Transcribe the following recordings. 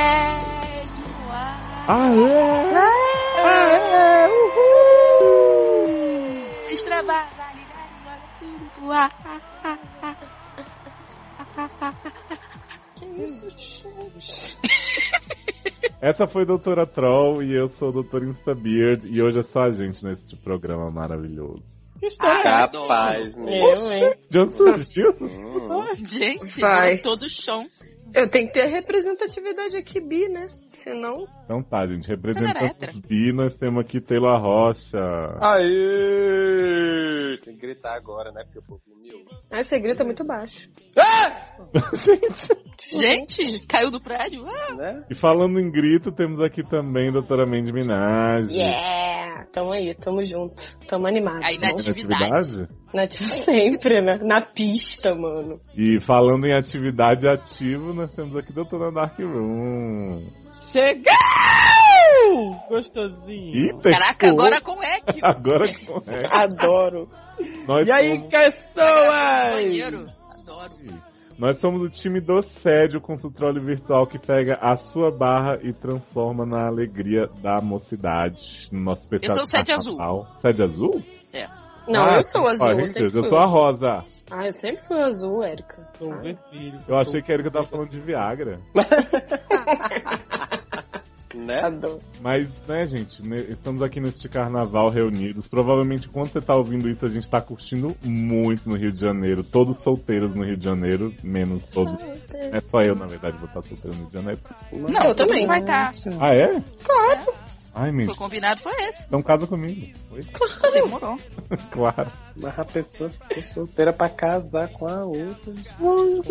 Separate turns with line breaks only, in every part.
sétimo ar.
Ah, Aê! Aê! Uhul!
Eles trabalham ligados para tudo pro ar. Que isso, gente?
Essa foi a Doutora Troll e eu sou o Doutor Instabeard e hoje é só a gente nesse programa maravilhoso.
Capaz, né?
Eu, hein?
De onde surgiu?
Gente,
Vai.
eu tô do chão.
Eu tenho que ter representatividade aqui, bi, né? Senão.
Então tá, gente,
Ela era
representantes bi, nós temos aqui Taylor Rocha.
Aê! Tem que gritar agora, né? Porque o povo meu.
Aí você grita é muito baixo. Uhum.
Gente, caiu do prédio. Ah,
Né?
E falando em grito, temos aqui também a Doutora Mandy Minaj.
Uhum. Yeah! Tamo aí, tamo junto. Tamo animado.
Aí,
tá bom?
Nath.
Atividade?
Nativa sempre, né? Na pista, mano.
E falando em atividade ativa, nós temos aqui Doutora Dark Room.
Chegou! Gostosinho.
Eita,
caraca, agora com eco.
Agora com é.
Adoro.
Nós
E aí,
somos-
pessoas?
Banheiro. Adoro.
Nós somos o time do SED, o consultório virtual que pega a sua barra e transforma na alegria da mocidade. No nosso especial
sou o
de
Sede
carnaval. Sede azul?
Não,
Ah,
eu sou azul.
ó,
eu
gente,
sempre
eu
fui
sou a rosa.
Ah, eu sempre fui azul, Érica. sabe?
Eu achei que a Erika tava falando de Viagra.
Né?
Adoro.
Mas, né, gente, ne- estamos aqui neste carnaval reunidos. Provavelmente, quando você tá ouvindo isso, a gente tá curtindo muito no Rio de Janeiro. Todos solteiros no Rio de Janeiro, menos todos. É só eu, na verdade, vou estar solteiro no Rio de Janeiro.
Não,
eu
todo
também.
mundo Vai estar.
Ah, é? Claro! Ai,
Foi
mentira.
combinado, foi esse.
Então casa comigo. Oi?
Tá
Demorou. Ah,
Claro.
Mas a pessoa ficou solteira pra casar com a outra.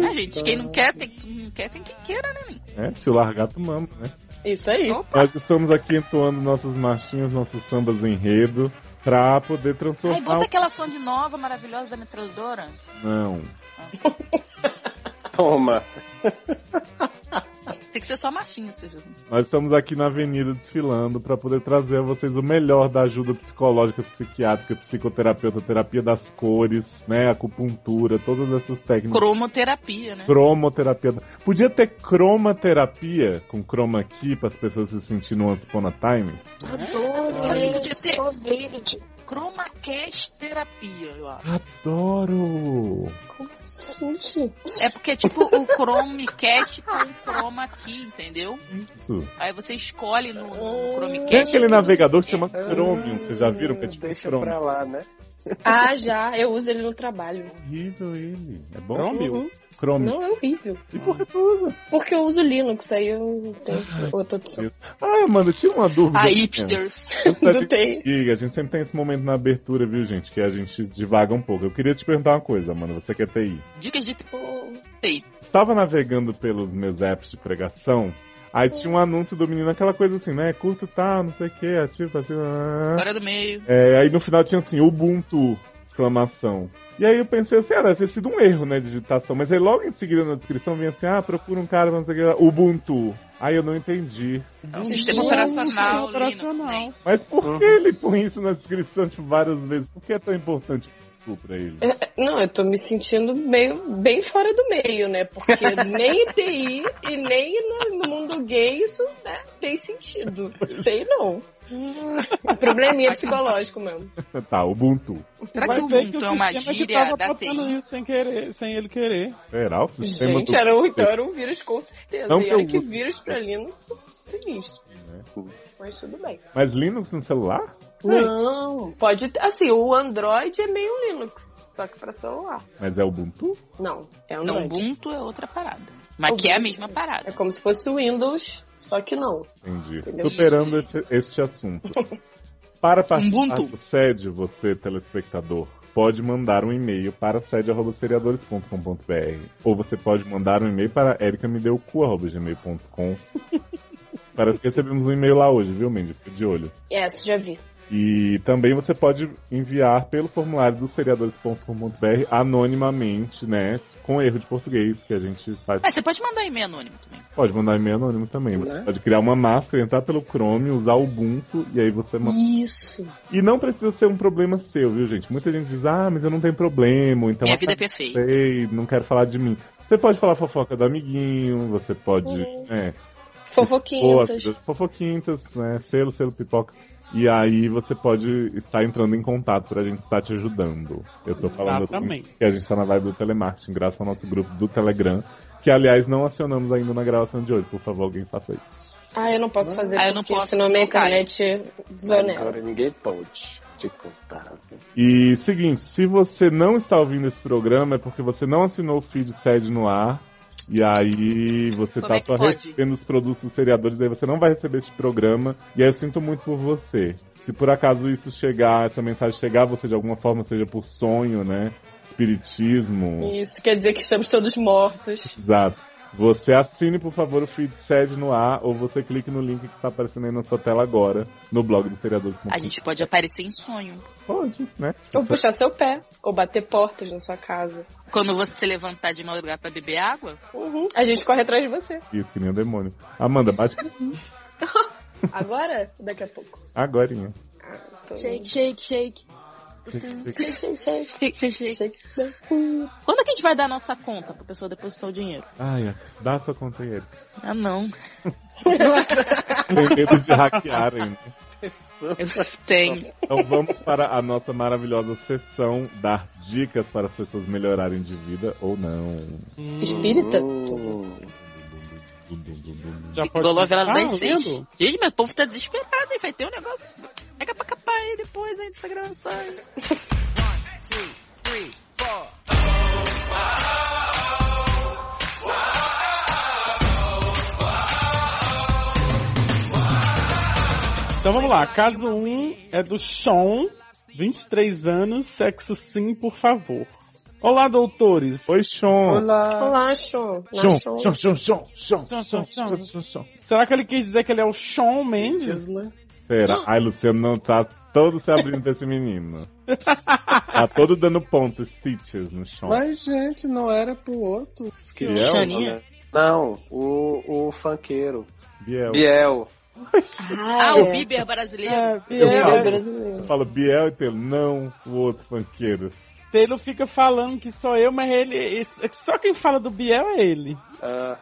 Ah, gente, quem não quer, tem, não quer, tem quem queira, né? menino?
É, se o largar, tu mama, né?
Isso aí.
Opa.
Nós estamos aqui entoando nossos marchinhos, nossos sambas enredo, pra poder
Aí
transformar.
bota aquela som de nova maravilhosa da metralhadora.
o- Não.
Toma!
Tem que ser só machinho, seja.
Nós estamos aqui na avenida desfilando pra poder trazer a vocês o melhor da ajuda psicológica, psiquiátrica, psicoterapeuta, terapia das cores, né? Acupuntura, todas essas técnicas.
Cromoterapia, né?
Cromoterapia. Podia ter cromaterapia com chroma key para as pessoas se sentirem once upon a time.
Sabe,
Adoro.
podia ter-
Só verde.
Cromaquest terapia, eu acho.
Adoro!
assim, Gente.
É porque é tipo o Chromecast com o Chroma aqui, entendeu?
Isso.
Aí você escolhe no, no Chromecast.
é
Tem é aquele
que
navegador que
você quer.
chama Chromium, vocês já viram? Que é tipo
Deixa
Chrome.
pra lá, né?
Ah, já. Eu uso ele no trabalho.
horrível ele. É bom?
Uhum.
Chrome.
Não, é horrível.
E por que tu usa?
Porque eu uso Linux, aí eu tenho essa outra opção.
Ah, Amanda, tinha uma dúvida.
Ah,
minha.
hipsters.
Não tem.
E a gente sempre tem esse momento na abertura, viu, gente? Que a gente divaga um pouco. Eu queria te perguntar uma coisa, Amanda. Você é quer TI?
Dicas de tipo,
Estava navegando pelos meus apps de pregação. Aí tinha um anúncio do menino, aquela coisa assim, né? Curto tá, não sei o que, ativo, ativo. ah, ah, ah.
fora do meio.
É, aí no final tinha assim, Ubuntu, exclamação. E aí eu pensei assim, ah, deve ter sido um erro, né, de digitação. Mas aí logo em seguida na descrição vinha assim, ah, procura um cara, não sei o que, lá, Ubuntu. Aí eu não entendi.
É um sistema
Gente,
operacional,
sistema operacional.
Linux, né?
Mas por que
Uhum.
ele põe isso na descrição, tipo, várias vezes? Por que é tão importante Ubuntu pra ele?
Não, eu tô me sentindo meio, bem fora do meio, né? Porque nem TI e nem no mundo gay isso né, tem sentido. Sei não. O probleminha é psicológico mesmo.
Tá, Ubuntu.
Será que
Vai
o
ver que
Ubuntu
o
é uma
sistema que
gíria
tava
da
botando
TI?
isso sem, querer, sem ele querer.
Será o sistema
Gente,
do...
era um, então era um vírus com certeza.
Não que
e
eu
olha que
use.
vírus pra Linux é sinistro. Mas tudo bem.
né? Mas Linux no celular?
Não, pode. ter- Assim, o Android é meio Linux, só que pra celular.
Mas é Ubuntu?
Não, é
né?
Não,
Android.
Ubuntu é outra parada. Mas que é a mesma
É
parada.
como se fosse o Windows, só que não.
Entendi.
Entendi.
Superando esse- este assunto. Para participar
Ubuntu.
do SED, você, telespectador, pode mandar um e-mail para sede.seriadores.com.br ou você pode mandar um e-mail para ericamedeucu.gmail.com Parece que recebemos um e-mail lá hoje, viu, Mandy? Fica de olho.
Yes, É, já vi.
E também você pode enviar pelo formulário do seriadores.com.br anonimamente, né? Com erro de português, que a gente faz.
Mas você pode mandar e-mail anônimo também.
Pode mandar e-mail anônimo também. Você
Né?
pode criar uma máscara, entrar pelo Chrome, usar o Ubuntu e aí você manda.
Isso.
E não precisa ser um problema seu, viu, gente? Muita gente diz, ah, mas eu não tenho problema, ou então
Minha
eu
vida é perfeita.
sei, não quero falar de mim. Você pode falar fofoca do amiguinho, você pode.
Uhum.
É,
Fofoquintas.
Boas, fofoquintas, né? Selo, selo, pipoca. E aí você pode estar entrando em contato pra gente estar te ajudando. Eu tô falando assim,
Exatamente.
que a gente tá na vibe do telemarketing, graças ao nosso grupo do Telegram, que aliás não acionamos ainda na gravação de hoje. Por favor, alguém faça isso.
Ah, eu não posso fazer
Ah, eu
porque
não posso,
senão minha
não cai.
internet desonera.
Agora ninguém pode te contar.
E seguinte, se você não está ouvindo esse programa, é porque você não assinou o feed sede no ar. E aí você
Como
tá
é que
só
pode?
recebendo os produtos dos seriadores, daí você não vai receber esse programa. E aí eu sinto muito por você. Se por acaso isso chegar, essa mensagem chegar a você de alguma forma, seja por sonho, né? Espiritismo.
Isso quer dizer que estamos todos mortos.
Exato. Você assine, por favor, o feed sede no ar, ou você clique no link que está aparecendo aí na sua tela agora, no blog do seriadores.
A gente pode aparecer em sonho.
pode, né?
Ou puxar seu pé, ou bater portas na sua casa.
Quando você levantar de madrugada pra beber água,
Uhum. A gente corre atrás de você.
Isso, que nem o demônio. Amanda, bate
Agora? Daqui a pouco.
Agorinha.
Tô-
Shake, shake, shake.
shake, shake, shake. Shake.
quando é que a gente vai dar a nossa conta pra pessoa depositar o dinheiro?
Ai, dá sua conta aí, Erika.
Ah, não.
Tem medo de hackearem. né?
Tá,
Tem.
Então vamos para a nossa maravilhosa sessão dar dicas para as pessoas melhorarem de vida ou não.
Espírita?
Hum.
Já pode
Igual a novela
Ah,
das seis.
vendo?
Gente, mas o povo tá desesperado, hein? Vai ter um negócio. Pega pra capar aí depois aí dessa gravação. hein?
Então vamos lá. Caso 1 um é do Sean, 23 anos, sexo sim, por favor. Olá, doutores.
Oi, Sean.
Olá.
Olá, Sean. Olá,
Sean,
Sean.
Sean, Sean, Sean, Sean,
Sean, Sean, Sean.
Sean, Sean.
Será que ele quis dizer que ele é o Sean Mendes?
Será? Ai, Luciano não tá todo se abrindo pra esse menino. Tá todo dando pontos, stitches no Sean.
Mas, gente, não era pro outro.
Que é o
Xaninha?
né? Não, o, o funkeiro.
Biel.
Biel.
Ah,
é.
o Bieber brasileiro.
É,
Eu
Ele é
falo.
Biel.
brasileiro.
Eu falo Biel e Telo. Não, o outro funkeiro.
Taylor fica falando que sou eu, mas ele. esse- Só quem fala do Biel é ele.
Aham.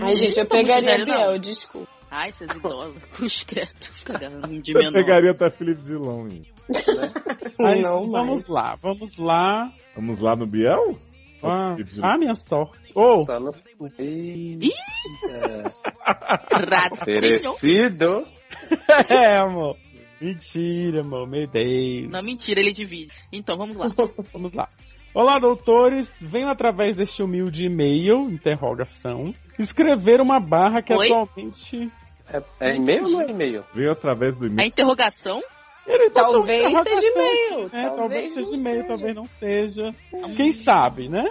Ai, gente, eu
Não tô muito
pegaria
velho, não.
Biel, desculpa.
Ai, essas idosas. Cruz credo. Fica agarrando de
Eu
menor.
pegaria até Felipe Dilon. hein?
Mas
não,
vamos lá, vamos lá.
Vamos lá no Biel?
Ah,
Felipe Dilon.
ah, minha sorte. Oh, Ô,
Só não...
Ih!
Eita.
Rata.
Oferecido.
é, amor. Mentira, amor, meu Deus.
Não, mentira, ele divide. Então, vamos lá.
Vamos lá. Olá, doutores. Venho através deste humilde e-mail, interrogação, escrever uma barra que
Oi?
atualmente.
É, é e-mail ou não é e-mail?
Veio através do
A
e-mail.
interrogação?
Ele tá dando
Talvez
interrogação.
seja e-mail.
É, talvez, seja
não Hum.
e-mail, talvez não seja. Quem sabe, né?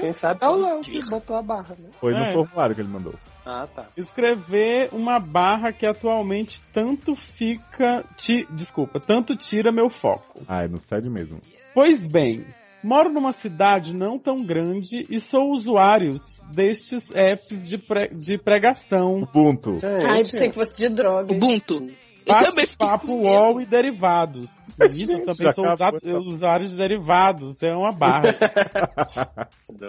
Quem sabe é o Léo que botou a barra, né?
Foi no
É.
formulário que ele mandou.
Ah, tá.
Escrever uma barra que atualmente tanto fica. Ti... Desculpa, tanto tira meu foco.
Ah, é no sede mesmo.
Pois bem, moro numa cidade não tão grande e sou usuário destes apps de, pre- de pregação.
Ubuntu.
Ai,
Gente,
pensei que fosse de drogas.
Ubuntu. Eu também fiquei
Papo
com
UOL e derivados. Menino, eu também
já
sou
acabou então.
usado, eu, usuário de derivados, é uma barra.
adoro.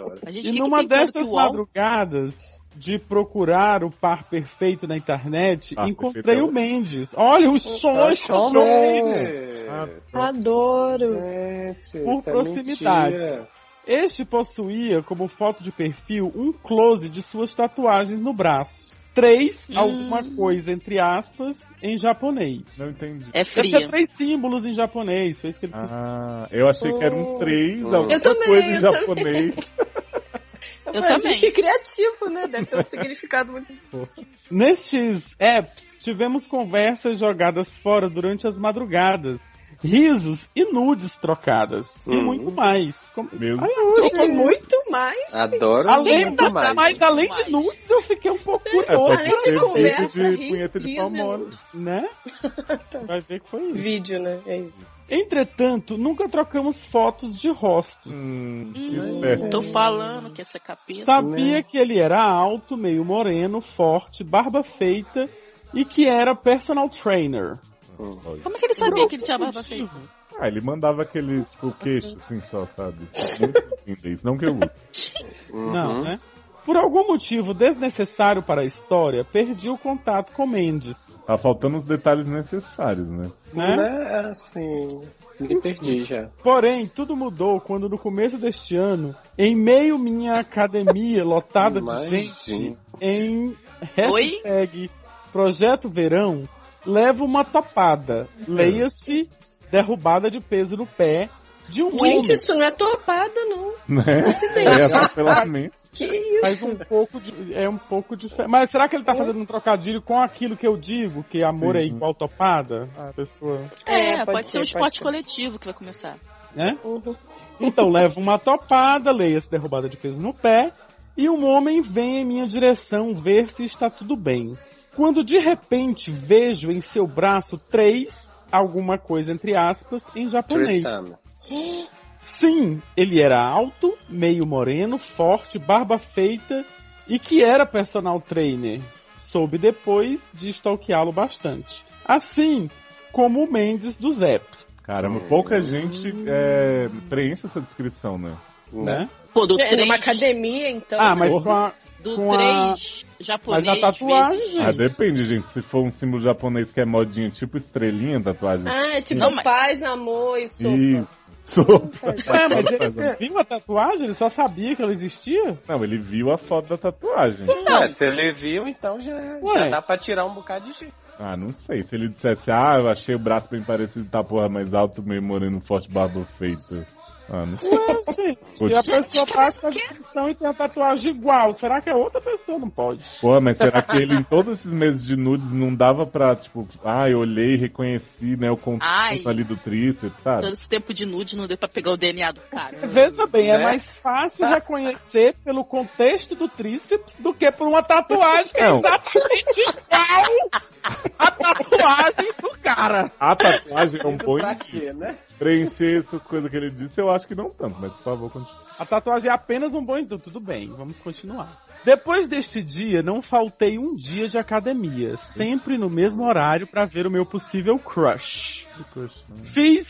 medo. A gente,
e
que que
numa
tem contra
dessas
o UOL?
madrugadas de procurar o par perfeito na internet,
Par
encontrei
perfeito é
o Mendes. Olha, o Sean
Tá,
está
Shawn
no Mendes.
É,
Mendes.
Ah,
é Adoro.
Gente,
Por
isso é
proximidade.
mentira.
Este possuía como foto de perfil um close de suas tatuagens no braço. Três,
Hum.
alguma coisa, entre aspas, em japonês.
Não entendi.
É
Deve ter
fria.
três símbolos em japonês, foi isso que ele fez.
Ah, eu achei que era um 3,
Eu
alguma
também,
coisa em
eu
japonês.
Eu
Mas,
também.
gente, Que criativo, né? Deve ter um significado muito.
Nestes apps, tivemos conversas jogadas fora durante as madrugadas, risos e nudes trocadas, e
Hum.
muito mais. Como-
Meu
Ai,
Gente, muito mais.
Adoro
Além
muito mais.
Mas além
mais.
de nudes, eu fiquei um pouco
É
curioso,
porque
Além de
teve
conversa,
vídeo de
ri,
punheta de
riso e
palmola.
nudes.
né? Vai ver que foi isso.
Vídeo, né? É isso.
Entretanto, nunca trocamos fotos de rostos.
Hum,
Hum,
que
É.
esperto.
tô falando que essa capeta.
Né?
Sabia que ele era alto, meio moreno, forte, barba feita e que era personal trainer.
Como é que ele sabia que ele tinha barba feita?
Ah, ele mandava aquele, tipo, queixo, assim, só, sabe? Muito lindo isso. Não que eu use.
Uhum.
Não, né? Por algum motivo desnecessário para a história, perdi o contato com Mendes,
Tá faltando os detalhes necessários, né?
né?
Né? Assim, me perdi já.
Porém, tudo mudou quando no começo deste ano, em meio minha academia lotada de gente,
Imagina.
em
Oi?
hashtag Projeto Verão, levo uma topada. Leia-se derrubada de peso no pé de um
Gente,
homem.
isso não é topada, não.
né? É atropelamento.
Que isso?
Mas um pouco de, é um pouco diferente. Mas será que ele tá fazendo um trocadilho com aquilo que eu digo, que amor é
Sim.
igual topada? A pessoa.
É,
É,
pode,
pode
ser, um
ser, pode
esporte
ser.
coletivo que vai começar.
né?
Uhum.
Então levo uma topada, leia-se derrubada de peso no pé, e um homem vem em minha direção ver se está tudo bem. Quando de repente vejo em seu braço três, alguma coisa entre aspas, em japonês.
Tristana.
Sim, ele era alto, meio moreno, forte, barba feita e que era personal trainer. Soube depois de stalkeá-lo bastante. Assim como o Mendes dos apps,
Caramba, pouca gente é, preenche essa descrição, né?
Né?
né?
Pô, do
É
3,
numa academia, então.
Ah, mas
porra.
com a,
do
com a-
três japonês.
mas a tatuagem,
vezes-
Ah, depende, gente. Se for um símbolo japonês que é modinha, tipo estrelinha, tatuagem.
Ah, é tipo
Não, mas-
paz, amor e sopa.
E sopa.
Ué, É, mas ele viu a tatuagem? Ele só sabia que ela existia?
Não, ele viu a foto da tatuagem.
Não.
É, se ele viu, então já, já
Ué.
dá pra tirar um bocado de jeito.
Ah, não sei. Se ele dissesse, ah, eu achei o braço bem parecido, tá porra mais alto, meio moreno, forte, barba feita. Ah, não sei.
Não, sim. E a pessoa passa a descrição e tem a tatuagem igual. Será que é outra pessoa? Não pode.
Porra, mas será que ele em todos esses meses de nudes não dava pra, tipo, ah, eu olhei, reconheci, né, o
Ai.
contorno ali do tríceps, sabe?
Todo esse tempo de nude não deu pra pegar o DNA do cara.
Veja bem, é
Né?
mais fácil reconhecer pelo contexto do tríceps do que por uma tatuagem que é
Não.
exatamente igual à tatuagem do cara.
A tatuagem é um bom
pra
indício.
quê, né?
Preencher essas coisas que ele disse, eu acho que não tanto, mas por favor, continue.
A tatuagem é apenas um bom induto. Tudo bem, vamos continuar. Depois deste dia, não faltei um dia de academia, sempre no mesmo horário pra ver o meu possível crush. Fiz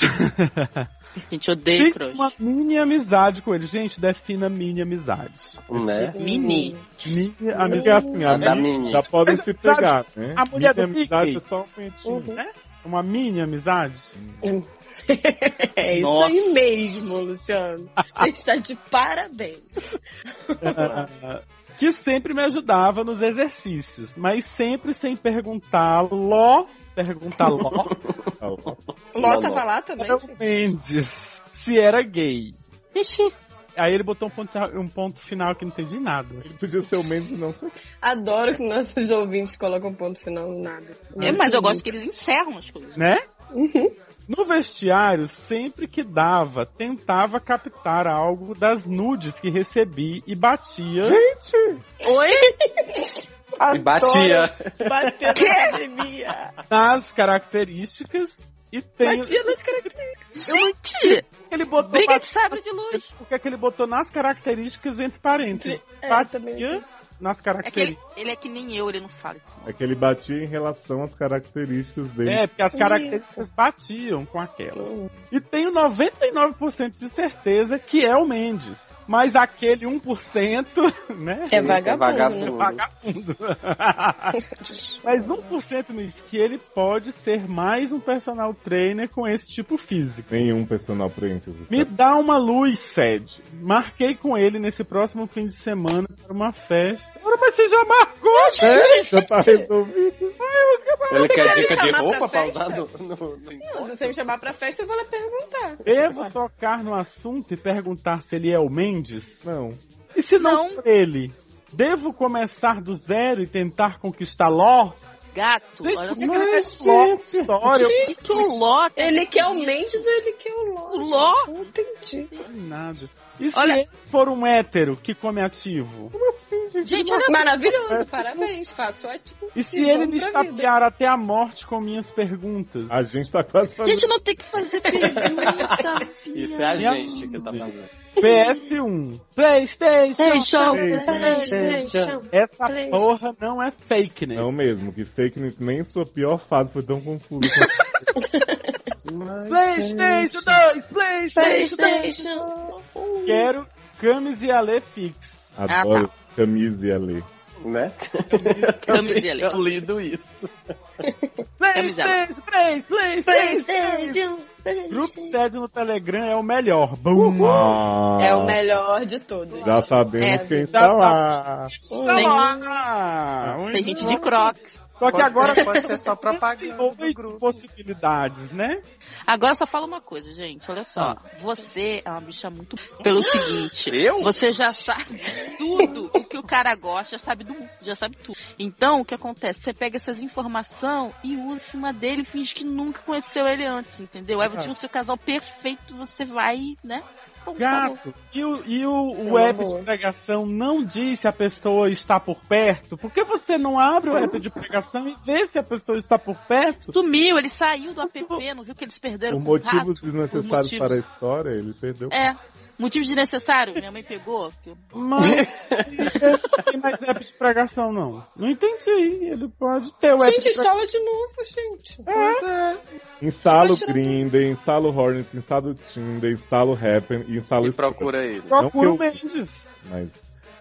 Gente, odeio
Fiz
crush.
uma mini amizade com ele. Gente, defina mini amizade.
Né?
Mini.
Mini
Porque
amizade.
assim,
A da
amigos
Minnie.
já podem
Mas,
se
sabe,
pegar, né?
a mulher do
Minha amizade
Mickey.
é só um pentinho.
Uhum.
Uma mini amizade.
É isso
Nossa.
aí mesmo, Luciano. Você está de parabéns.
que sempre me ajudava nos exercícios, mas sempre sem perguntá-lo. Perguntá-lo.
Tá,
Ló
Não,
tava
não.
lá também.
era o Mendes. Se era gay.
Ixi,
Aí ele botou um ponto, um ponto final que não entendi nada.
Ele podia ser o Mendes e não ser
Adoro que nossos ouvintes colocam ponto final no nada.
é, mas eu gosto que eles encerram as coisas.
Né? No vestiário, sempre que dava, tentava captar algo das nudes que recebi e batia.
Oi?
Adoro
E batia.
Bater na academia.
nas características e tem.
Batia nas características.
Gente,
Ele botou
briga de
bat-
sabre de luz.
Por que que ele botou nas características entre parênteses?
É, também
Batia
tem.
nas
É que ele,
características.
ele é que nem eu, ele não fala isso.
É que ele batia em relação às características dele.
É, porque as características batiam com aquelas. E tenho 99% de certeza que é o Mendes. Mas aquele 1%, né?
É vagabundo,
É vagabundo.
É
né?
vagabundo. Mas 1% nisso, que ele pode ser mais um personal trainer com esse tipo físico.
Nenhum personal preenche essa
Me
história.
dá uma luz, Sed. Marquei com ele nesse próximo fim de semana para uma festa. Ora, mas você já marcou, né? gente!
Já tá resolvido.
Ele quer dica
chamar
de
pra
roupa pra
festa?
usar no. no- assim. no-
Não, se você me chamar pra festa, eu vou lá perguntar.
Devo tocar no assunto e perguntar se ele é o Mendes?
Não.
E se não,
Não.
for ele? Devo começar do zero e tentar conquistar Ló?
Gato,
Gente,
olha
por
só.
que que ele tá quer Ló? História, eu
Que que o Ló tem
Ele quer o Mendes ou ele quer o
O
Ló?
Ló?
Não entendi.
não sei nada. E se
Olha-
ele for um hétero que come ativo?
Gente, olha só.
Maravilhoso, parabéns. Faço a ti.
E se
E
ele
vamos
me
pra
estapear até a morte com minhas perguntas?
A gente tá quase fazendo.
Gente, não tem que fazer pergunta.
Isso é a
Minha
gente que tá fazendo.
PS1. Playstation. Essa
Playstation.
porra não é fake, né?
Não mesmo, que fake news, nem sua pior fase foi tão confusa. quanto-
Playstation 2, Playstation.
Playstation.
Quero camis e ale fix.
Adoro. Camisa e Ale.
Né?
Camisa e
Eu
Ale.
lido isso.
Please,
Camisela.
please, please, please, please, please. Grupo sede no Telegram é o melhor. Bum.
Ah,
É o melhor de todos.
Já sabemos
É,
quem
já
tá lá.
Tá
Tem-
lá.
Tem
Muito
gente
bom.
de Crocs.
Só que
Pode-
agora
pode ser só propaganda do
houve
grupo.
possibilidades, né?
Agora só fala uma coisa, gente. Olha só. Você é uma bicha muito. Pelo seguinte.
Eu?
Você já sabe tudo o que o cara gosta, já sabe, do, já sabe tudo. Então, o que acontece? Você pega essas informações e usa em cima dele e finge que nunca conheceu ele antes, entendeu? Aí você tem o seu casal perfeito, você vai, né? Bom, acabou.
Gato. E o, e o
É uma
app
boa.
de pregação não diz se a pessoa está por perto? Por que você não abre o app de pregação e vê se a pessoa está por perto?
Sumiu, ele saiu do app, não viu que eles perderam o
Por
contato.
motivos desnecessários
motivos.
para a história, ele perdeu.
É. Motivo desnecessário, minha mãe pegou. porque eu-
Mas eu não tem mais app de pregação, não. Não entendi. Ele pode ter o app
Gente, é
de pregação. é.
instala de novo, gente.
Instala o
Mas eu não-
Grindr, instala o Hornet, instala o Tinder, instala o Happen e instala o
E
Scrubs.
procura ele.
Procura
Não
o
que
Mendes.
Mas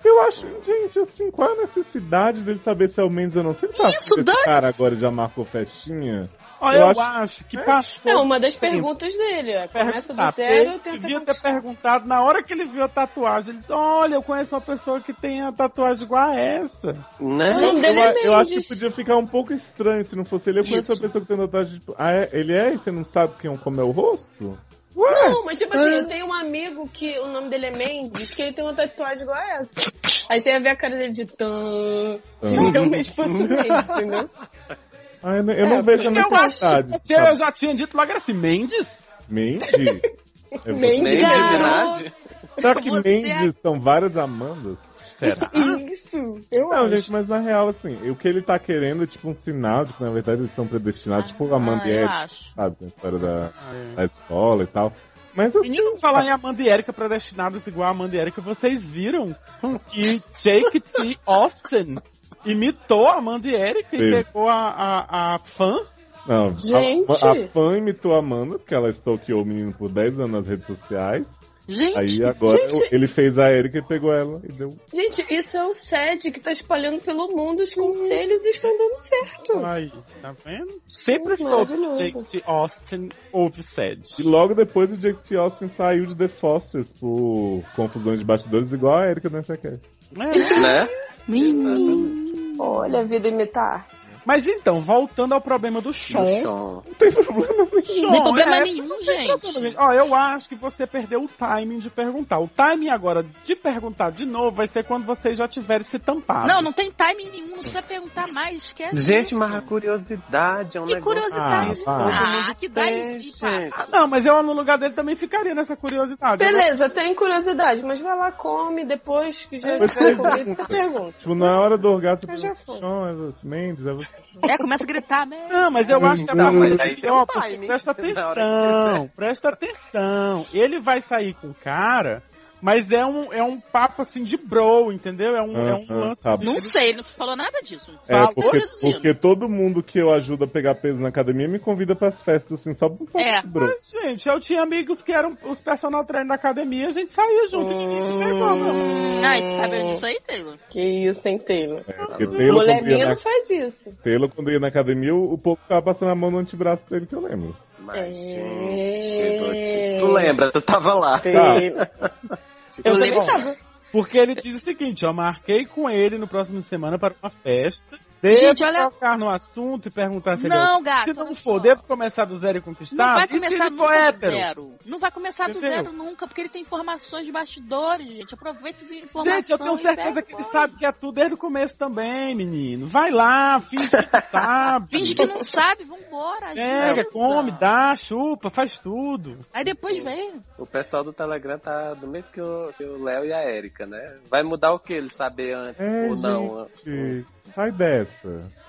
eu acho, gente, assim, qual a necessidade dele saber se é o Mendes ou não? Se ele tá
Isso,
esse
dane-se.
cara agora já marcou festinha,
Ó,
Eu
eu,
acho-
acho... que passou.
É uma das perguntas dele. é, Começa do
Perguntar,
zero
porque
e tenta
devia ter
conquistar.
perguntado na hora que ele viu a tatuagem. Ele disse: Olha, eu conheço uma pessoa que tem a tatuagem igual a essa.
O
Né?
nome
eu,
dele
a-
é
eu acho que
Mendes.
podia ficar um pouco estranho se não fosse ele. Eu conheço
Isso.
uma pessoa que tem tatuagem, tipo, ah, é, ele é? E você não sabe quem, como é o rosto? Ué,
Não, mas tipo assim, eu tenho um amigo que o nome dele é Mendes, que ele tem uma tatuagem igual a essa. Aí você ia ver a cara dele de tan. Se
Tan.
realmente fosse o Mendes, entendeu?
ah, eu não- eu não
É,
vejo a
eu
necessidade.
Se eu já tinha dito logo assim: Mendes?
Mendes? É você.
Mendes. é
Nem de
Garoto.
verdade.
Será que
Você
Mendes são várias Amandas?
Será?
Isso, eu
Não,
acho.
gente, mas na real, assim, o que ele tá querendo é tipo um sinal de que na verdade eles são predestinados, tipo a Amanda
Ah,
e
eu
Eric,
acho.
sabe? Tem a história da,
Ah, é.
da escola e tal. Mas assim,
Menino, falar em Amanda e Erika predestinadas igual a Amanda e Erika, vocês viram que Jake T. Austin imitou a Amanda e Erika
Sim.
e pegou a, a, a fã?
não, a-
Gente!
A, fã imitou a Amanda, porque ela stalkeou o menino por 10 anos nas redes sociais.
Gente,
Aí agora
Gente!
ele fez a Erika e pegou ela e deu.
Gente, isso é o SED que tá espalhando pelo mundo os conselhos e estão dando certo.
Aí, tá vendo? Sempre soube
Maravilhoso.
que Jake T. Austin houve sede.
E logo depois o Jake T. Austin saiu de The Fosters por confusão de bastidores, igual a Erika nessa quer.
É.
Né?
menino.
Olha a vida imitar. É.
Mas então, voltando ao problema do
Do
Sean.
Sean.
Sean,
Não tem problema
é,
nenhum,
Não, tudo
gente.
bem. Ó, eu acho que você perdeu o timing de perguntar. O timing agora de perguntar de novo vai ser quando vocês já tiverem se tampado.
Não, não tem timing nenhum, não precisa perguntar mais, esquece.
Gente,
isso.
mas a curiosidade é um
Que
negócio.
curiosidade.
Ah,
Ah, que dá em si,
gente.
Ah,
passa.
não, mas eu no lugar dele também ficaria nessa curiosidade.
Beleza, tem curiosidade, mas vai lá, come, depois que já
Mas
tiver
pergunta.
comido, você pergunta.
Tipo, na hora do orgasmo,
Mas já foi.
Sean, é você, Mendes, é você.
É, começa a gritar, né?
Não, mas eu acho que é
Não,
pra
mas aí tem um
Ó, porque
timing.
Presta
Na hora que
atenção, presta atenção. Ele vai sair com o cara, mas é um, é um papo assim de bro, entendeu? É um, é um
Aham,
lance.
tá
assim,
Não sei, ele não falou nada disso.
É,
Fala,
porque,
tô dizendo.
porque todo mundo que eu ajudo a pegar peso na academia me convida pras festas, assim, só por
É.
bro.
Mas, gente, eu tinha amigos que eram os personal trainer da academia, a gente saía junto
Hum.
e ninguém se pegou, não.
Ai, Ah, tu sabe disso aí, Taylor?
Hum, Que isso, hein, Taylor?
É, porque Taylor
Ah,
né?
Mulher
quando, ia
minha
na,
não faz isso.
Taylor, quando ia na academia, o, o povo ficava passando a mão no antebraço dele, que eu lembro.
Mas,
É.
gente, Dorothy, tu lembra, Tá. tu tava lá.
Tá.
Taylor. Eu também
lembro.
tava.
Porque ele diz o seguinte, ó, marquei com ele no próximo semana para uma festa. Devo
Gente, olha-
tocar no assunto e perguntar se ele
Não, ah,
Se
gato.
não
olha
for, tá
só.
devo começar do zero e conquistar?
Não vai
e se
começar
ele for
nunca do
hétero?
zero. Não vai começar do
Entendeu?
zero nunca, porque ele tem informações de bastidores, gente. Aproveita essas informações.
Gente, eu tenho
e
certeza
pega
que ele
fora.
sabe que é tudo desde o começo também, menino. Vai lá, finge que sabe.
Finge que não sabe, vambora.
Pega,
ajuda.
come, dá, chupa, faz tudo.
Aí depois vem.
O pessoal do Telegram tá do mesmo que o que o Léo e a Érica, né? Vai mudar o que ele saber antes
É,
ou não?
gente, sai dessa.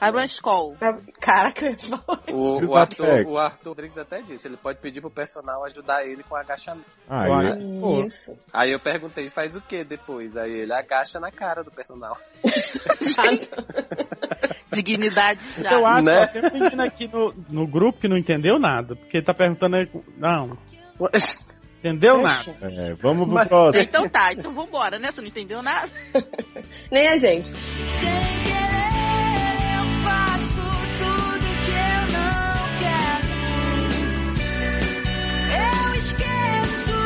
Abre uma escola.
Caraca, eu ia falar.
O, o, Arthur, o Arthur Rodrigues até disse, ele pode pedir pro personal ajudar ele com agachamento.
Ah,
Olha.
é.
Pô.
isso.
Aí eu perguntei, faz o que depois? Aí ele agacha na cara do personal.
Dignidade já.
Eu acho
Né?
que tem um menino aqui no, no grupo que não entendeu nada, porque ele tá perguntando. aí, Não. Entendeu nada?
É, vamos pro
Mas-
próximo.
Então tá, então vambora, né? Você não entendeu nada?
Nem a gente.
Sem querer eu faço tudo que eu não quero. Eu esqueço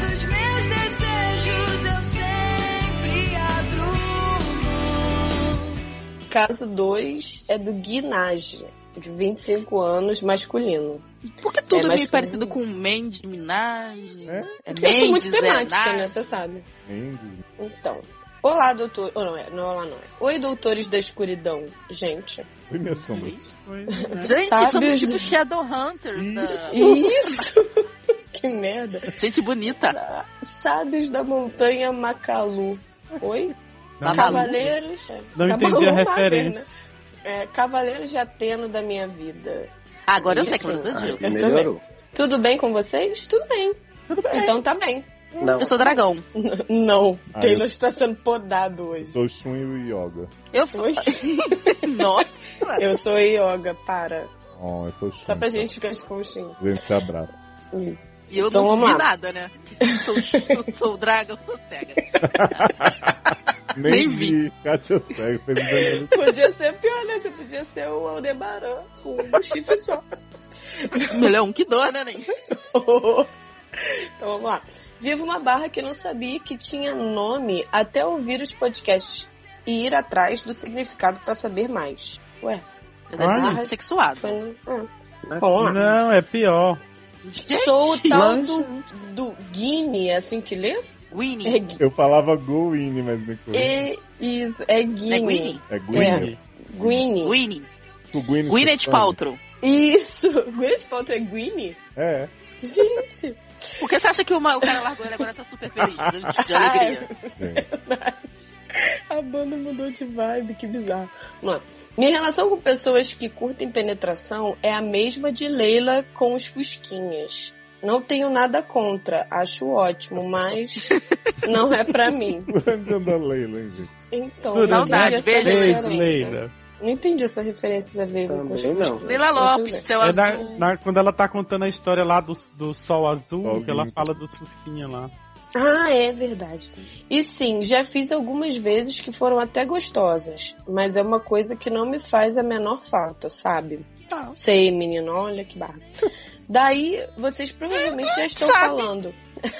dos meus desejos, eu sempre abro.
Caso 2 é do Guinage, de 25 anos, masculino.
Porque tudo
É,
é
mas
meio
com-
parecido com Mendes, Minaj,
É?
é
Eu sou muito
Mendes, é
temática,
Nas.
né? Você sabe.
Mendes.
Então. Olá, doutor. Oh, não é, não é olá, não é. Oi, doutores da escuridão. Gente.
Oi, minha sombra.
Gente,
Sabe Hum.
somos
os-
tipo Shadowhunters da...
Isso! que merda.
Gente bonita.
Sábios da montanha Macalu. Oi?
Não,
Macalu.
Cavaleiros.
não
Tá
entendi a
maluco,
referência.
É, Cavaleiros de Ateno da minha vida.
Agora eu sei que
Isso.
eu não sou
Ai,
Zodíaco.
Eu
melhorou.
Tudo bem com vocês? Tudo bem. Então tá bem.
Não,
Eu sou dragão.
Não,
Ah,
Taylor está sendo podado hoje.
Sou o Shun e o Yoga.
Eu fui.
Oi?
Nossa.
Eu sou yoga, para.
Oh, eu sou o Shun.
Só pra gente ficar de conchinha.
A gente se abraça.
Isso.
E eu
Então
não
vamos
vi
lá.
nada, né? Sou, eu sou o dragão, sou cega. Nem vi.
Kátia Cego fez um Danilo.
Podia ser pior, né? Você podia ser o Aldebaran com um chifre só.
Melhor um que dois, né, nem?
então vamos lá. Vivo uma barra que não sabia que tinha nome até ouvir os podcasts e ir atrás do significado pra saber mais. Ué,
Deve ser
Olha.
muito sexuado.
foi. Ah, vamos lá.
Não, é pior.
Sou o tal do, do Guine, é assim que lê? É,
Winnie.
Gui-
Eu falava Gwini, mas me corrija.
é, isso, é
É
Guine.
Winnie.
É Gwini.
Guine.
Winnie.
é.
O Gwyneth
Gwyneth
Paltrow.
Paltrow.
Isso! Gwyneth Paltrow é Guine?
É.
Gente!
Por que você acha que uma- o cara largou ele agora tá super feliz? De alegria.
gente.
A banda mudou de vibe, que bizarro. Mano, minha relação com pessoas que curtem penetração é a mesma de Leila com os Fusquinhas. Não tenho nada contra, acho ótimo, mas não é pra mim.
Por onde anda a Leila, hein, gente?
Então,
Tudo
não entendi
bem.
essa
Beijo,
Beijo,
referência.
Leila.
Não entendi essa referência da Leila com os
Também não.
Fusquinhas.
Leila Lopes, céu
É
azul.
da- na- quando ela tá contando a história lá do, do sol azul,
Sol
que ela
lindo.
fala dos fusquinha lá.
Ah, é verdade. E sim, já fiz algumas vezes que foram até gostosas, mas é uma coisa que não me faz a menor falta, sabe?
Tá.
Sei, menino, olha que barra. Daí, vocês provavelmente já estão
Sabe.
falando.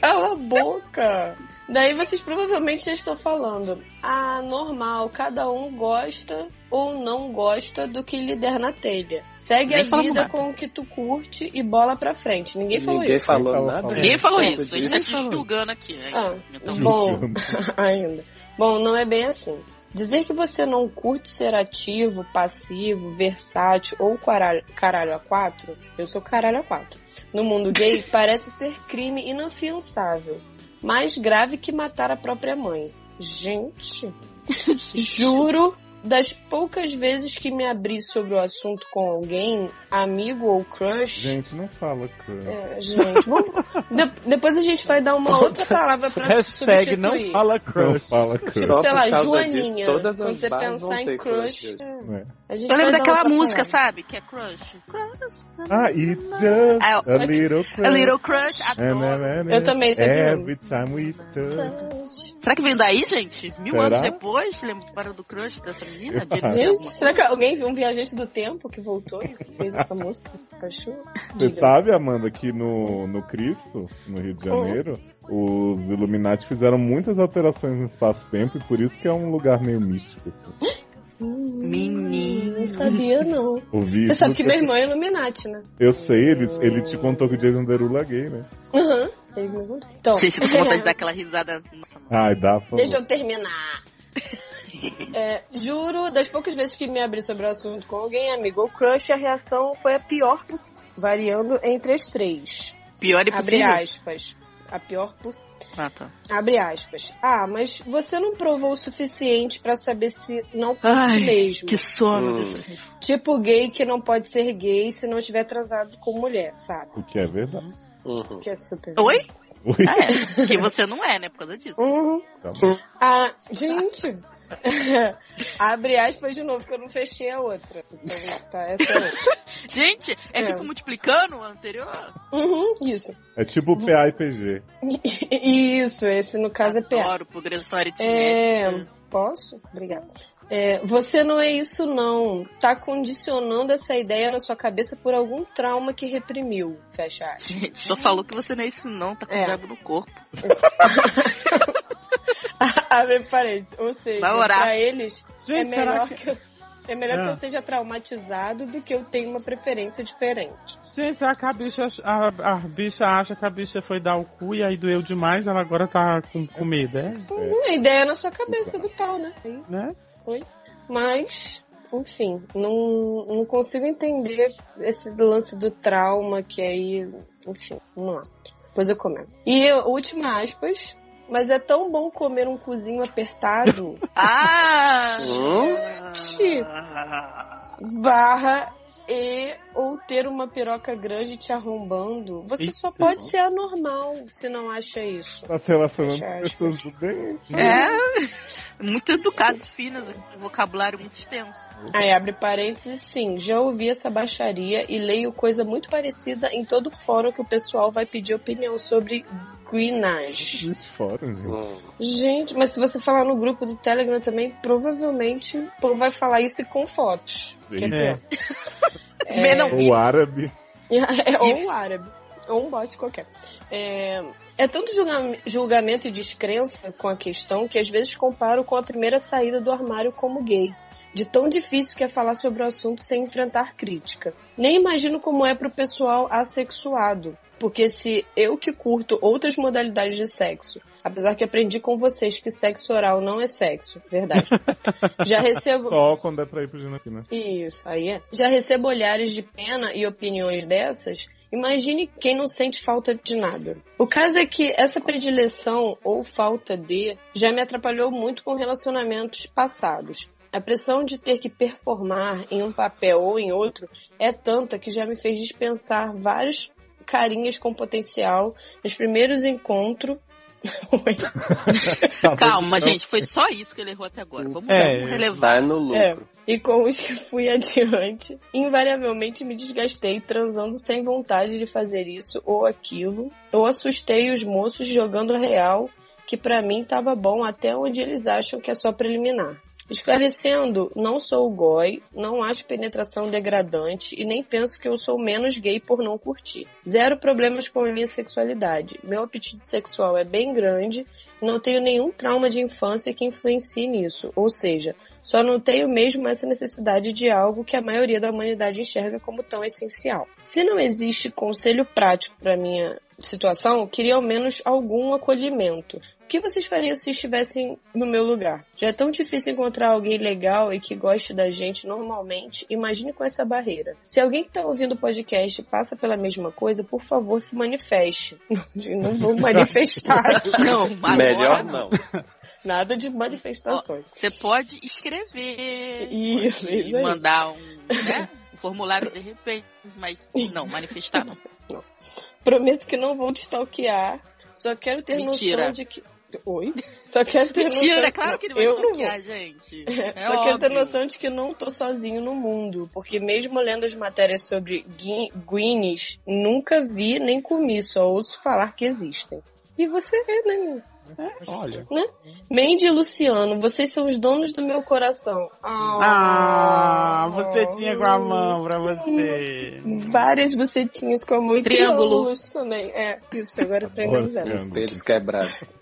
Cala a boca! Daí vocês provavelmente já estão falando. Ah, normal, cada um gosta ou não gosta do que lhe der na telha. Segue
Nem
a
falamos
vida
nada.
com o que tu curte e bola pra frente. Ninguém falou
Ninguém
isso.
falou
Ninguém
nada.
falou.
Ninguém falou
Por
isso. A gente tá
disso,
te julgando aqui, né?
É, Ah,
Então,
Bom.
Julgando.
ainda. Bom, não é bem assim. Dizer que você não curte ser ativo, passivo, versátil ou caralho, caralho a quatro, eu sou caralho a quatro. No mundo gay, parece ser crime inafiançável. Mais grave que matar a própria mãe. Gente, juro, das poucas vezes que me abri sobre o assunto com alguém, amigo ou crush.
Gente, não fala, cara.
É, gente, vamos- de- depois a gente vai dar uma outra palavra pra
Hashtag
substituir.
não fala
Não
crush.
fala,
Tipo,
cara.
Só
sei
por
lá,
causa
Joaninha.
disso, todas
quando
as
você
barras vão
pensar em
ter
crush.
crush hoje.
é.
É.
A gente
Eu lembro
vai dar
daquela
outra
música,
palavra.
sabe? Que é Crush. Crush.
Ah, it's just
Ah,
a little crush. É, né,
A Little Crush, adoro.
Eu também sempre
Every time we touch.
Será que vem daí, gente? Mil
Será?
anos depois, lembra do crush dessa menina? De de-
Gente, será que alguém viu um viajante do tempo que voltou e fez essa música? Achou?
Você sabe, Amanda, que no, no Cristo, no Rio de Janeiro, os Illuminati fizeram muitas alterações no espaço-tempo e por isso que é um lugar meio místico. assim.
Menino.
Não sabia, não.
Ouvi
Você
isso
sabe
do
que meu irmão é Illuminati, né?
Eu sei, ele, ele te contou que o Jason Derulo é gay, né?
Aham. Ele me contou. Então,
Gente, eu tô com vontade de dar aquela risada. Nossa, mano.
Ai, dá, por
Deixa
favor.
eu terminar. É, juro, das poucas vezes que me abri sobre o assunto com alguém, amigo ou crush, a reação foi a pior possível, variando entre as três.
Pior e
Abre
É possível.
aspas. A pior possível.
Ah, tá.
Abre aspas. Ah, mas você não provou o suficiente pra saber se não curte
Ai,
mesmo.
Que sono.
Hum.
dessa-
Tipo gay que não pode ser gay se não tiver transado com mulher, sabe?
O que é verdade.
Uhum.
Que é super.
Oi?
Ui,
Ah, é. Porque você não é, né? Por causa disso.
Uhum.
tá bom.
Ah, gente, Abre aspas de novo, que eu não fechei a outra. Então, tá, essa é a outra.
Gente, é,
É.
tipo multiplicando o anterior?
Uhum, isso.
É tipo PA e PG.
Isso, esse no caso é PA.
Adoro progressão
É,
aritmética.
posso? Obrigada. É, você não é isso não. Tá condicionando essa ideia na sua cabeça por algum trauma que reprimiu. Fecha aspas.
Gente, só falou que você não é isso não, tá com
É.
diabo no corpo.
Abre parênteses. Ah, Ou seja,
Vai orar.
pra eles é
Gente, será
melhor
que...
que eu, é melhor que
Ah.
eu seja traumatizado do que eu tenha uma preferência diferente.
Gente, será que a bicha, a, a bicha acha que a bicha foi dar o cu e aí doeu demais, ela agora tá com, com medo, é?
Hum, a ideia é na sua cabeça do pau, né? Aí,
Né?
Mas, enfim, não, não consigo entender esse lance do trauma que é aí, enfim, vamos lá. Depois eu comento. E eu- última aspas. Mas é tão bom comer um cozinho apertado
Ah!
Hum?
Ti. barra e ou ter uma piroca grande te arrombando, você só
Eita.
pode ser anormal se não acha isso.
Tá se relacionando
Fecha
com
aspas.
pessoas do bem.
É, muito educadas, finas, um vocabulário muito extenso.
Aí abre parênteses, sim, já ouvi essa baixaria e leio coisa muito parecida em todo fórum que o pessoal vai pedir opinião sobre guinage.
Bicho fora,
Uhum.
gente.
Hum.
Gente, mas se você falar no grupo do Telegram também, provavelmente o povo vai falar isso e com fotos. Que é pior.
É.
Também não.
O árabe.
É, ou
Isso.
um árabe. Ou um bote qualquer. É, é tanto julga- julgamento e descrença com a questão que às vezes comparo com a primeira saída do armário como gay. De tão difícil que é falar sobre o assunto sem enfrentar crítica. Nem imagino como é pro pessoal assexuado. Porque se eu que curto outras modalidades de sexo, apesar que aprendi com vocês que sexo oral não é sexo, verdade. Já recebo.
Só quando é pra ir pro Ginaquina.
Isso, aí é. Já recebo olhares de pena e opiniões dessas? Imagine quem não sente falta de nada. O caso é que essa predileção ou falta de já me atrapalhou muito com relacionamentos passados. A pressão de ter que performar em um papel ou em outro é tanta que já me fez dispensar vários carinhas com potencial nos primeiros encontros.
Tá,
Calma,
então,
gente, foi só isso que ele errou até agora. Vamos um
É.
ver como relevar.
Vai no
É,
lucro.
E com os que fui adiante, invariavelmente me desgastei transando sem vontade de fazer isso ou aquilo, ou assustei os moços jogando real, que pra mim tava bom até onde eles acham que é só preliminar. Esclarecendo, não sou goi, não acho penetração degradante e nem penso que eu sou menos gay por não curtir. Zero problemas com a minha sexualidade. Meu apetite sexual é bem grande, não tenho nenhum trauma de infância que influencie nisso. Ou seja, só não tenho mesmo essa necessidade de algo que a maioria da humanidade enxerga como tão essencial. Se não existe conselho prático para minha situação, queria ao menos algum acolhimento. O que vocês fariam se estivessem no meu lugar? Já é tão difícil encontrar alguém legal e que goste da gente normalmente, imagine com essa barreira. Se alguém que está ouvindo o podcast passa pela mesma coisa, por favor, se manifeste. Não vou manifestar aqui.
Não, agora
Melhor
não.
não.
Nada de manifestações.
Você pode escrever
Isso,
e
isso aí.
mandar um, né, um formulário de repente, mas não, manifestar não.
Prometo que não vou te stalkear. Só quero ter
Mentira.
noção de que. Oi? Só quero ter noção.
Mentira, é claro que ele vai
eu não
stalkear, gente. É
Só quero ter
óbvio.
noção de que não tô sozinho no mundo. Porque mesmo lendo as matérias sobre gui- Guinness, nunca vi nem comi, só ouço falar que existem. E você é, né?
Olha.
Mandy e Luciano, vocês são os donos do meu coração. Ah,
Ah,
Oh.
você tinha com a mão pra você.
Várias bucetinhas com a mão e
Triângulo.
triângulos também. É, isso, agora aprendemos
Olha,
é.
essa.
Espelhos quebrados.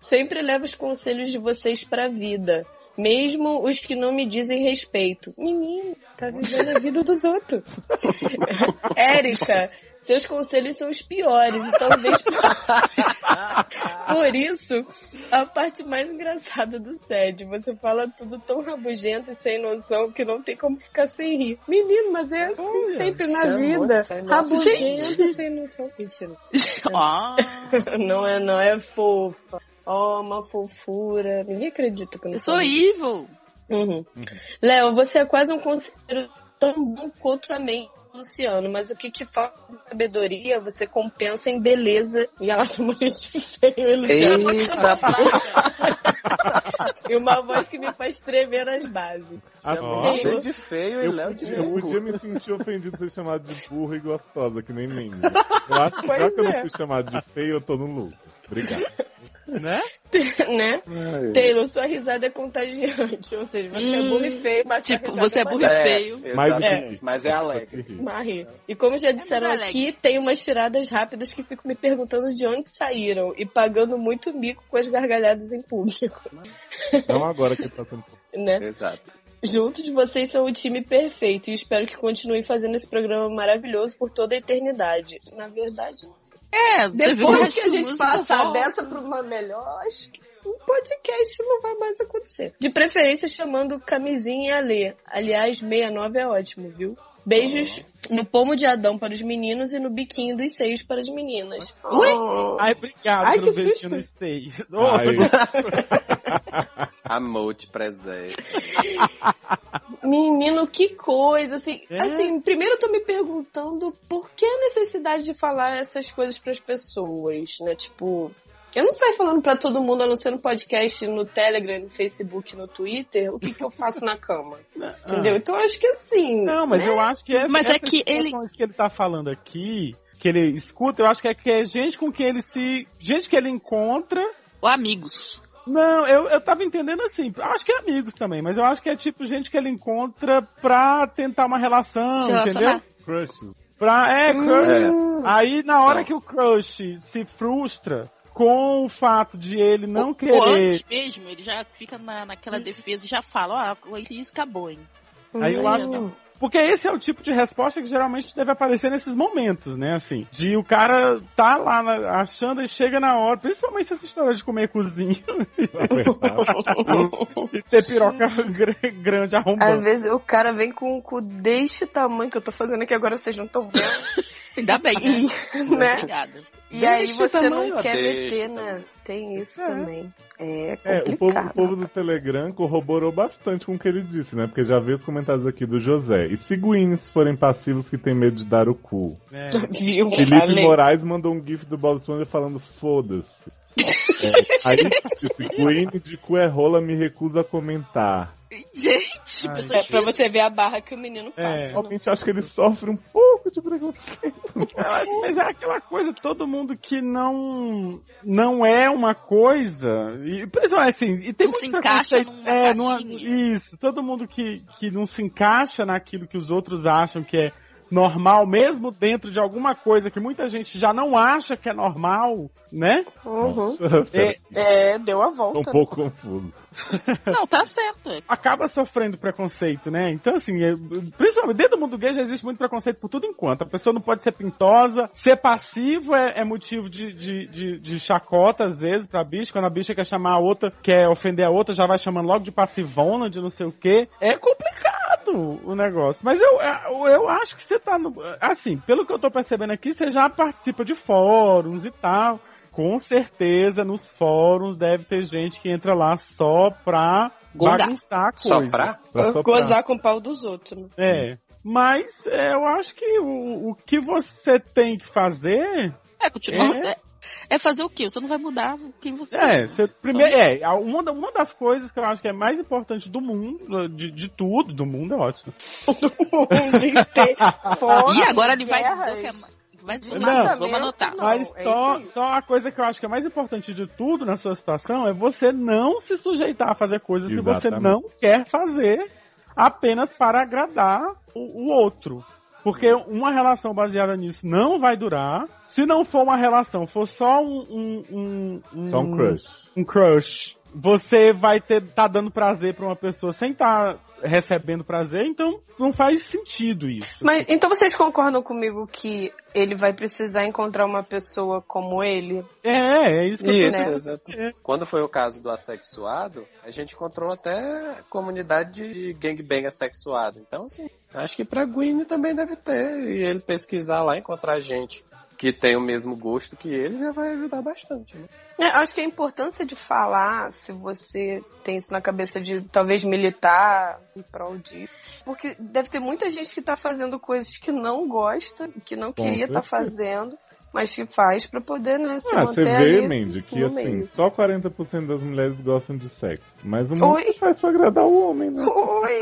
Sempre levo os conselhos de vocês pra vida. Mesmo os que não me dizem respeito. Menino, tá vivendo a vida dos outros. Érica, seus conselhos são os piores. então E talvez por isso, a parte mais engraçada do SED. Você fala tudo tão rabugento e sem noção que não tem como ficar sem rir. Menino, mas é assim
Olha,
sempre na
chamou
vida.
de sem noção.
Rabugento e sem noção. Mentira.
Ah,
Não é, não é fofa. Ó, uma fofura. Ninguém acredita que eu não
eu sou evil.
Uhum. Léo, você é quase um conselheiro tão bom quanto a mim, Luciano, mas o que te falta de sabedoria, você um compensa em beleza. E ela chamou de feio, Luciano.
Eita,
Fraca.
E uma voz que me faz tremer nas bases.
Ó.
Chama ele de feio e
Ah, Eu,
Léo de
eu podia
burro.
me sentir ofendido de ser chamado de burro e gostosa, que nem mim. Eu acho que já
Pois
que eu não
é.
fui chamado de feio, eu tô no lucro. Obrigado.
Né?
Uhum.
né? Taylor, sua risada é contagiante. Ou seja, você é
Hum,
burro e feio, mas sua
tipo,
risada
você é burro e
maneira.
feio.
Mas,
Mas é, mas é alegre.
Marre. E como já disseram
muito
aqui, tem umas tiradas rápidas que fico me perguntando de onde saíram e pagando muito mico com as gargalhadas em público,
Não agora que tá sendo.
né?
Exato.
Juntos vocês são o time perfeito e espero que continuem fazendo esse programa maravilhoso por toda a eternidade. Na verdade,
É, você viu
depois que a
as
gente
músicas
passar
só-
dessa pra uma melhor, acho que um podcast não vai mais acontecer. De preferência chamando Camisinha e Alê. Aliás, 69 é ótimo, viu? Beijos no pomo de Adão para os meninos e no biquinho dos seios para as meninas. Ui!
Ai, obrigado
Ai,
pelo
que
beijinho
susto.
nos seis. Oh.
Ai,
Amor te presente.
Menino, que coisa, assim,
É.
assim, primeiro eu tô me perguntando por que a necessidade de falar essas coisas pras pessoas, né? Tipo, eu não saio falando pra todo mundo, a não ser no podcast, no Telegram, no Facebook, no Twitter, o que que eu faço na cama, entendeu? Então eu acho que assim,
Ah. Não, mas eu acho que essa,
Mas é
essas
que ele-
situações que ele tá falando aqui, que ele escuta, eu acho que é, que é gente com quem ele se. gente que ele encontra.
Ou amigos.
Não, eu, eu tava entendendo assim, eu acho que é amigos também, mas eu acho que é tipo gente que ele encontra pra tentar uma relação,
Se relacionar.
entendeu?
crushes.
Pra, é, crush.
É.
Aí na hora que o crush se frustra com o fato de ele não
ou,
querer.
ou antes mesmo, ele já fica na, naquela defesa e já fala, ó, isso acabou, hein? Hum.
Aí eu acho que. Porque esse é o tipo de resposta que geralmente deve aparecer nesses momentos, né? Assim, de o cara tá lá na- achando e chega na hora, principalmente essa história de comer cozinha
tá
e ter piroca gr- grande
Às
arrombando.
vezes o cara vem com o cu deste tamanho que eu tô fazendo aqui agora, vocês não estão vendo,
Ainda bem, né?
e, né?
Obrigada.
E aí
Deixa
você
também,
não
ó,
quer
deixa
meter,
também.
né? Tem isso
É.
também. É
É,
complicado.
o povo, o povo do Telegram corroborou bastante com o que ele disse, né? Porque já vi os comentários aqui do José. E seguindo se forem passivos que tem medo de dar o cu.
É.
Viu?
Felipe
Falei.
Moraes mandou um gif do Bob Esponja falando foda-se. É, aí disse, Guine de cu é rola, me recusa a comentar.
Gente,
Ai,
pessoas
É pra você ver a barra que o menino passa.
É.
não.
Realmente acho que ele sofre um pouco de preconceito.
Mas é aquela coisa, todo mundo que não não é uma coisa. E, pois é, assim, e tem
Não
muito
se encaixa né?
preconceito-
numa
é, numa-
caixinha.
Isso, todo mundo que, que não se encaixa naquilo que os outros acham que é normal, mesmo dentro de alguma coisa que muita gente já não acha que é normal, né?
Uhum.
É,
É, deu a
Tô um
volta.
pouco confuso.
Não, tá certo. é.
acaba sofrendo preconceito, né? Então, assim, é- principalmente dentro do mundo gay já existe muito preconceito por tudo enquanto. A pessoa não pode ser pintosa, ser passivo é, é motivo de, de, de, de chacota, às vezes, pra bicha. Quando a bicha quer chamar a outra, quer ofender a outra, já vai chamando logo de passivona, de não sei o quê. É complicado o negócio. Mas eu, eu, eu acho que você tá no. Assim, pelo que eu tô percebendo aqui, você já participa de fóruns e tal. Com certeza, nos fóruns deve ter gente que entra lá só pra
Gongar.
bagunçar a coisa.
Soprar?
Pra soprar.
Gozar com o pau dos outros. né?
É. Mas é, eu acho que o, o que você tem que fazer
É, continua. É. é fazer o quê? Você não vai mudar quem você
é, você primeiro é a- uma, da- uma das coisas que eu acho que é mais importante do mundo, de, de tudo, do mundo é ótimo.
Tem fome,
E agora ele vai
guerras.
dizer que é ma- vai dizer
Não.
nada, vamos anotar.
Não,
Mas
é isso
só,
aí.
só a coisa que eu acho que é mais importante de tudo na sua situação é você não se sujeitar a fazer coisas que você
Exatamente.
não quer fazer apenas para agradar o, o outro. Porque uma relação baseada nisso não vai durar. Se não for uma relação, for só um. um, um, um
Só um
Hum,
crush.
um crush. Você vai ter tá dando prazer pra uma pessoa sem tá recebendo prazer, então não faz sentido isso.
Mas então vocês concordam comigo que ele vai precisar encontrar uma pessoa como ele?
É, é isso que eu
Isso,
tô É,
né?
exato. Quando foi o caso do assexuado, a gente encontrou até comunidade de gangbang assexuado. Então, assim, acho que pra Gwynne também deve ter. E ele pesquisar lá, encontrar gente que tem o mesmo gosto que ele, já vai ajudar bastante. Né?
É, acho que a importância de falar, se você tem isso na cabeça de talvez militar em prol disso, porque deve ter muita gente que tá fazendo coisas que não gosta, que não queria estar
certeza.
fazendo, mas que faz pra poder, né, se
Ah, você
manter
vê,
ali.
Mandy, que
no
assim,
meio.
só 40% das mulheres gostam de sexo. Mas o
Oi?
mundo faz pra agradar o homem, né?
Oi!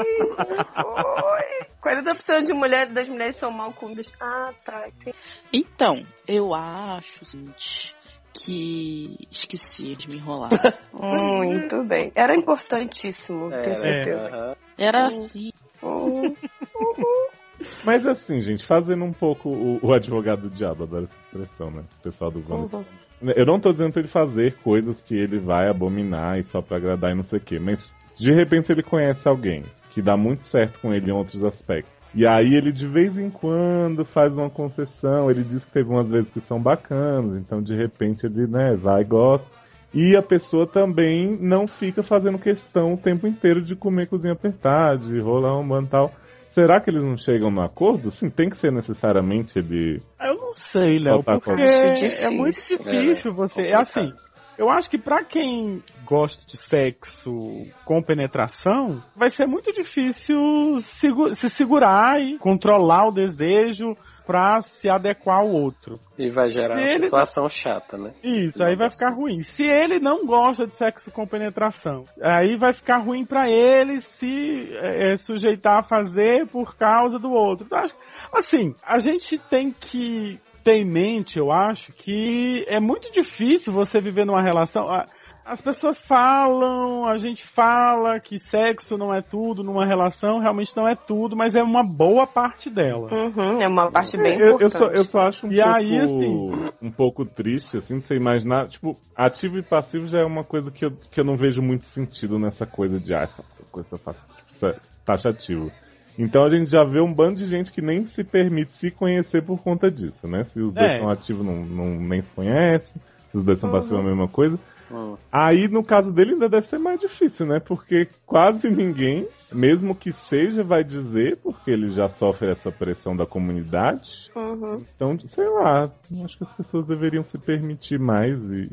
Oi! 40% de mulher, das mulheres são mal comidas. Ah, tá. entendi.
Então, eu acho, gente, que esqueci de me enrolar.
Muito bem. Era importantíssimo,
É,
tenho certeza.
aham.
Era assim.
Hum.
Mas assim, gente, fazendo um pouco o, o advogado do diabo, adoro essa expressão, né? O pessoal do Vamos.
Uhum.
Eu não tô dizendo pra ele fazer coisas que ele vai abominar e só pra agradar e não sei o quê, mas de repente ele conhece alguém que dá muito certo com ele em outros aspectos. E aí ele de vez em quando faz uma concessão, ele diz que teve umas vezes que são bacanas, então de repente ele, né, vai e gosta. E a pessoa também não fica fazendo questão o tempo inteiro de comer cozinha apertada, de rolar um bando e tal. Será que eles não chegam no acordo? Sim, tem que ser necessariamente ele.
Eu não sei, Léo,
Soltar
porque
com-
Acho
é
difícil,
muito difícil você. É
Complicado.
assim, eu acho que pra quem gosta de sexo com penetração, vai ser muito difícil segu- se segurar e controlar o desejo pra se adequar ao outro.
E vai gerar
Se
uma
ele-
situação chata, né?
Isso,
Não
aí vai
gosto.
ficar ruim. Se ele não gosta de sexo com penetração, aí vai ficar ruim pra ele se é, é, sujeitar a fazer por causa do outro. Então, acho- Assim, a gente tem que ter em mente, eu acho, que é muito difícil você viver numa relação. a- As pessoas falam, a gente fala que sexo não é tudo numa relação, realmente não é tudo, mas é uma boa parte dela.
Uhum, é uma parte bem
eu, eu
importante.
só, eu só acho um,
E
pouco,
aí, assim-
um pouco triste, assim, de você imaginar. Tipo, ativo e passivo já é uma coisa que eu, que eu não vejo muito sentido nessa coisa de, ah, essa essa coisa fácil, tipo, isso é taxativo. Então a gente já vê um bando de gente que nem se permite se conhecer por conta disso, né? Se os dois
É.
são ativos, não, não, nem se conhecem. Se os dois são passivos, é a mesma coisa.
Hum.
Aí, no caso dele, ainda deve ser mais difícil, né? Porque quase ninguém, mesmo que seja, vai dizer, porque ele já sofre essa pressão da comunidade.
Uhum.
Então, sei lá, acho que as pessoas deveriam se permitir mais e,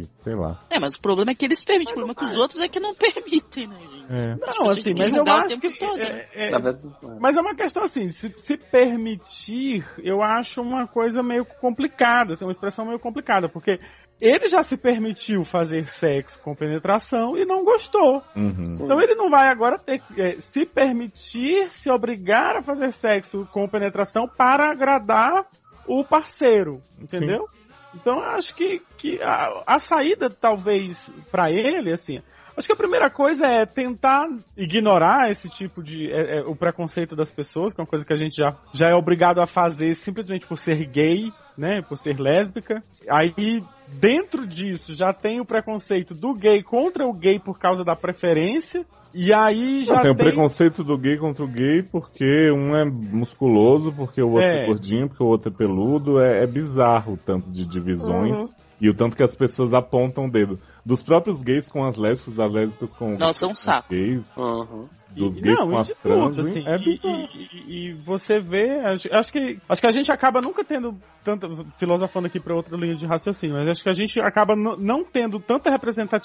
e sei lá.
É, mas o problema é que eles permitem. O problema é que os outros é que não permitem, né, gente?
É.
Não,
As pessoas
assim,
têm que
mas eu
julgar o
acho
tempo
que
todo,
é- é-
Na verdade,
Mas é uma questão assim, se, se permitir, eu acho uma coisa meio complicada, assim, uma expressão meio complicada, porque ele já se permitiu fazer sexo com penetração e não gostou.
Uhum.
Então ele não vai agora ter que eh, se permitir, se obrigar a fazer sexo com penetração para agradar o parceiro, entendeu? Então eu acho que, que a, a saída, talvez, pra ele, assim, acho que a primeira coisa é tentar ignorar esse tipo de. eh, eh, o preconceito das pessoas, que é uma coisa que a gente já, já é obrigado a fazer simplesmente por ser gay, né? Por ser lésbica. Aí, dentro disso, já tem o preconceito do gay contra o gay por causa da preferência. E aí já
Não, tem o
tem.
preconceito do gay contra o gay porque um é musculoso, porque o outro é,
É.
gordinho, porque o outro é peludo. É, é bizarro o tanto de divisões
Uhum.
e o tanto que as pessoas apontam o dedo. Dos próprios gays com as lésbicas, das lésbicas com
Nossa, é um
os
saco.
gays.
Uhum.
dos
E-
gays
não,
com
e
as
de
trans,
tudo, assim,
hein? É
e, e- e- e você vê, acho, acho que acho que a gente acaba nunca tendo tanta filosofando aqui para outra linha de raciocínio, mas acho que a gente acaba n- não tendo tanta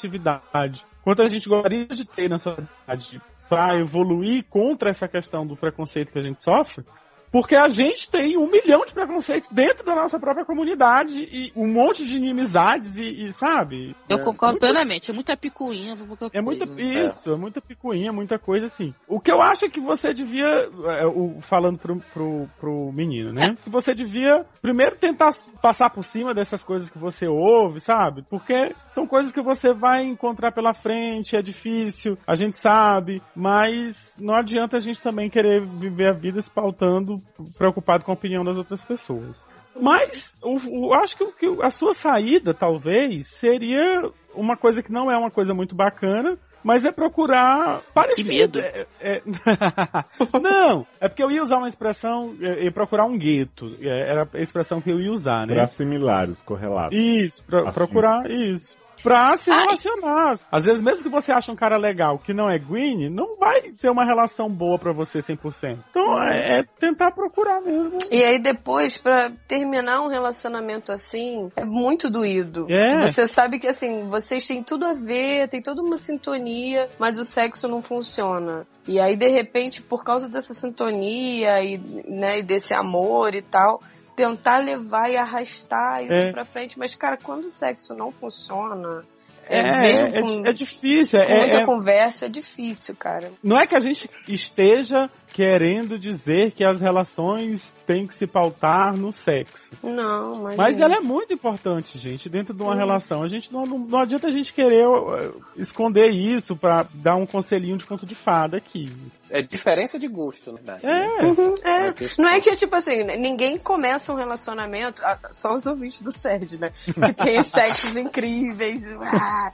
representatividade quanto a gente gostaria de ter na sociedade para evoluir contra essa questão do preconceito que a gente sofre. Porque a gente tem um milhão de preconceitos dentro da nossa própria comunidade e um monte de inimizades e, e, sabe?
Eu
É,
concordo plenamente. É muita picuinha, pouca
É
coisa.
muito
né?
isso, é muita picuinha, muita coisa assim. O que eu acho é que você devia, é, o- falando pro, pro, pro menino, né? Que você devia primeiro tentar s- passar por cima dessas coisas que você ouve, sabe? Porque são coisas que você vai encontrar pela frente, é difícil, a gente sabe, mas não adianta a gente também querer viver a vida se pautando, preocupado com a opinião das outras pessoas. Mas o- o- acho que, o- que a sua saída, talvez, seria uma coisa que não é uma coisa muito bacana, mas é procurar parecido.
medo.
É- é- não, é porque eu ia usar uma expressão, é, é procurar um gueto. É, Era a expressão que eu ia usar, né?
Pra similares, correlatos.
Isso, pra-
Assim.
procurar isso. Pra se
Ai.
relacionar. Às vezes, mesmo que você ache um cara legal que não é green, não vai ser uma relação boa pra você 100%. Então, é, é tentar procurar mesmo.
E aí depois, pra terminar um relacionamento assim, é muito doído.
É.
Você sabe que assim, vocês têm tudo a ver, tem toda uma sintonia, mas o sexo não funciona. E aí, de repente, por causa dessa sintonia e, né, e desse amor e tal, tentar levar e arrastar isso
É.
pra frente. Mas, cara, quando o sexo não funciona,
É,
é,
é,
mesmo com,
é difícil. é-
com muita
é-
conversa, é difícil, cara.
Não é que a gente esteja querendo dizer que as relações têm que se pautar no sexo.
Não, mas.
Mas ela é muito importante, gente, dentro de uma
Sim.
relação. A gente não, não, não adianta a gente querer eh, esconder isso pra dar um conselhinho de conto de fada aqui.
É diferença de gosto, na verdade. né?
É,
Uhum, é.
É questão.
Não é que, tipo assim, né, ninguém começa um relacionamento, ah, só os ouvintes do SED, né? Que tem sexos incríveis. ah.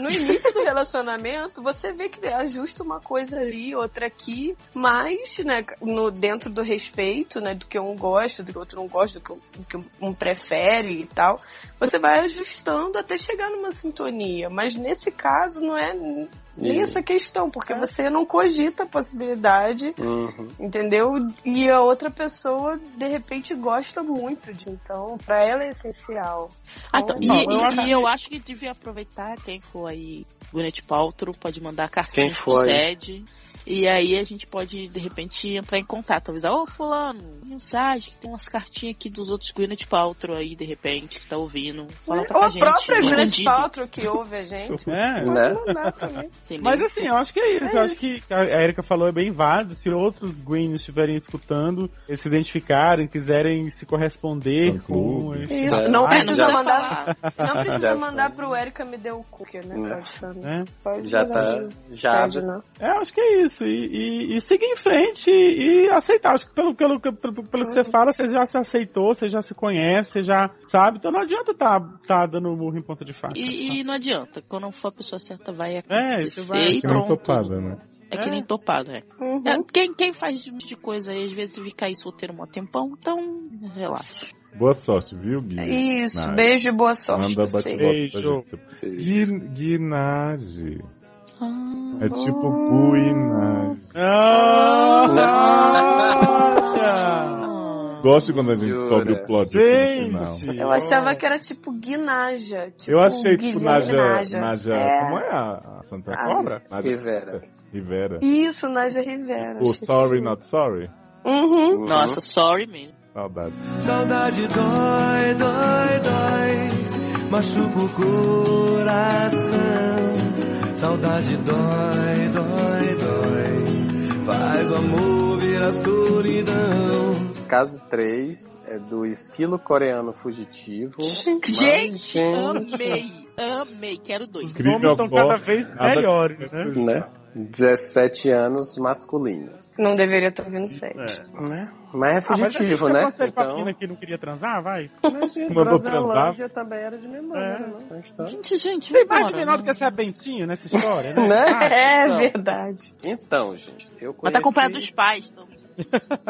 No início do relacionamento, você vê que ajusta uma coisa ali, outra aqui, mas, né, no, dentro do respeito, né, do que um gosta, do que outro não gosta, do que um, do que um prefere e tal, você vai ajustando até chegar numa sintonia. Mas nesse caso, não é nem
E-
essa questão, porque você não cogita a possibilidade
Uhum.
entendeu? E a outra pessoa, de repente, gosta muito de. Então, pra ela é essencial.
Ah, então,
Não,
e,
eu
e-
acho-
e eu acho que devia aproveitar quem for aí, Gwyneth Paltrow, pode mandar
Quem
cartinha pro
for aí.
sede. E aí a gente pode, de repente, entrar em contato. Avisar, ô fulano, mensagem, que tem umas cartinhas aqui dos outros Gwyneth Paltrow aí, de repente, que tá ouvindo. Fala pra
Ou é a
gente.
própria
manda um
Gwyneth
digo.
Paltrow que ouve a gente.
é.
Pode
Né?
mandar também.
Entendeu?
Mas assim, eu acho que é isso.
É
eu acho que a Erika falou é bem válido. Se outros Greens estiverem escutando, eles se identificarem, quiserem se corresponder
Fã
com.
clube.
Isso,
É.
não
Ah,
precisa
já
mandar.
falar.
Não
Já
precisa
foi.
mandar pro Erika me deu o cookie, né?
Né.
Pode chamar.
Né?
Pode
Já
mandar
tá.
pro
Já
Sede, né?
É, eu acho que é isso. E, e, e seguir em frente e, e aceitar. Acho que pelo, pelo, pelo, pelo que você
Uhum.
fala, você já se aceitou, você já se conhece, você já sabe. Então não adianta tá, tá dando murro em ponta de faca.
E, e não adianta, quando não for a pessoa certa, vai
É,
acontecer
isso vai-
e
Que é uma
pronto.
topada, né?
É que nem
É.
topado, né?
Uhum.
É, Quem, quem faz de- de coisa aí, às vezes fica aí solteiro um tempão, então relaxa.
Boa sorte, viu, Gui?
É Isso,
Nice.
beijo e boa sorte pra
Manda bate
você.
Beijo.
Gui- Guinage.
Ah,
É tipo Guinage.
Ah, olha!
Gosto quando a gente
Jura?
descobre o plot aqui no final.
Gente!
Eu achava que era tipo guinaja. Tipo
Eu achei, tipo,
Guilherme
Naja,
Naja.
Naja
É.
como é a, a Santa
Ah,
Cobra? Naja
Rivera.
Rivera.
Isso, Naja Rivera.
O
achei
Sorry
isso.
Not Sorry.
Uhum.
Uhum.
Nossa, sorry mesmo.
Saudade.
Saudade dói, dói, dói, machuca o coração. Saudade dói, dói, dói, faz o amor virar solidão.
Caso 3 é do esquilo coreano fugitivo. Mas,
Gente,
gente,
amei, amei, quero dois.
Os homens estão
voz.
cada vez
Cada-
melhores, né?
né? 17 anos masculino.
Não deveria estar ouvindo sede.
Né? Mas é
Ah, mas a gente
fugitivo,
dá
né?
conselho pra menina que não queria transar, vai.
Mandou transar.
também era de
É.
memória, né? Então-
Gente, gente,
Tem
vai
mais de
embora,
menor do
né?
que essa Bentinho nessa história, né?
Né?
Ah,
É
Não.
verdade.
Então, gente, eu conheci...
Mas tá comprado dos pais, então.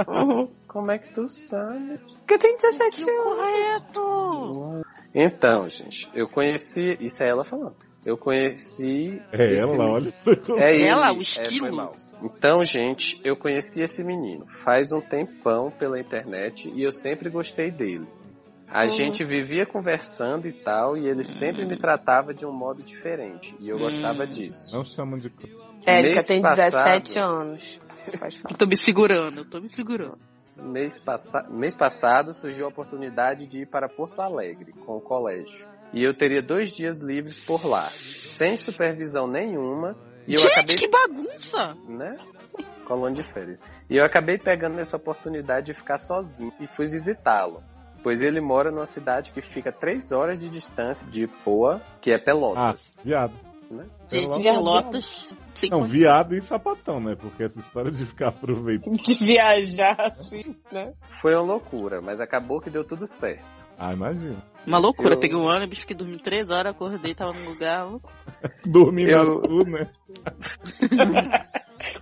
Uhum.
Como é que tu sabe?
Porque eu tenho 17 anos.
Correto!
Então, gente, eu conheci... Isso é ela falando. Eu conheci...
É
esse
ela,
menino-
olha.
É ele.
Ela, o
é,
esquilo.
foi mal. então, gente, eu conheci esse menino faz um tempão pela internet e eu sempre gostei dele. A
Uhum.
gente vivia conversando e tal, e ele sempre me tratava de um modo diferente. E eu
Hum.
gostava disso.
Não chamam de.
Érica
Mês
tem
passado-
17 anos. Pode falar.
Eu tô me segurando, eu tô me segurando.
Mês, passa... Mês passado surgiu a oportunidade de ir para Porto Alegre com o colégio. E eu teria dois dias livres por lá, sem supervisão nenhuma. E eu
gente,
acabei.
que bagunça!
Né? Colônia de férias. E eu acabei pegando essa oportunidade de ficar sozinho e fui visitá-lo. Pois ele mora numa cidade que fica três horas de distância de Poa, que é
Ah,
Pelotas.
viado.
Gente,
Pelotas.
Pelotas, sem
Não,
condição.
viado e sapatão, né? Porque essa história de ficar aproveitando.
De viajar assim.
Foi uma loucura, mas acabou que deu tudo certo.
Ah, imagina.
Uma loucura,
Eu-
peguei um ônibus, fiquei dormindo três horas, acordei, tava no lugar.
Dormindo
Eu-
azul, né?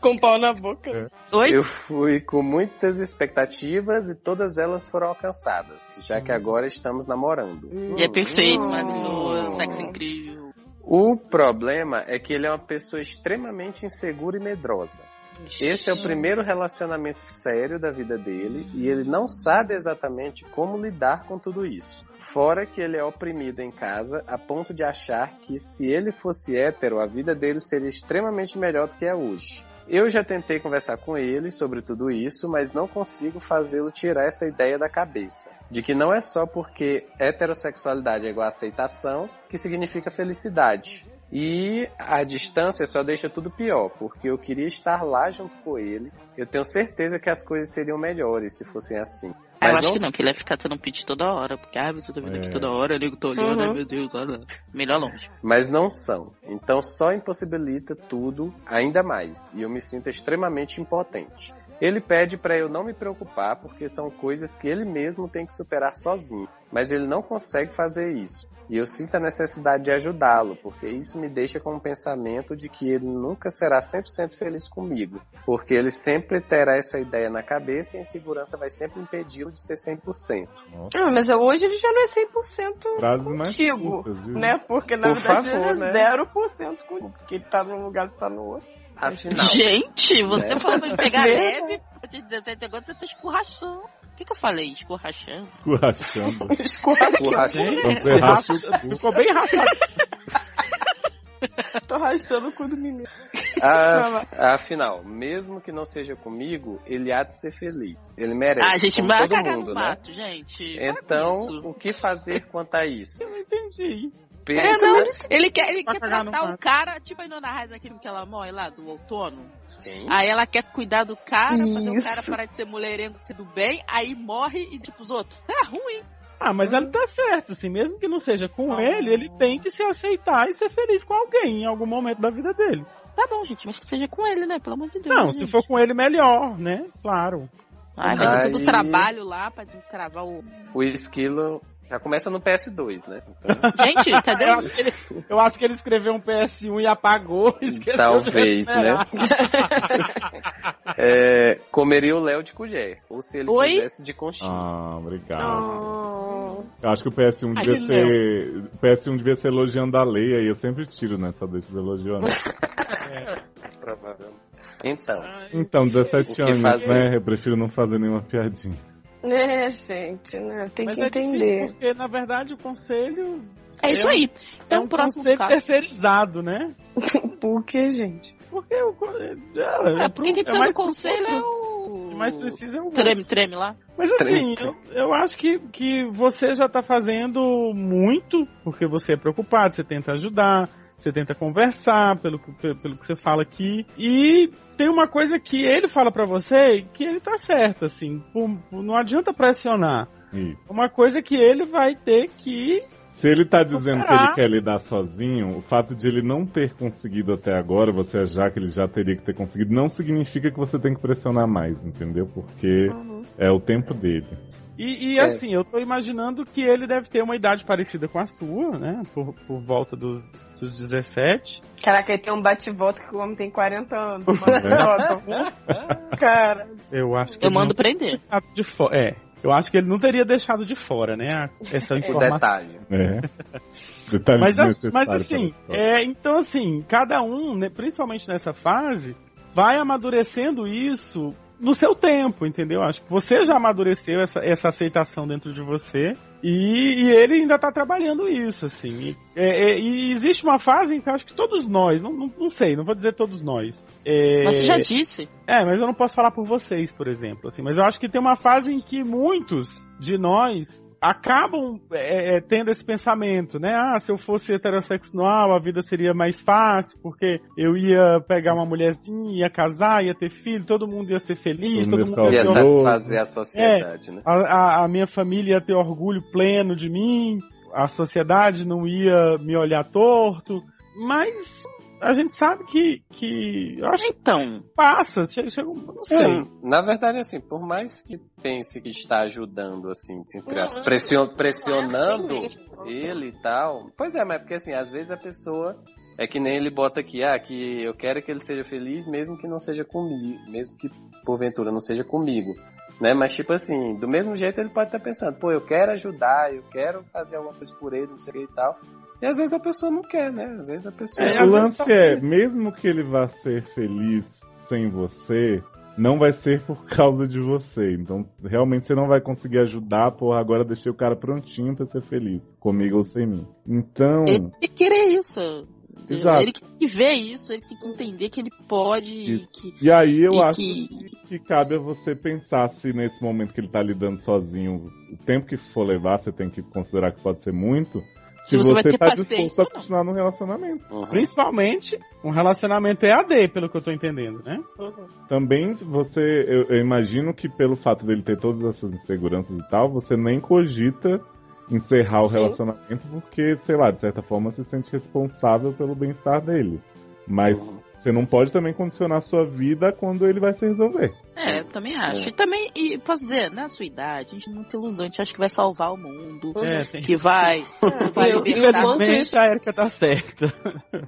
Com pau na boca.
É.
Oi?
Eu fui com muitas expectativas e todas elas foram alcançadas, já que agora estamos namorando.
E Hum. é perfeito,
Hum.
maravilhoso, sexo incrível.
O problema é que ele é uma pessoa extremamente insegura e medrosa. Esse é o primeiro relacionamento sério da vida dele e ele não sabe exatamente como lidar com tudo isso. Fora que ele é oprimido em casa a ponto de achar que se ele fosse hétero, a vida dele seria extremamente melhor do que é hoje. Eu já tentei conversar com ele sobre tudo isso, mas não consigo fazê-lo tirar essa ideia da cabeça. De que não é só porque heterossexualidade é igual a aceitação que significa felicidade. E a distância só deixa tudo pior, porque eu queria estar lá junto com ele. Eu tenho certeza que as coisas seriam melhores se fossem assim.
Ah, eu
Mas
acho que não, que ele vai ficar tendo um pit toda hora, porque, ah, você tá vindo aqui
É.
toda hora, eu ligo, tô olhando,
Uhum.
ai, meu Deus, lá, lá. melhor longe.
mas não são. Então só impossibilita tudo ainda mais e eu me sinto extremamente impotente. Ele pede pra eu não me preocupar porque são coisas que ele mesmo tem que superar sozinho, mas ele não consegue fazer isso. E eu sinto a necessidade de ajudá-lo, porque isso me deixa com o pensamento de que ele nunca será 100% feliz comigo, porque ele sempre terá essa ideia na cabeça e a insegurança vai sempre impedi-lo de ser 100%.
Ah, mas hoje ele já não é 100%
Frases mais
contigo,
curtas, viu?
né? Porque na
Por
verdade
favor,
ele é
né?
0% contigo, porque ele tá num lugar, você tá no outro.
Afinal,
Gente, você
É.
falou pra me pegar
É.
leve, eu tinha 17 agora, você tá escorraçando. O que que eu falei? Escorrachando?
Escurrachando.
porra, gente,
Você racha o cu.
Ficou bem rachado.
Tô rachando o cu do menino.
Ah. A- afinal, mesmo que não seja comigo, ele há de ser feliz. Ele merece.
Ah, gente,
como
vai
todo
cagar
mundo,
no
né?
mato, gente. Para com isso.
Então, o que fazer quanto a isso? né?
Entendi.
Pensa,
Ele quer, ele
Pra
quer
cagar no
tratar o
mato.
cara, tipo a Inona Raiz, aquele que ela morre lá, do outono.
sim.
Aí ela quer cuidar do cara, fazer o
Isso.
cara parar de ser mulherengo, ser do bem, aí morre e tipo os outros. É ruim.
Ah, mas ela tá certa, assim, mesmo que não seja
Ah.
com ele, ele tem que se aceitar e ser feliz com alguém em algum momento da vida dele.
Tá bom, gente, mas que seja com ele, né? Pelo amor de Deus.
Não,
né,
se
gente?
for com ele, melhor, né? Claro.
Ai, mas tem todo
Aí-
o trabalho lá pra desencravar o.
O esquilo já começa no PS2, né? Então,
Gente, cadê
Eu
o.
acho que ele, eu acho que ele escreveu um PS1 e apagou. Esqueceu
talvez,
de
né?
recuperar.
É, comeria o Léo de colher. Ou se ele
Oi?
quisesse de conchinha.
Ah, obrigado.
Oh.
Eu acho que o PS1
Ai,
devia
não.
ser. O PS1 devia ser elogiando a lei, aí eu sempre tiro, né? Só deixo de elogiar. né?
provavelmente. Então,
Então,
O
17
que
anos,
fazer?
né? Eu prefiro não fazer nenhuma piadinha.
É, gente, né? Tem
Mas
que
é difícil
entender.
porque, na verdade, o conselho
É isso aí.
é
Então,
um
próximo
conselho
caso.
terceirizado, né?
Por que, gente?
Porque o... co- É, é,
É, porque quem
pro-
precisa do
mais
conselho é
pro-
o.
mais precisa é o...
Treme, treme lá.
Mas assim, eu, eu acho que, que você já tá fazendo muito, porque você é preocupado, você tenta ajudar, você tenta conversar pelo, que- pelo, pelo que você fala aqui. E tem uma coisa que ele fala pra você que ele tá certo, assim. por- por- não adianta pressionar.
Isso.
Uma coisa que ele vai ter que.
Se ele tá dizendo que
Superar.
ele quer lidar sozinho, o fato de ele não ter conseguido até agora, você achar que ele já teria que ter conseguido, não significa que você tem que pressionar mais, entendeu? Porque é o tempo dele.
E, e,
É.
assim, eu tô imaginando que ele deve ter uma idade parecida com a sua, né? Por, por volta dos, dos 17.
Caraca, aí tem um bate-volta que o homem tem 40 anos.
né?
É.
Cara,
Eu acho que.
Eu
ele não
mando
teria
prender.
deixado de fo- É. Eu acho que ele não teria deixado de fora, né? a- Essa
o
informação.
detalhe.
É. Detalhe
Mas, a-
desnecessário
mas
para a
assim,
história.
é, então assim, cada um, né, principalmente nessa fase, vai amadurecendo isso no seu tempo, entendeu? Acho que você já amadureceu essa, essa aceitação dentro de você e, e ele ainda tá trabalhando isso, assim. E, é, é, e existe uma fase em que eu acho que todos nós, não, não, não sei, não vou dizer todos nós. é,
Mas você já disse.
é, mas eu não posso falar por vocês, por exemplo. Assim, mas eu acho que tem uma fase em que muitos de nós acabam é, é, tendo esse pensamento, né? Ah, se eu fosse heterossexual, a vida seria mais fácil, porque eu ia pegar uma mulherzinha, ia casar, ia ter filho, todo mundo ia ser feliz,
Todo
todo
mundo ia
mundo
ficar
ia
Ia
ter
orgulhoso.
é satisfazer a sociedade, né?
a, a- a minha família ia ter orgulho pleno de mim, a sociedade não ia me olhar torto, mas a gente sabe que, que eu acho que
Então.
passa, chega, chega um- não sei.
É, na verdade, assim, por mais que pense que está ajudando, assim, entre
Uhum.
as,
Ah,
pressio- pressionando ele e tal. Pois é, mas porque assim, às vezes a pessoa é que nem ele bota aqui, ah, que eu quero que ele seja feliz, mesmo que não seja comigo, mesmo que porventura não seja comigo. Né? Mas tipo assim, do mesmo jeito ele pode estar pensando, pô, eu quero ajudar, eu quero fazer alguma coisa por ele, não sei o que e tal. E às vezes a pessoa não quer, né? Às vezes a pessoa.
É,
o
às
lance
vezes
é,
talvez-
mesmo que ele vá ser feliz sem você, não vai ser por causa de você. Então, realmente você não vai conseguir ajudar, porra, agora deixei o cara prontinho pra ser feliz, comigo ou sem mim. Então,
Ele querer isso. entendeu?
Exato.
Ele tem que ver isso, ele tem que entender que ele pode e
Isso.
que.
E aí eu
E
acho
que-
que... que cabe a você pensar se nesse momento que ele tá lidando sozinho, o tempo que for levar, você tem que considerar que pode ser muito.
Se você, vai ter
tá disposto
paciência
a
ou não.
continuar no relacionamento.
Uhum.
Principalmente um relacionamento EAD, pelo que eu tô entendendo, né?
Também você, eu, eu imagino que pelo fato dele ter todas essas inseguranças e tal, você nem cogita encerrar o relacionamento porque, sei lá, de certa forma você se sente responsável pelo bem-estar dele. Mas
Uhum.
Uhum.
você não pode também condicionar a sua vida quando ele vai se resolver.
É, eu também acho. E também, e posso dizer, na sua idade, a gente é muito ilusante, acha que vai salvar o mundo,
É, tem.
que vai, vai
eu-
libertar
enquanto
Infelizmente
isso-
a Erika tá certa.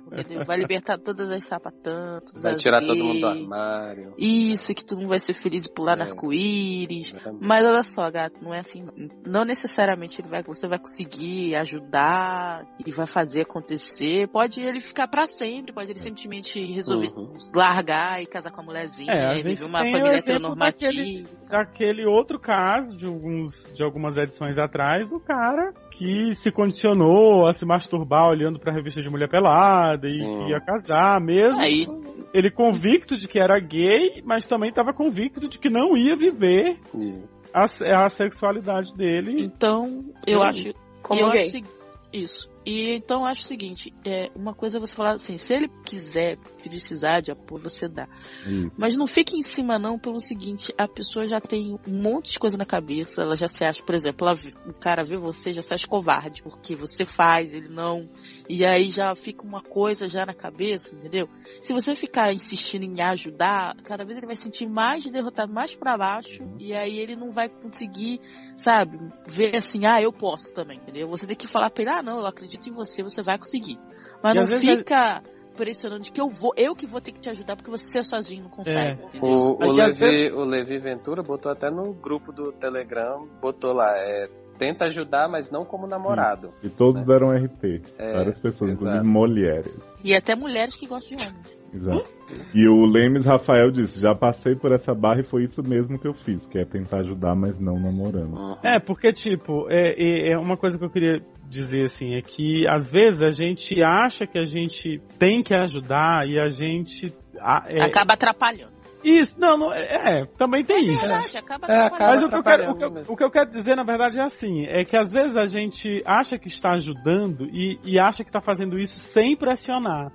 Entendeu? Vai libertar todas as sapatãs, todas
Vai
as
tirar todo mundo do
gays.
armário.
Isso, que tu não vai ser feliz e pular no
É.
arco-íris.
Exatamente.
Mas olha só, gato, não é assim. Não, Não necessariamente ele vai, você vai conseguir ajudar e vai fazer acontecer. Pode ele ficar pra sempre, pode ele simplesmente resolver
Uhum.
largar e casar com a mulherzinha,
É, a
e viver
gente
uma
tem o
família
exemplo
heteronormativa.
Daquele outro caso, de, alguns, de algumas edições atrás, do cara que se condicionou a se masturbar olhando pra revista de mulher pelada e
Sim.
que ia casar mesmo.
Aí,
Ele convicto de que era gay, mas também tava convicto de que não ia viver
E-
a, a sexualidade dele.
então, eu
Sim.
acho E
Como
eu
gay.
acho o segui- Isso. E então eu acho o seguinte, é, uma coisa é você falar assim, se ele quiser precisar de apoio, você dá.
Isso.
Mas não fique em cima não pelo seguinte, a pessoa já tem um monte de coisa na cabeça, ela já se acha, por exemplo, ela, vi- o cara vê você, já se acha covarde, porque você faz, ele não. E aí já fica uma coisa já na cabeça, entendeu? Se você ficar insistindo em ajudar, cada vez ele vai se sentir mais derrotado, mais pra baixo, e aí ele não vai conseguir, sabe, ver assim, ah, eu posso também, entendeu? Você tem que falar pra ele, ah, não, eu acredito em você, você vai conseguir. Mas
E às
não
vezes ele-
fica pressionando de que eu vou, eu que vou ter que te ajudar porque você é sozinho não consegue, entendeu?
O,
Aí
o,
que
Levi,
às
o Levi Ventura botou até no grupo do Telegram, botou lá, é, tenta ajudar, mas não como namorado.
E todos
É.
deram RT.
É,
Várias pessoas,
exato.
inclusive mulheres.
E até mulheres que gostam de homem.
Exato. E o Lemes Rafael disse: já passei por essa barra e foi isso mesmo que eu fiz, que é tentar ajudar, mas não namorando.
Uhum.
É, porque, tipo, é, é- é uma coisa que eu queria dizer, assim, é que às vezes a gente acha que a gente tem que ajudar e a gente. a- é-
Acaba atrapalhando.
Isso, não, não, é, é, também tem
É
isso.
verdade, acaba
É,
Mas
atrapalhando.
o que, eu quero, o,
atrapalhando
que eu,
mesmo.
o que eu quero dizer, na verdade, é assim: é que às vezes a gente acha que está ajudando e, e acha que está fazendo isso sem pressionar.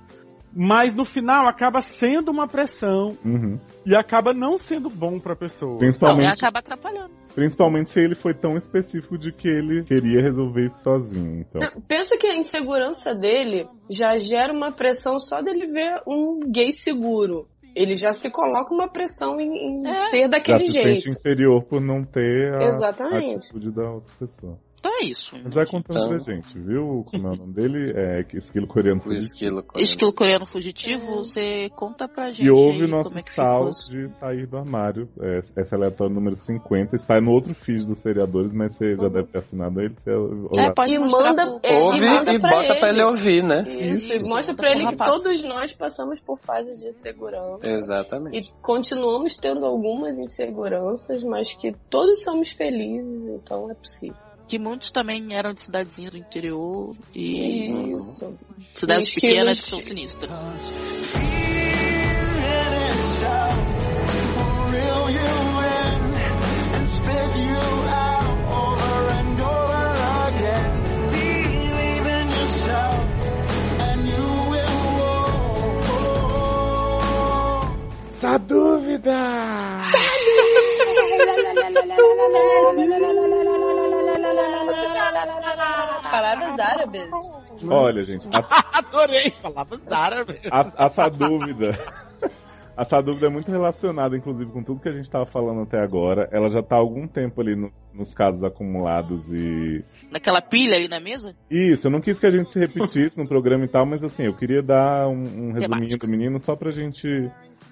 Mas no final acaba sendo uma pressão
Uhum.
é
e acaba não sendo bom pra pessoa.
Não, é,
Principalmente,
acaba atrapalhando.
principalmente se ele foi tão específico de que ele queria resolver isso sozinho. Então,
Pensa que a insegurança dele já gera uma pressão só dele ver um gay seguro. Ele já se coloca uma pressão em, em
É.
ser
já
daquele
se sente
jeito.
inferior por não ter a, a
Exatamente.
atitude da outra pessoa.
Então é isso.
Mas vai contando
Então.
pra gente, viu? Como é o nome dele? É que- Esquilo Coreano
O esquilo.
Esquilo
é.
coreano fugitivo, você conta pra gente
E houve
aí
o nosso
como é que
sal
ficou. isso.
de sair do armário. É, essa é a aleatória número 50. Está no outro feed dos seriadores, mas você já deve ter assinado ele. você-
Uhum. É,
olá.
pode
E
mostrar
manda-
pro-
é,
Ouve
e manda
e
pra
bota pra ele
ele
ouvir, né?
Isso, e
Isso.
mostra pra ele que
Rapaz.
todos nós passamos por fases de insegurança.
É.
Exatamente.
E continuamos tendo algumas inseguranças, mas que todos somos felizes, então é possível.
que muitos também eram de cidadezinha do interior e
Isso.
cidades
E que
pequenas
eles-
que são sinistras.
Essa dúvida!
Palavras árabes.
Olha, gente, a
Adorei! tá Palavras árabes.
A- essa dúvida. Essa dúvida é muito relacionada, inclusive, com tudo que a gente estava falando até agora. Ela já está há algum tempo ali no- nos casos acumulados e.
Naquela pilha ali na mesa?
Isso, eu não quis que a gente se repetisse no programa e tal, mas assim, eu queria dar um, um resuminho
Temática.
do menino só pra gente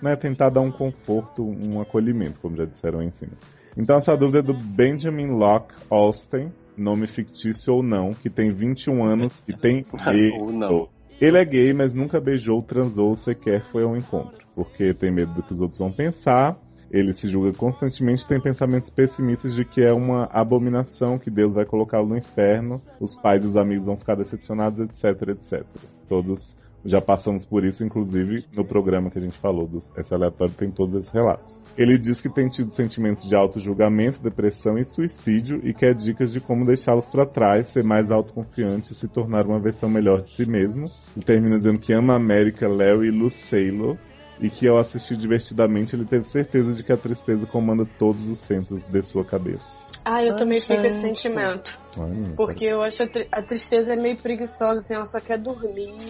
né, tentar dar um conforto, um acolhimento, como já disseram aí em cima. Então essa dúvida é do Benjamin Locke Austin, nome fictício ou não, que tem 21 anos e tem E-
Ou não.
ele é gay, mas nunca beijou, transou, sequer foi ao encontro. Porque tem medo do que os outros vão pensar. Ele se julga constantemente, tem pensamentos pessimistas de que é uma abominação, que Deus vai colocá-lo no inferno, os pais e os amigos vão ficar decepcionados, etc, etc. Todos Já passamos por isso, inclusive, no programa que a gente falou do Esse Aleatório tem todos esses relatos. Ele diz que tem tido sentimentos de auto-julgamento, depressão e suicídio e quer dicas de como deixá-los pra trás, ser mais autoconfiante e se tornar uma versão melhor de si mesmo. Ele termina dizendo que ama a América, Léo e Lucelo e que ao assistir divertidamente ele teve certeza de que a tristeza comanda todos os centros de sua cabeça.
Ah, eu também fiquei com esse sentimento.
Ai, menina,
Porque eu acho a, tri- a tristeza é meio preguiçosa, assim, ela só quer dormir,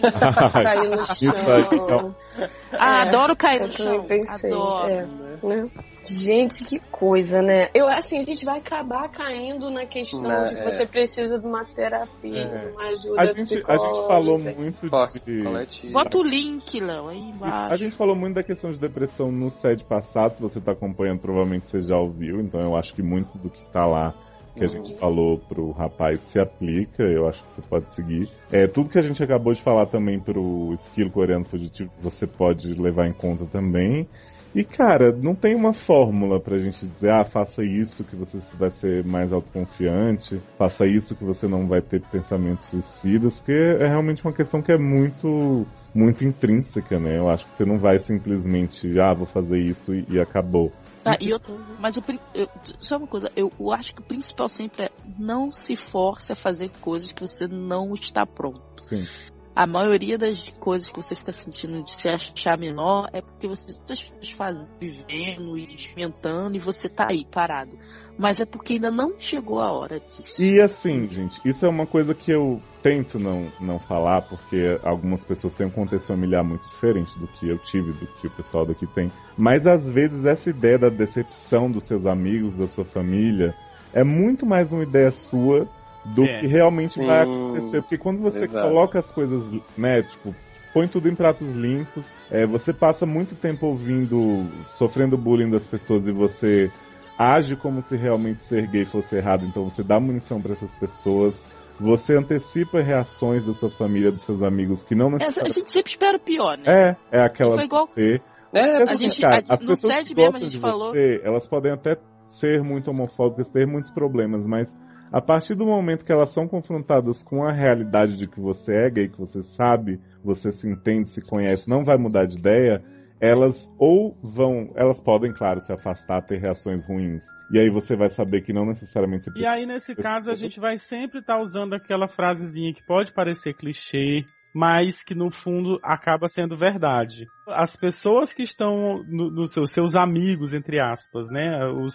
Ai,
cair no
aí, então.
chão.
Ah,
É,
adoro cair
eu
no chão.
também pensei.
Adoro.
é, né? Gente, que coisa, né? Eu assim, a gente vai acabar caindo na questão
Né,
de que
é.
você precisa de uma terapia,
É.
de uma ajuda
A gente, a gente
psicológica.
falou muito
Esporte
de...
coletivo.
Bota o link, Léo, aí embaixo.
A gente falou muito da questão de depressão no sede passado, se você tá acompanhando, provavelmente você já ouviu, então eu acho que muito do que tá lá que a
Uhum.
gente falou pro rapaz se aplica, eu acho que você pode seguir. É, tudo que a gente acabou de falar também pro esquilo coreano fugitivo, você pode levar em conta também. E cara, não tem uma fórmula pra gente dizer, ah, faça isso que você vai ser mais autoconfiante, faça isso que você não vai ter pensamentos suicidas, porque é realmente uma questão que é muito muito intrínseca, né? Eu acho que você não vai simplesmente, ah, vou fazer isso e, e acabou.
Tá, e eu, mas o, prin- eu, só uma coisa, eu, eu acho que o principal sempre é não se force a fazer coisas que você não está pronto.
Sim.
A maioria das coisas que você fica sentindo de se achar menor é porque você as pessoas fazem, vivendo e experimentando e você tá aí parado. Mas é porque ainda não chegou a hora disso.
E assim, gente, isso é uma coisa que eu tento não, não falar, porque algumas pessoas têm um contexto familiar muito diferente do que eu tive, do que o pessoal daqui tem. Mas às vezes essa ideia da decepção dos seus amigos, da sua família, é muito mais uma ideia sua do
É.
que realmente
Sim.
vai acontecer. Porque quando você
Exato.
coloca as coisas, né, tipo, põe tudo em pratos limpos, é, você passa muito tempo ouvindo, sofrendo bullying das pessoas e você age como se realmente ser gay fosse errado, então você dá munição pra essas pessoas, você antecipa reações da sua família, dos seus amigos que não
É, a
necessariamente.
gente sempre espera o pior, né?
É, é aquela
Foi igual-
você.
É,
A gente-
assim, Cara,
a gente-
as
no
pessoas
SED
que
mesmo a
gostam
gente
de
falou.
você, elas podem até ser muito homofóbicas, ter muitos problemas, mas a partir do momento que elas são confrontadas com a realidade de que você é gay, que você sabe, você se entende, se conhece, não vai mudar de ideia, elas ou vão, elas podem, claro, se afastar, ter reações ruins. E aí você vai saber que não necessariamente você
E aí, nesse caso, a gente vai sempre estar usando aquela frasezinha que pode parecer clichê, mas que no fundo acaba sendo verdade. As pessoas que estão nos no seus, seus amigos, entre aspas, né? Os,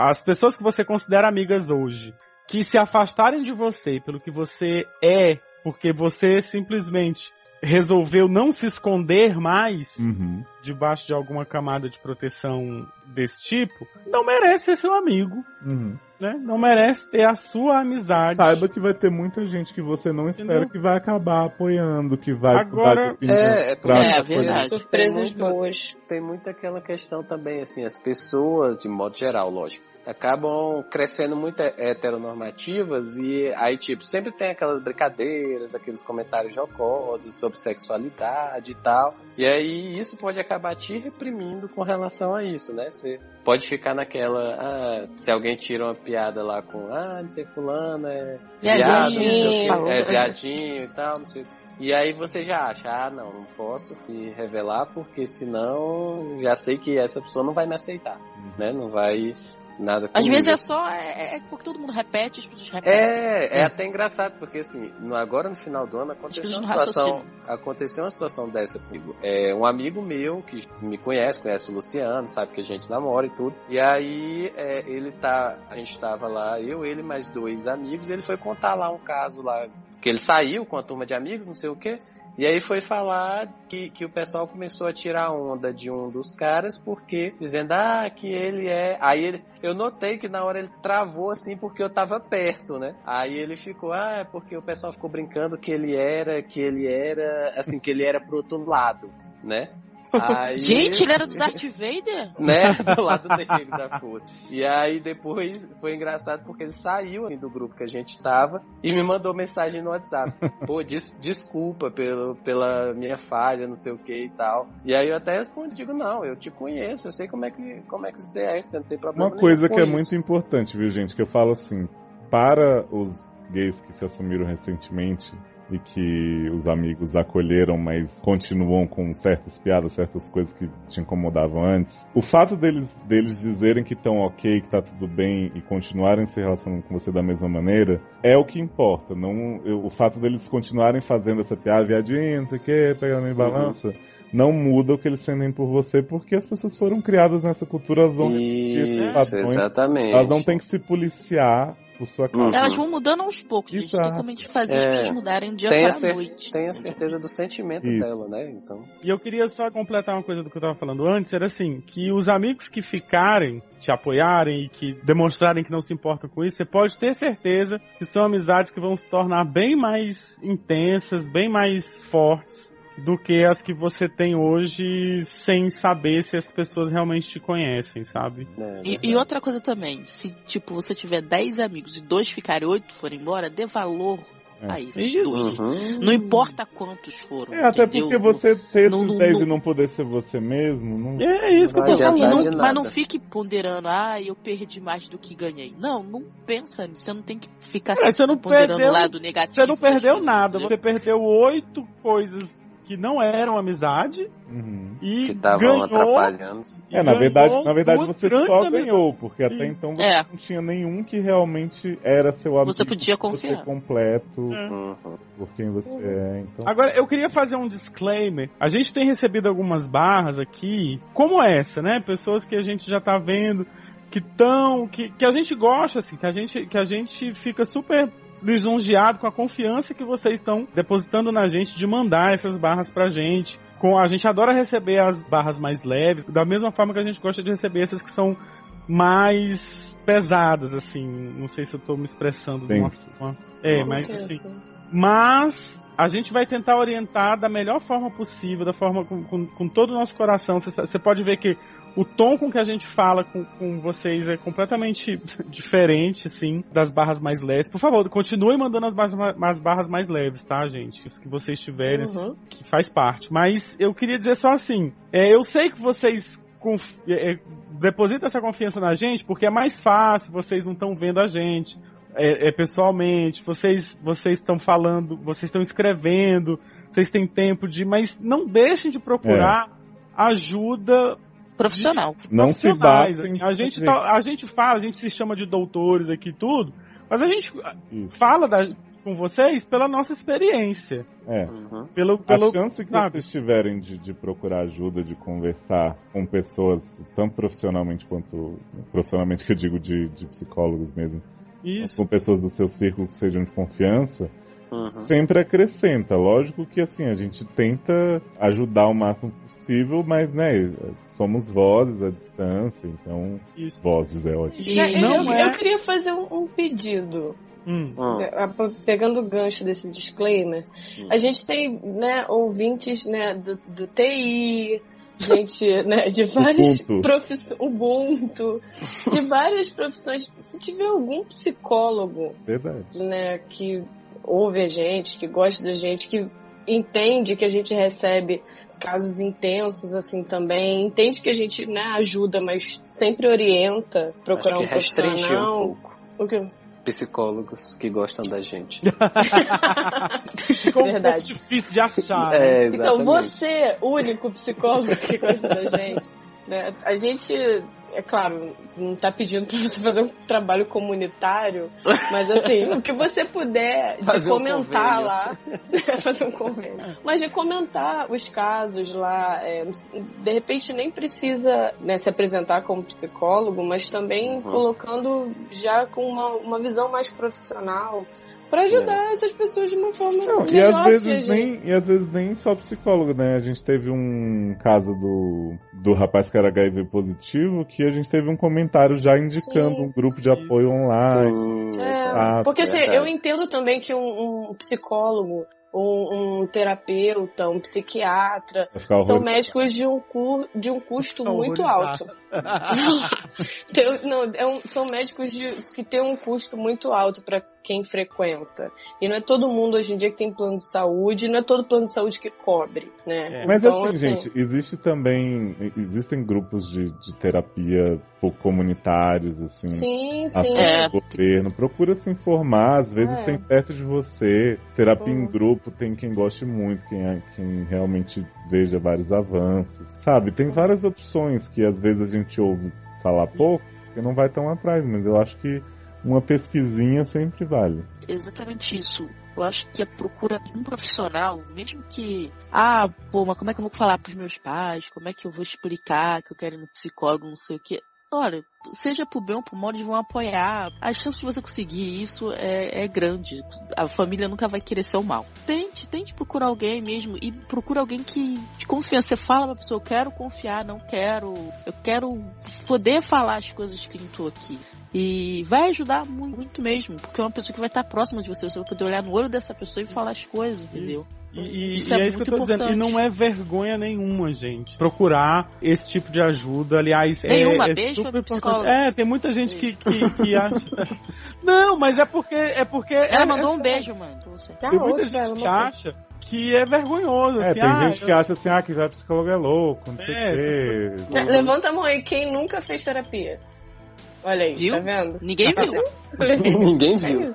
as pessoas que você considera amigas hoje, que se afastarem de você pelo que você é, porque você simplesmente resolveu não se esconder mais,
Uhum.
debaixo de alguma camada de proteção desse tipo, não merece ser seu amigo
Uhum.
né? Não merece ter a sua amizade.
Saiba que vai ter muita gente que você não espera
Entendeu?
que vai acabar apoiando, que vai
Agora-
mudar de um opinião.
é, é,
Pra-
É,
porque
verdade.
Surpresas
tem muito,
boas.
tem muito aquela questão também, assim, as pessoas, de modo geral, lógico, acabam crescendo muito he- heteronormativas e aí, tipo, sempre tem aquelas brincadeiras, aqueles comentários jocosos sobre sexualidade e tal. E aí isso pode acabar te reprimindo com relação a isso, né? Você pode ficar naquela, ah, se alguém tira uma piada lá com, ah, não sei, fulano, é
Viajando,
Viado, não sei o
Viadinho.
quê. É, viadinho e tal, não sei o quê. E aí você já acha, ah, não, não posso me revelar, porque senão já sei que essa pessoa não vai me aceitar, né? Não vai nada
Uhum. Às vezes é
comigo.
só, é, é porque todo mundo repete, as pessoas repetem.
É, é até engraçado, porque assim, no- agora no final do ano aconteceu
Tipo,
uma
no
situação.
raciocínio.
Aconteceu uma situação dessa comigo. É, um amigo meu que me conhece, conhece o Luciano, sabe que a gente namora e tudo. E aí é, ele tá. A gente tava lá, eu, ele, mais dois amigos, e ele foi contar lá um caso lá. Que ele saiu com a turma de amigos, não sei o quê. E aí foi falar que, que o pessoal começou a tirar onda de um dos caras, porque dizendo, ah, que ele é. Aí ele, eu notei que na hora ele travou assim porque eu tava perto, né? Aí ele ficou, ah, é porque o pessoal ficou brincando que ele era, que ele era, assim, que ele era pro outro lado, né? Aí-
Gente, ele
é.
era do Darth Vader?
né, do lado negro da força. E aí depois foi engraçado porque ele saiu assim, do grupo que a gente tava e me mandou mensagem no WhatsApp. Pô, des- desculpa pelo, pela minha falha, não sei o que e tal. E aí eu até respondi, digo, não, eu te conheço, eu sei como é que, como é que você é, você não tem problema
Uma coisa que
nenhum com
é
isso.
muito importante, viu, gente, que eu falo assim, para os gays que se assumiram recentemente, e que os amigos acolheram, mas continuam com certas piadas, certas coisas que te incomodavam antes. O fato deles, deles dizerem que estão ok, que tá tudo bem e continuarem se relacionando com você da mesma maneira é o que importa. Não, eu- o fato deles continuarem fazendo essa piada, viadinho, não sei o que, pegando
Uhum.
em balança. Não muda o que eles sentem por você, porque as pessoas foram criadas nessa cultura, elas vão repetir esses
Isso,
padrões
exatamente. Uhum.
elas não têm que se policiar por sua causa.
Elas vão mudando aos poucos, gente.
Exato.
Tem como a gente fazer
É.
as pessoas mudarem dia
Tenha
para
cer-
noite.
Tenha certeza do sentimento
Isso.
dela, né? Então.
E eu queria só completar uma coisa do que eu tava falando antes, era assim, que os amigos que ficarem, te apoiarem e que demonstrarem que não se importam com isso, você pode ter certeza que são amizades que vão se tornar bem mais intensas, bem mais fortes do que as que você tem hoje sem saber se as pessoas realmente te conhecem, sabe?
né,
E,
verdade.
e outra coisa também, se tipo você tiver 10 amigos e dois ficarem 8 forem embora, dê valor
É.
a esses
Isso.
dois.
Uhum.
Não importa quantos foram.
É, até
entendeu?
porque você ter
Não-
esses
não-
10
não-
e não poder ser você mesmo, não.
E é isso que eu
Não,
tô
Vai adiantar
e não-
falando.
de nada.
mas não fique ponderando, ah, eu perdi mais do que ganhei. Não, não pensa nisso. Você não tem que ficar
É, você não
ponderando
perdeu-
o lado negativo.
Você não
das
perdeu
coisas,
nada,
entendeu?
você perdeu oito coisas que não eram amizade
Uhum.
e
Que estavam
ganhou
atrapalhando.
É, na verdade, na
Ganhou
verdade
Então, duas
você
grandes
só ganhou,
amizades.
porque até
Isso.
então você
É,
não tinha nenhum que realmente era seu amigo.
você podia
você
confiar.
completo
É.
Uhum.
por quem você é, então.
Agora, eu queria fazer um disclaimer. A gente tem recebido algumas barras aqui, como essa, né? Pessoas que a gente já tá vendo, que tão, que, que a gente gosta, assim, que a gente, que a gente fica super lisonjeado com a confiança que vocês estão depositando na gente de mandar essas barras pra gente. Com, a gente adora receber as barras mais leves, da mesma forma que a gente gosta de receber essas que são mais pesadas, assim. Não sei se eu tô me expressando de uma forma. É, mas assim. Mas a gente vai tentar orientar da melhor forma possível, da forma com, com- com todo o nosso coração. Você pode ver que o tom com que a gente fala com, com vocês é completamente diferente, sim, das barras mais leves. Por favor, continue mandando as barras, ma- as barras mais leves, tá, gente? Isso que vocês tiverem, assim,
Uhum.
que faz parte. Mas eu queria dizer só assim, é, eu sei que vocês confi- é, é, depositam essa confiança na gente porque é mais fácil, vocês não estão vendo a gente é, é, pessoalmente, vocês vocês estão falando, vocês estão escrevendo, vocês têm tempo de, mas não deixem de procurar ajuda
Profissional.
É. não se
profissionais,
basta.
assim. A gente tá- a gente fala, a gente se chama de doutores aqui e tudo, mas a gente
Isso.
fala da- com vocês pela nossa experiência,
É.
Uhum.
pelo
A
pelo
chance que
sabe?
vocês tiverem de, de procurar ajuda, de conversar com pessoas, tanto profissionalmente quanto. Profissionalmente que eu digo de, de psicólogos mesmo,
Isso.
com pessoas do seu círculo que sejam de confiança,
Uhum.
sempre acrescenta. Lógico que assim, a gente tenta ajudar o máximo possível, mas né, somos vozes à distância, então
Isso.
vozes é ótimo.
E
É, eu-
não
eu,
é-
eu queria fazer um, um pedido.
um
Hum.
Uhum.
né, a- Pegando o gancho desse disclaimer, a gente tem né, ouvintes né, do, do TI, gente né, de várias
Ubuntu.
profissões, Ubuntu, de várias profissões. Se tiver algum psicólogo
Verdade.
né, que ouve a gente, que gosta da gente, que entende que a gente recebe casos intensos assim também, entende que a gente né, ajuda, mas sempre orienta procurar um
Acho que restringiu
profissional.
um pouco.
O que-
Psicólogos que gostam da gente.
Ficou um pouco
Verdade.
difícil de achar. né?
É,
Então
exatamente.
você, único psicólogo que gosta da gente, né, a gente é claro, não tá pedindo pra você fazer um trabalho comunitário, mas assim, o que você puder de
Fazer um
comentar
convênio.
lá, fazer um convênio. Mas de comentar os casos lá, é, de repente nem precisa né, se apresentar como psicólogo, mas também
Uhum.
colocando já com uma, uma visão mais profissional para
É.
ajudar essas pessoas de uma forma
Não,
melhor.
e às
que a
vezes
gente-
nem, e às vezes nem só psicólogo, né? A gente teve um caso do, do rapaz que era HIV positivo que a gente teve um comentário já indicando
Sim.
um grupo de apoio
Isso.
online.
Sim, tá.
É,
Ah,
porque assim,
verdade.
eu entendo também que um, um psicólogo, um, um terapeuta, um psiquiatra
Pra ficar
são
horrorizado.
médicos de um, cu, de um custo
Tá
muito
horrorizado.
alto. Tem- não, é um- são médicos de- que têm um custo muito alto para quem frequenta. E não é todo mundo hoje em dia que tem plano de saúde, não é todo plano de saúde que cobre, né?
É.
Mas
Então,
assim,
assim-
gente, existe também. Existem grupos de, de terapia pouco comunitários, assim.
Sim,
a
sim.
É.
do governo. Procura se informar, às vezes
É.
tem perto de você. Terapia em
Hum.
grupo tem quem goste muito, quem, é, quem realmente veja vários avanços. Sabe, tem várias opções que às vezes a gente ouve falar pouco, porque não vai tão atrás, mas eu acho que uma pesquisinha sempre vale.
Exatamente isso. Eu acho que a procura de um profissional, mesmo que, ah, pô, mas como é que eu vou falar pros meus pais? Como é que eu vou explicar que eu quero ir no psicólogo, não sei o quê? Olha, seja pro bem ou pro mal, eles vão apoiar. A chance de você conseguir isso é, é grande. A família nunca vai querer seu mal. Tente, tente procurar alguém mesmo. E procura alguém que te confia. Você fala pra pessoa, eu quero confiar, não quero. Eu quero poder falar as coisas que eu tô aqui. E vai ajudar muito, muito mesmo, porque é uma pessoa que vai estar próxima de você, você vai poder olhar no olho dessa pessoa e falar as coisas, entendeu?
E, e-
Isso
e
é
é isso que
muito
eu tô dizendo. E
importante.
não é vergonha nenhuma, gente. Procurar esse tipo de ajuda. Aliás,
Nenhuma.
é, é
Beijo
super
pra
importante.
psicóloga.
É, tem muita gente que, que, que acha. não, mas é porque. É porque
Ela
é-
mandou
é
um beijo, mano, pra você.
Tá
Tem muita
outra, ela
gente que
não
um
foi.
acha que é vergonhoso.
É,
assim,
tem
ah,
gente que acha assim, ah, que vai psicólogo é louco, não sei
É,
o
essas
quê.
Né, Levanta a mão aí, quem nunca fez terapia? Olha aí,
Viu?
tá vendo?
Ninguém viu.
Olha aí.
Ninguém viu.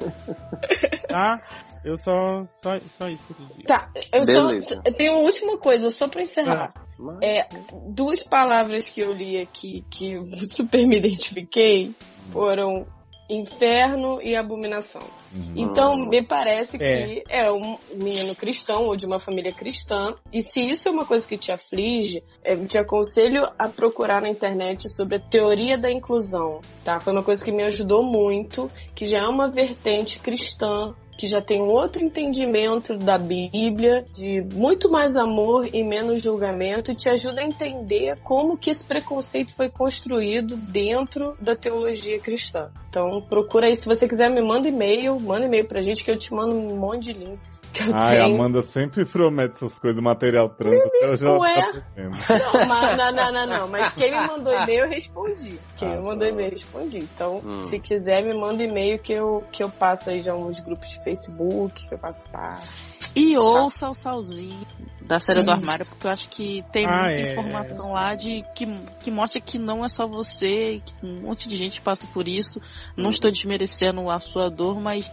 tá? Eu só, só, só isso que eu quis dizer.
Tá, eu só.
Beleza.
Eu tenho uma última coisa, só pra
Ah,
encerrar.
Mas-
É, duas palavras que eu li aqui que eu super me identifiquei foram inferno e abominação.
Uhum.
Então, me parece
É.
que é um menino cristão ou de uma família cristã. E se isso é uma coisa que te aflige, eh, te aconselho a procurar na internet sobre a teoria da inclusão, tá? Foi uma coisa que me ajudou muito, que já é uma vertente cristã, que já tem um outro entendimento da Bíblia, de muito mais amor e menos julgamento, e te ajuda a entender como que esse preconceito foi construído dentro da teologia cristã. Então procura aí, se você quiser me manda e-mail, manda e-mail pra gente que eu te mando um monte de link que eu
Ai, a
tenho.
Amanda sempre promete essas coisas, material trans,
Uhum,
até eu já
Ué.
tá vendo.
Não, mas- não, não, não, não. Mas quem me mandou e-mail, eu respondi. Quem me mandou e-mail, eu respondi. Então,
Hum.
se quiser, me manda e-mail que eu, que eu passo aí já uns grupos de Facebook, que eu passo parte.
E ouça o Salzinho da série do armário, porque eu acho que tem
Ah,
muita
é.
informação lá de que, que mostra que não é só você, que um monte de gente passa por isso. Não
Uhum.
estou desmerecendo a sua dor, mas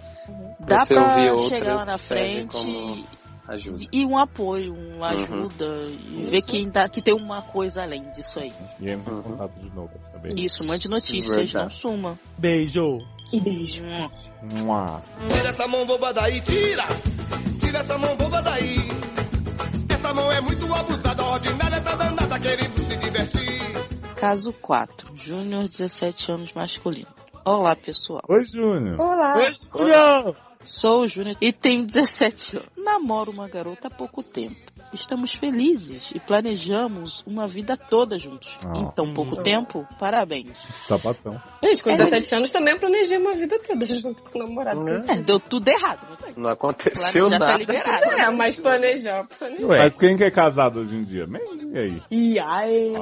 dá
Você ouvir
pra
outras
chegar lá na
serve
frente
como
e-
Ajuda.
e um apoio, uma
Uhum.
ajuda, e ver que, ainda, que tem uma coisa além disso aí.
E entra em
Uhum.
contato de novo, tá bem?
Isso, mande notícias,
Verdade.
não suma. Hum,
Beijo.
E beijo.
Mua.
Tira essa mão boba daí, tira! Tira essa mão boba daí! Essa mão é muito abusada, ordinária tá danada, querendo se divertir.
Caso 4. Júnior, 17 anos, masculino. Olá, pessoal.
Oi, Júnior.
Olá.
Ah,
Beijo, Julião.
Sou o Júnior e tenho 17 anos. Namoro uma garota há pouco tempo. Estamos felizes e planejamos uma vida toda juntos.
Ah.
Então, pouco tempo, parabéns.
Sapatão.
Gente, com
É.
17 anos também eu planejei uma vida toda junto com o namorado.
Hum.
É, deu tudo errado. mas tudo bem.
Não aconteceu
Planejar tá
nada.
liberado.
É, mas planejar, planejar.
Mas quem que é casado hoje em dia? Mesmo, e aí?
E aí?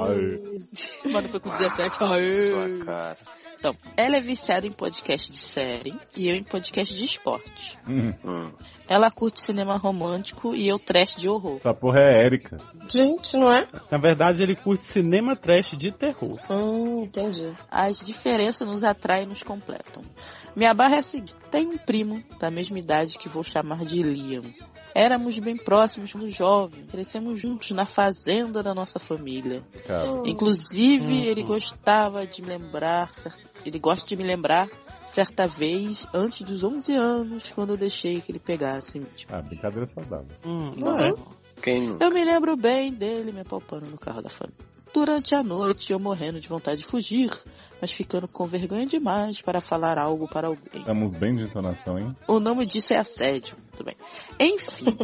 Ai.
Mano, foi com 17.
Sua
Aê.
cara.
Então, ela é viciada em podcast de série e eu em podcast de esporte.
Hum,
Hum.
Ela curte cinema romântico e eu trash de horror.
essa porra é Érica.
Gente, não é?
Na verdade, ele curte cinema trash de terror.
Hum, entendi.
As diferenças nos atraem e nos completam. Minha barra é a seguinte: tem um primo da mesma idade que vou chamar de Liam. Éramos bem próximos quando jovem, crescemos juntos na fazenda da nossa família.
Cara.
Inclusive,
Uhum.
ele gostava de me lembrar, cer- ele gosta de me lembrar certa vez antes dos 11 anos, quando eu deixei que ele pegasse. em mim. Tipo,
Ah, brincadeira saudável.
Hum,
Não
é.
é? Quem não?
eu me lembro bem dele me apalpando no carro da família. Durante a noite, eu morrendo de vontade de fugir, mas ficando com vergonha demais para falar algo para alguém.
Estamos bem de entonação, hein?
O nome disso é assédio, tudo bem. Enfim,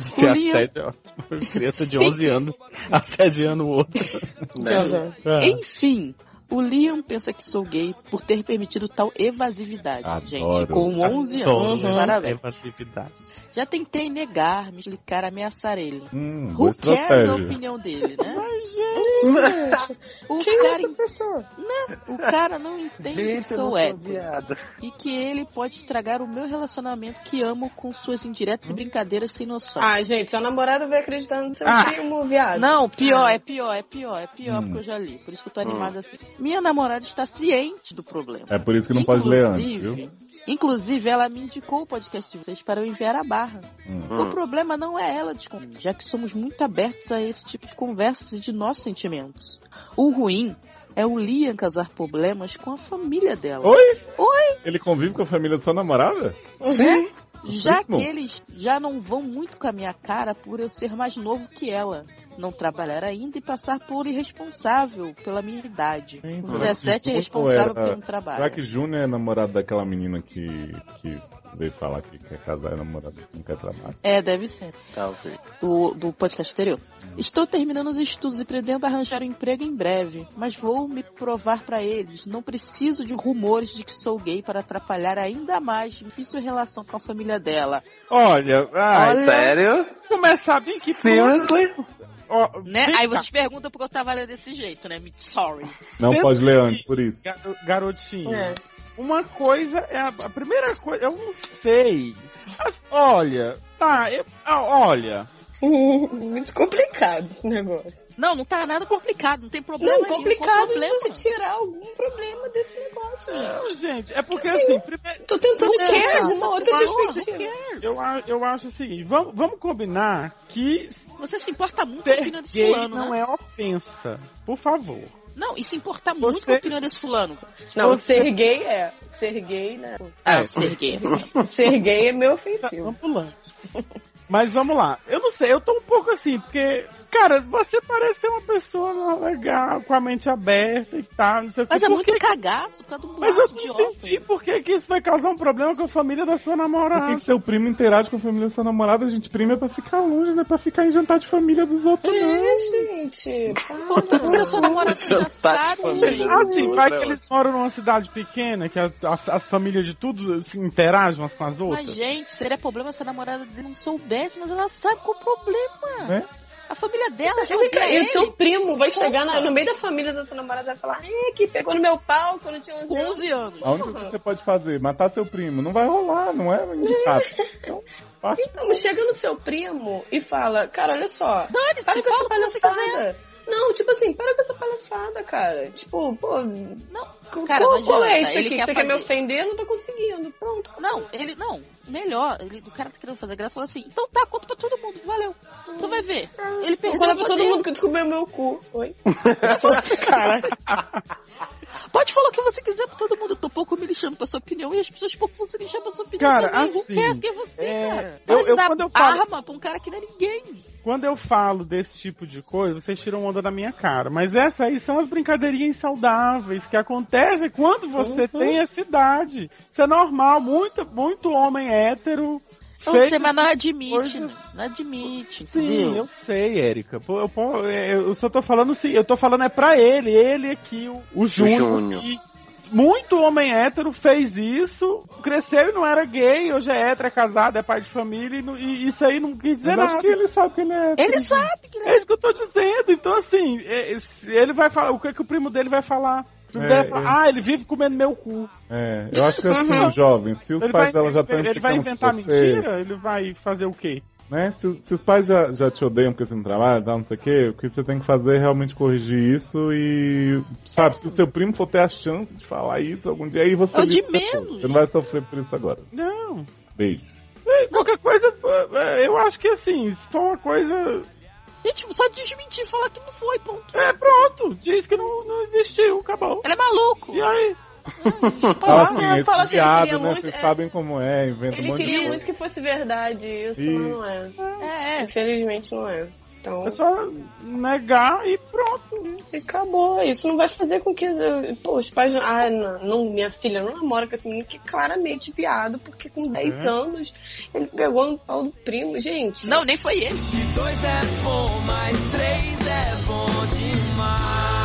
Se
O Liam-
assédio é ótimo. Criança de 11 anos assediando o outro.
Né?
Tchau, Zé.
É.
enfim, O Liam pensa que sou gay por ter permitido tal evasividade.
Adoro.
Gente, com 11 anos,
Uhum.
parabéns.
Evasividade.
Já tentei negar, me explicar, ameaçar ele.
Hum, boa
Who cares a
estratégia.
opinião dele, né? o,
Quem é
cara,
essa pessoa?
o cara não entende
Gente,
que
eu não
sou
sou
hétero.
viado.
E que ele pode estragar o meu relacionamento que amo com suas
Hum?
indiretas e brincadeiras sem noção.
Ah, gente, seu namorado vai acreditar no seu
Ah.
primo, viado.
Não, pior, é pior, é pior, é pior,
Hum.
porque eu já li. Por isso que eu tô animada assim. Minha namorada está ciente do problema.
É por isso que não pode ler antes, viu?
Inclusive, ela me indicou o podcast de vocês para eu enviar a barra.
Hum.
O problema não é ela de convite, já que somos muito abertos a esse tipo de conversas e de nossos sentimentos. O ruim é o Liam causar problemas com a família dela.
Oi? Oi? Ele convive com a família da sua namorada?
Sim.
Já que
Ritmo.
eles já não vão muito com a minha cara por eu ser mais novo que ela, não trabalhar ainda e passar por irresponsável pela minha idade.
Gente,
Com
será que
17 é
Júnior
responsável
Ah, era-
porque não
Será
trabalha.
que Júnior é namorado daquela menina que, que veio falar que quer casar e namorado que não quer trabalhar?
É, deve ser.
Talvez.
do, do podcast anterior.
Hum.
Estou terminando os estudos e pretendo arranjar um emprego em breve, mas vou me provar para eles. Não preciso de rumores de que sou gay para atrapalhar ainda mais a difícil relação com a família dela.
Ah, Olha, é- ai,
Sério?
começar bem que
Seriously?
Ó,
Né?
vem
Aí
cá,
vocês perguntam porque eu tava lendo desse jeito, né? Me- Sorry.
Não
Senta
pode ler
aqui,
antes, por isso.
garo- Garotinho,
É.
uma coisa é a, a primeira coisa, eu não sei. As- olha, tá, eu- ó, olha,
Hum, Muito complicado esse negócio.
Não, não tá nada complicado, não tem problema.
Não,
nenhum,
complicado
qual o
é
problema?
você tirar algum problema desse negócio, né?
Não, gente, é porque assim, primeiro,
Tô tentando
Não
tirar
cares,
de uma
essa
outra
pessoa,
perspectiva.
eu, a- eu acho o seguinte, vamos, vamos combinar que
Você se importa muito com a
ser
opinião desse
gay
fulano,
não
né?
é ofensa, por favor.
Não, e se importar
Você-
muito com a opinião desse fulano.
Não, ser gay é. Ser gay, né?
Ah, ser gay.
Ser gay é meio
Tá,
ofensivo.
ambulante. Mas vamos lá. Eu não sei, eu tô um pouco assim, porque, cara, você parece ser uma pessoa legal, com a mente aberta e tal, não sei o que.
Mas é
Por
muito
que-
cagaço, por causa do
Mas eu
buraco de
não entendi
óculos.
por que, que isso vai causar um problema com a família da sua
Por que,
Ah.
namorada.
que seu primo interage com a família da sua namorada? A gente, primo é pra ficar longe, não é pra ficar em jantar de família dos outros, não.
É, gente.
Todo seu sua namorada já
Jantar de
sabe.
família.
Ah, sim, vai
Outra
que eles moram numa cidade pequena, que a- a- as famílias de tudo se interagem umas com as
Mas,
outras.
gente, seria problema se a namorada dele não soubesse, mas ela sabe qual o problema.
É?
A família dela
Vem cá,
julga
E o
ele.
teu primo vai chegar na-
Porra.
no meio da família da sua namorada e vai falar: É, que pegou no meu pau quando eu tinha 11
com
anos.
11 anos.
A única coisa que você pode fazer, matar seu primo. Não vai rolar, não é
um
indicado. Então, parte
Então, chega no seu primo e fala: Cara, olha só,
Dane-se,
para com
fala
essa
o que você quiser.
palhaçada. Não, tipo assim, para com essa palhaçada, cara. Tipo, pô. Não,
cara,
qual,
não
qual é
adianta,
isso
ele
aqui?
quer
Você quer me
fazer.
ofender? Eu não tô conseguindo. Pronto.
Não, ele não. Melhor, ele, o cara tá querendo fazer graça, fala assim: então tá, conta pra todo mundo, valeu. Tu vai ver. Ele
Vou
perdeu.
contar
o
pra
poder.
todo mundo que tu comeu meu cu. Oi?
Pode falar o que você quiser pra todo mundo. Eu tô um pouco me lixando pra sua opinião e as pessoas tipo, pouco vão se lixar pra sua opinião.
Cara,
também. Who
assim,
cares? Quem é você,
é,
cara?
eu-
Para de
eu-
dar
quando eu falo-
arma pra um cara que não é ninguém.
Quando eu falo desse tipo de coisa, vocês tiram onda da minha cara. Mas essa aí são as brincadeirinhas saudáveis que acontecem quando você
Uhum.
tem essa idade. Isso é normal. Muito, muito homem hétero.
Eu
fez-
sei, Então mas não admite,
coisa-
né? Não admite. entendeu?
Sim, eu sei, Érica. Pô, Eu, pô, eu só tô falando assim, eu tô falando é pra ele, ele aqui, o, o Júnior.
Júnior.
que Muito homem hétero fez isso, cresceu e não era gay, hoje é hétero, é casado, é pai de família, e, não- e isso aí não quis dizer
Eu acho
nada.
É que ele sabe que ele é.
Ele sabe que ele
É isso que eu tô dizendo. Então, assim, é- é- se ele vai falar. O que, que o primo dele vai falar? O primo
É,
dele vai falar,
é.
ah, ele vive comendo meu cu.
É, eu acho que assim,
Uhum.
jovem, se os
Ele vai,
pais dela já estão
ele vai
implicando com
inventar
você,
mentira? Ele vai fazer o quê?
né? Se, se os pais já, já te odeiam porque você não trabalha, tal, não sei o quê, o que você tem que fazer é realmente corrigir isso e, sabe, se o seu primo for ter a chance de falar isso algum dia, aí você...
É o de
lida depois.
menos.
Você não vai sofrer por isso agora.
Não.
Beijo.
É, Qualquer coisa, pô, é, eu acho que assim, se for uma coisa.
Gente, só desmentir, falar que não foi, ponto.
É, pronto, diz que não, não existiu, acabou.
Ele é maluco.
E aí?
Fala
né?
assim, esse
Fala assim, ele
viado,
queria
né?
muito-
Vocês
é.
sabem como é, inventa um
Ele
monte de
queria
coisa.
muito que fosse verdade. Isso,
Isso.
mas não é.
É, é.
Infelizmente não é. Então.
É só negar e pronto.
E acabou. Isso não vai fazer com que pô, os pais. Ah, não, não, minha filha não namora com esse menino que é claramente viado, porque com 10 anos ele pegou no pau do primo. Gente,
Não, nem foi ele.
Dois é bom, mas três é bom demais.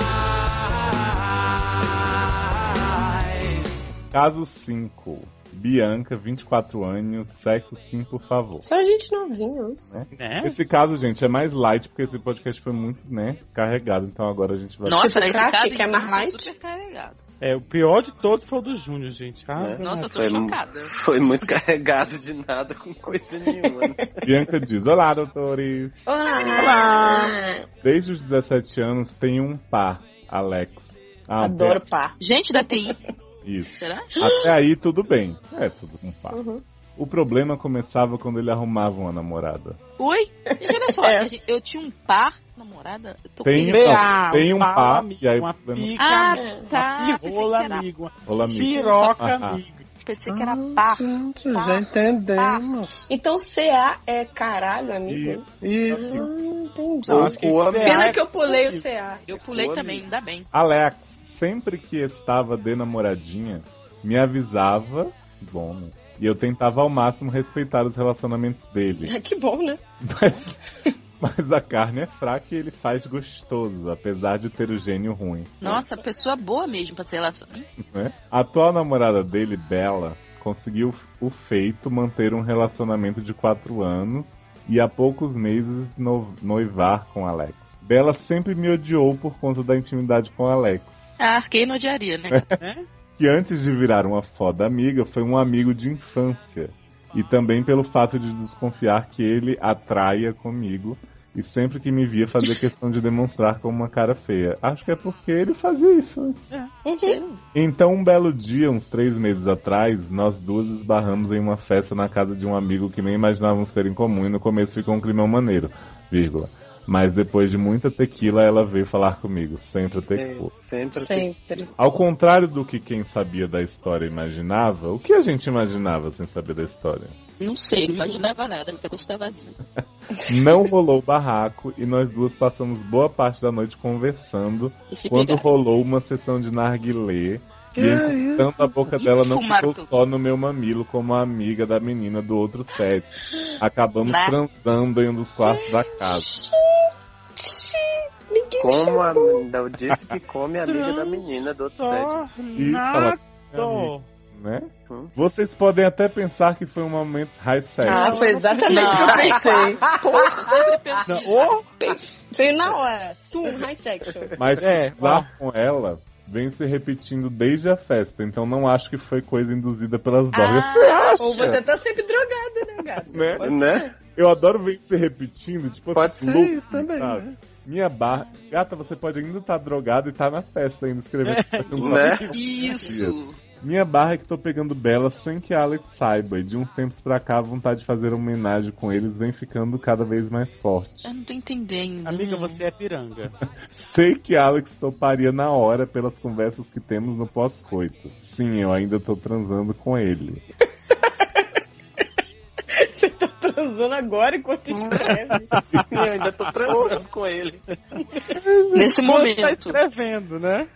Caso 5. Bianca, 24 anos, sexo sim, por favor.
Só gente novinha. isso.
Né?
Esse caso, gente, é mais light, porque esse podcast foi muito, né, carregado. Então agora a gente vai.
Nossa,
Tipo,
esse
crack,
caso
que é
então,
mais
tá
light?
super carregado.
É, o pior de todos foi o do Júnior, gente. Ah,
Nossa, eu tô
Foi mu-
chocada.
Foi muito carregado de nada com coisa nenhuma. né?
Bianca diz: Olá, doutores.
Olá.
Desde os 17 anos tem um par, Alex. Ah,
Adoro par.
Gente da TI,
Be- Isso.
será?
Até aí tudo bem. É, tudo um par.
Uhum.
O problema começava quando ele arrumava uma namorada.
Oi? Gente, olha só,
É.
a gente- eu tinha um par, namorada, eu tô
Tem-
com
então,
BA,
tem um
pau,
papo,
amigo,
e aí
uma
o problema-
pica,
Ah,
amigo,
É.
tá. Pensei
pirrola,
que era,
amigo, uma
Olá, amigo.
piroca,
Ah, ah.
amigo.
pensei que era par.
Gente,
Par.
já entendemos.
Então CA é caralho, amigo?
Isso.
Hum, entendi.
Não,
Ou
acho que
o homem-
CA
Pena
é
que eu pulei o CA.
Eu pulei
Ô,
também,
amigo.
ainda bem.
Alex, sempre que estava de namoradinha, me avisava. Bom, né? E eu tentava ao máximo respeitar os relacionamentos dele.
Ah, Que bom, né?
Mas, mas a carne é fraca e ele faz gostoso, apesar de ter o gênio ruim.
Nossa, pessoa boa mesmo pra ser relacionada.
né? A atual namorada dele, Bela, conseguiu o feito manter um relacionamento de 4 anos e há poucos meses no- noivar com Alex. Bela sempre me odiou por conta da intimidade com Alex.
Ah, arquei no diaria, né?
que antes de virar uma foda amiga, foi um amigo de infância. E também pelo fato de desconfiar que ele atraia comigo. E sempre que me via fazia questão de demonstrar como uma cara feia. Acho que é porque ele fazia isso. né?
Uhum.
Então, um belo dia, uns três meses atrás, nós duas esbarramos em uma festa na casa de um amigo que nem imaginávamos ter em comum. E no começo ficou um climão maneiro, vírgula. Mas depois de muita tequila, ela veio falar comigo. Sempre
É,
tequila.
sempre tem
Sempre.
Ao contrário do que quem sabia da história imaginava, o que a gente imaginava sem saber da história?
Não sei, não imaginava nada, me pegou vazio.
Não rolou barraco e nós duas passamos boa parte da noite conversando
E se
quando
pegar.
rolou uma sessão de narguilé. E encontrando a boca
Ih,
dela não ficou
Marcos.
só no meu mamilo como a amiga da menina do outro set. Acabamos
Né?
transando em um dos quartos da casa.
Ninguém me
como a, não disse que come a amiga da menina do
é
outro set.
Tornado.
Né?
Hum.
Vocês podem até pensar que foi um momento high sex.
Ah, foi exatamente o que eu
Não.
pensei. Porra,
Não, ô,
veio na hora. Tum, high sexual.
Mas
É,
lá com ela vem se repetindo desde a festa, então não acho que foi coisa induzida pelas drogas.
Ah,
Ou você tá sempre drogada, né, gato?
Né?
Né?
Eu adoro ver se repetindo, tipo
Pode
assim,
ser
looping,
isso também,
sabe?
né?
Minha barra. Gata, você pode ainda estar drogado e estar na festa ainda escrevendo. tá
Né?
Isso.
Minha barra é que tô pegando Bela sem que Alex saiba, e de uns tempos pra cá a vontade de fazer uma homenagem com eles vem ficando cada vez mais forte.
Eu não tô entendendo. né?
Amiga, você é piranga.
Sei que Alex toparia na hora pelas conversas que temos no pós-coito. Sim, eu ainda tô transando com ele.
Você tá transando agora enquanto escreve.
Eu ainda tô transando com ele.
Nesse
Você tá
momento.
escrevendo, né?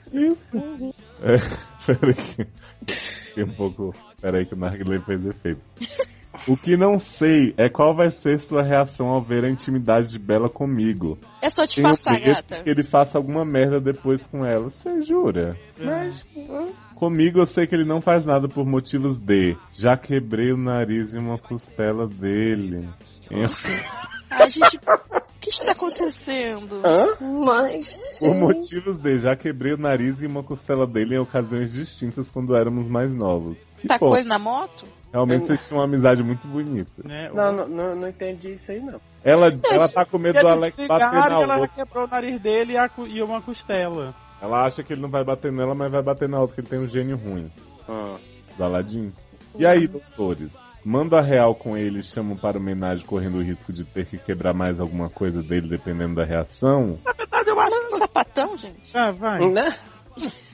Peraí que. Fiquei um pouco. Peraí que o Narguilé fez efeito. O que não sei é qual vai ser sua reação ao ver a intimidade de Bela comigo.
É só te
Tenho
passar,
medo
gata.
Que ele faça alguma merda depois com ela. Você jura? Mas. hum, Comigo eu sei que ele não faz nada por motivos de. Já quebrei o nariz e uma costela dele. Eu-
Ai, gente, o que está acontecendo?
Ah,
Mas.
Por motivos de. Já quebrei o nariz e uma costela dele em ocasiões distintas quando éramos mais novos. Que
Tacou
bom.
Tá ele na moto?
Realmente vocês tinham uma amizade muito bonita.
Né,
Não,
ô.
não, não, não entendi isso aí, não.
Ela, ela tá com medo
Porque
do Alex
desligaram
bater na
que ela
outra.
quebrou o nariz dele e, a cu- e uma costela.
Ela acha que ele não vai bater nela, mas vai bater na outra, que ele tem um gênio ruim.
Hum.
Do Aladdin. E aí,
Uhum.
doutores? Mando a real com ele e chamo para homenagem, correndo o risco de ter que quebrar mais alguma coisa dele, dependendo da reação.
Tá um sapatão, gente?
Vai, Ah, vai.
Né?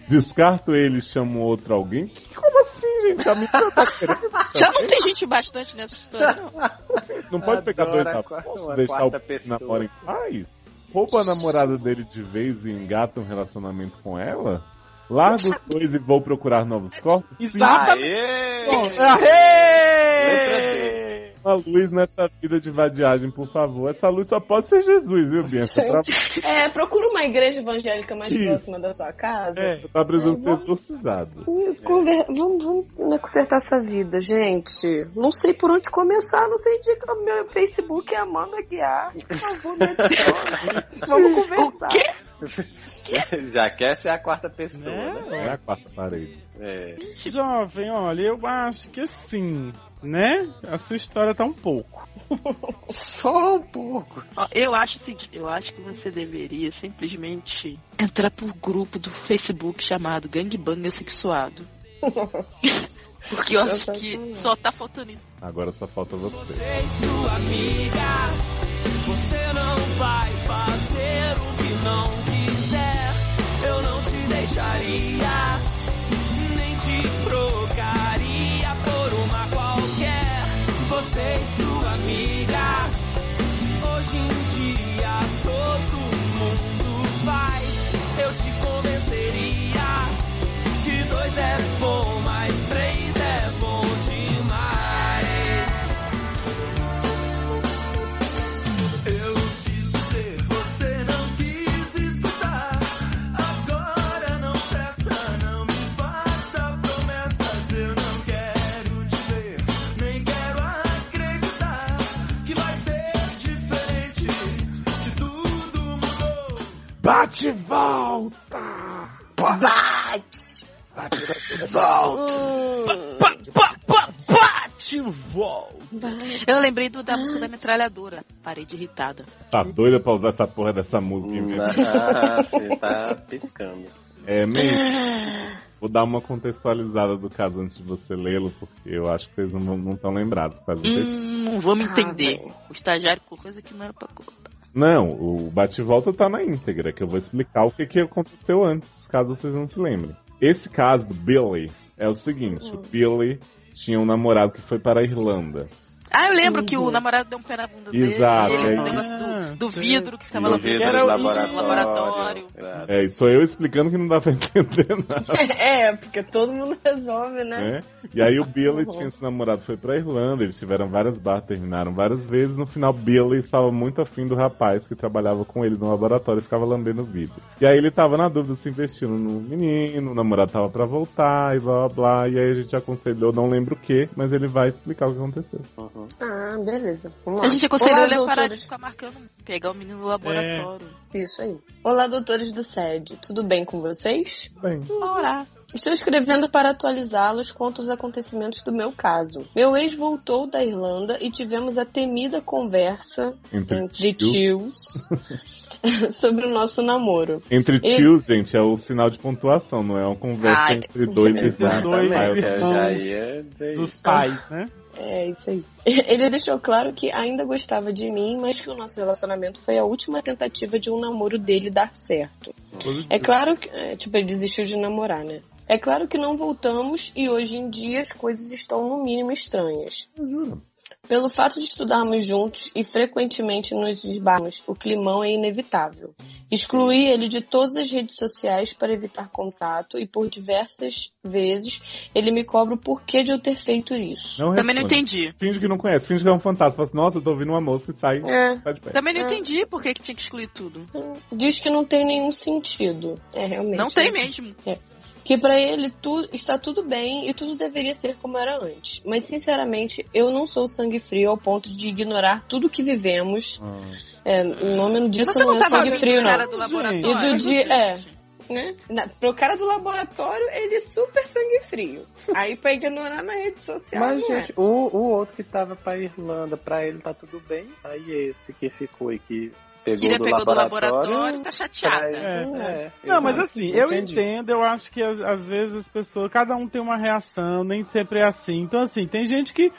Descarto ele e chamo outro alguém. Que- Como assim, gente? A menina tá querendo.
Já não tem gente bastante nessa história, não.
Não pode pegar dois
Adoro a
na
quarta-
posse,
uma
deixar o
quarta pessoa.
namoro em paz? Rouba a namorada dele de vez e engata um relacionamento com ela? Largo os dois e vou procurar novos corpos?
Exatamente.
Aê!
Aê!
uma luz nessa vida de vadiagem, por favor. Essa luz só pode ser Jesus, viu, tá- Bianca?
Sim.
Pra-
É, procura uma igreja evangélica mais
Isso.
próxima da sua casa.
É.
Você tá precisando
É,
ser exorcizado.
Hum, conver- Vamos, vamos né, consertar essa vida, gente. Não sei por onde começar, não sei de meu Facebook é Amanda Guiar. Por favor, me adiciona. Vamos conversar.
Já quer ser a quarta pessoa, né?
É a quarta parede.
Né?
É.
Jovem, olha, eu acho que sim, né? A sua história tá um pouco.
Só um pouco.
Ó, Eu acho o seguinte, eu acho que você deveria simplesmente entrar pro grupo do Facebook chamado Gangbang Sexuado. Porque eu acho que só tá faltando isso.
Agora só falta você. Bate e volta!
Bate!
Pa, pa, pa, bate, volta!
Eu lembrei do, da música da metralhadora. Parede irritada.
Tá doida pra usar essa porra dessa música em vez
Ah, você tá piscando.
É, mesmo. Vou dar uma contextualizada do caso antes de você lê-lo, porque eu acho que vocês não estão lembrados. Faz um tempo.
Hum, não vamos entender. O estagiário com coisa que não era pra contar.
Não, o bate-volta tá na íntegra, que eu vou explicar o que, que aconteceu antes, caso vocês não se lembrem. Esse caso do Billy é o seguinte: o Billy tinha um namorado que foi para a Irlanda.
Ah, eu lembro que o namorado deu um pé na bunda dele.
Exato,
Ele,
é
o negócio
isso.
do, do vidro que ficava
Do
lá
vidro
do
laboratório. laboratório.
Exato.
É, e sou eu explicando que não dá pra entender né? nada.
É, porque todo mundo resolve, né?
Né? E aí o Billy
Uhum.
tinha esse namorado, foi pra Irlanda, eles tiveram várias barras, terminaram várias vezes. No final, Billy estava muito afim do rapaz que trabalhava com ele no laboratório e ficava lambendo vidro. E aí ele tava na dúvida se investindo no menino, o namorado tava pra voltar e blá blá blá. E aí a gente aconselhou, não lembro o que, mas ele vai explicar o que aconteceu.
Uhum.
Ah, beleza. Vamos lá.
A gente aconselhou
Olá,
ele a parar de
doutores.
ficar marcando, pegar o
É.
menino no laboratório.
Isso aí. Olá, doutores do SED. Tudo bem com vocês?
Bem,
Orar.
Estou escrevendo para atualizá-los quanto aos acontecimentos do meu caso. Meu ex voltou da Irlanda e tivemos a temida conversa
entre,
entre
tio-
tios sobre o nosso namoro.
entre
Ele-
tios, gente, é o sinal de pontuação, não é uma conversa
Ai,
entre dois
Exato. Dois
Exatamente,
é
eu já
irmãos
ia dizer
Dos
isso.
pais, né?
É isso aí. Ele deixou claro que ainda gostava de mim, mas que o nosso relacionamento foi a última tentativa de um namoro dele dar certo. É claro que. é, tipo, ele desistiu de namorar, né? É claro que não voltamos e hoje em dia as coisas estão no mínimo estranhas. Pelo fato de estudarmos juntos e frequentemente nos esbarrarmos, o climão é inevitável. Excluí ele de todas as redes sociais para evitar contato e por diversas vezes ele me cobra o porquê de eu ter feito isso.
Também não
responde.
entendi.
Finge é que não conhece, finge que é um fantasma. Fala assim, nossa, eu tô ouvindo uma música e sai,
É,
sai de pé.
Também não
É.
entendi por que, que tinha que excluir tudo.
diz que não tem nenhum sentido. É, realmente.
Não tem mesmo.
Que pra ele tu, está tudo bem e tudo deveria ser como era antes. Mas sinceramente, eu não sou sangue frio ao ponto de ignorar tudo que vivemos. É, o nome disso
Você
não,
não
é
tava
sangue
vendo
frio,
o cara
não.
do
Gente.
laboratório?
E do dia- é.
Gente.
Né? Na, pro cara do laboratório, ele é super sangue frio. Aí pra ignorar na rede social.
Mas,
não é.
gente, o, o outro que tava pra Irlanda, pra ele tá tudo bem. Aí esse que ficou e que pegou,
Queria
do,
pegou do
laboratório,
laboratório e tá
pra
chateada.
ele-
É.
é,
Não,
exato.
mas assim, eu
Entendi.
entendo, eu acho que às- às vezes as pessoas, cada um tem uma reação, nem sempre é assim. Então, assim, tem gente que.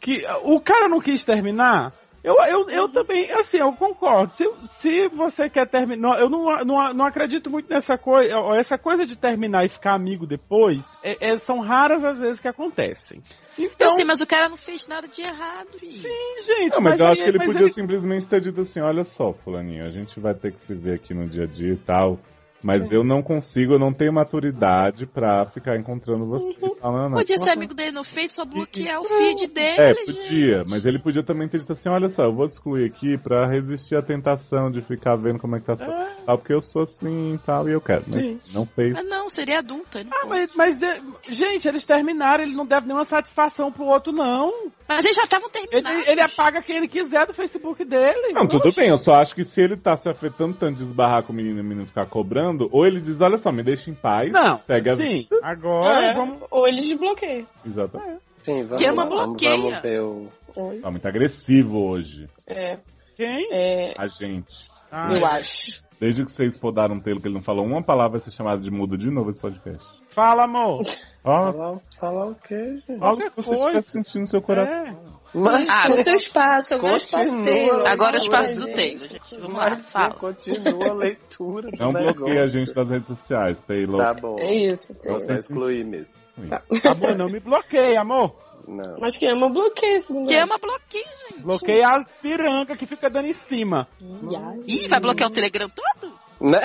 que o cara não quis terminar. Eu, eu, eu também, assim, eu concordo. Se, se você quer terminar. Eu não, não, não acredito muito nessa coisa. Essa coisa de terminar e ficar amigo depois, é- é- são raras as vezes que acontecem. Então,
Eu sei, mas o cara não fez nada de errado, filho.
gente,
Não, mas, eu
aí-
acho que ele
mas
podia simplesmente ter dito assim: olha só, Fulaninho, a gente vai ter que se ver aqui no dia a dia e tal. Mas eu não consigo, eu não tenho maturidade pra ficar encontrando você. Não, não, não.
Podia ser amigo dele no Face, só bloquear o feed dele.
É,
gente.
podia, mas ele podia também ter dito assim: olha só, eu vou excluir aqui pra resistir à tentação de ficar vendo como é que tá sua. Tal, porque eu sou assim e tal, e eu quero. Mas
Sim.
não fez.
Mas Ah, não, seria adulto. Ele não
Ah,
pode.
mas, mas, é, gente, eles terminaram, ele não deve nenhuma satisfação pro outro, não.
mas... eles já estavam
Ele,
terminados.
ele apaga quem ele quiser do Facebook dele.
Não, tudo bem, eu só acho que se ele tá se afetando tanto de esbarrar com o menino e o menino ficar cobrando, ou ele diz, olha só, me deixa em paz.
Não,
Segue a
sim. Agora
É,
vamos.
Ou eles desbloqueiam.
Exatamente.
Sim, vamos
Queima
lá, vamos,
bloqueia.
vamos ver o...
Oi.
Tá muito agressivo hoje,
É,
Quem?
é,
a gente.
Ah,
eu acho.
Desde que vocês podaram o Taylor, que ele não falou uma palavra, vai ser chamado de mudo de novo esse podcast.
Fala, amor.
Ó,
Falar, falar o quê, gente?
fala o que
qualquer
você
coisa.
estiver sentindo no seu coração.
É.
Mas,
Ah,
o seu espaço, agora o espaço
continua.
Taylor.
Agora é o
Não,
espaço
mas,
do
gente,
Taylor, gente. Vamos lá,
mas
fala.
continua a leitura do
Não
negócio.
bloqueia a
tá
gente nas redes sociais, Taylor.
Tá bom.
É isso,
Eu
Taylor.
vou excluir mesmo.
Amor, É. Tá não me bloqueia, amor.
Não.
Mas quem ama bloqueia, segundo
Que é ama bloqueia.
Bloqueia as piranca que fica dando em cima.
ela.
Ih, vai bloquear o Telegram todo?
Né?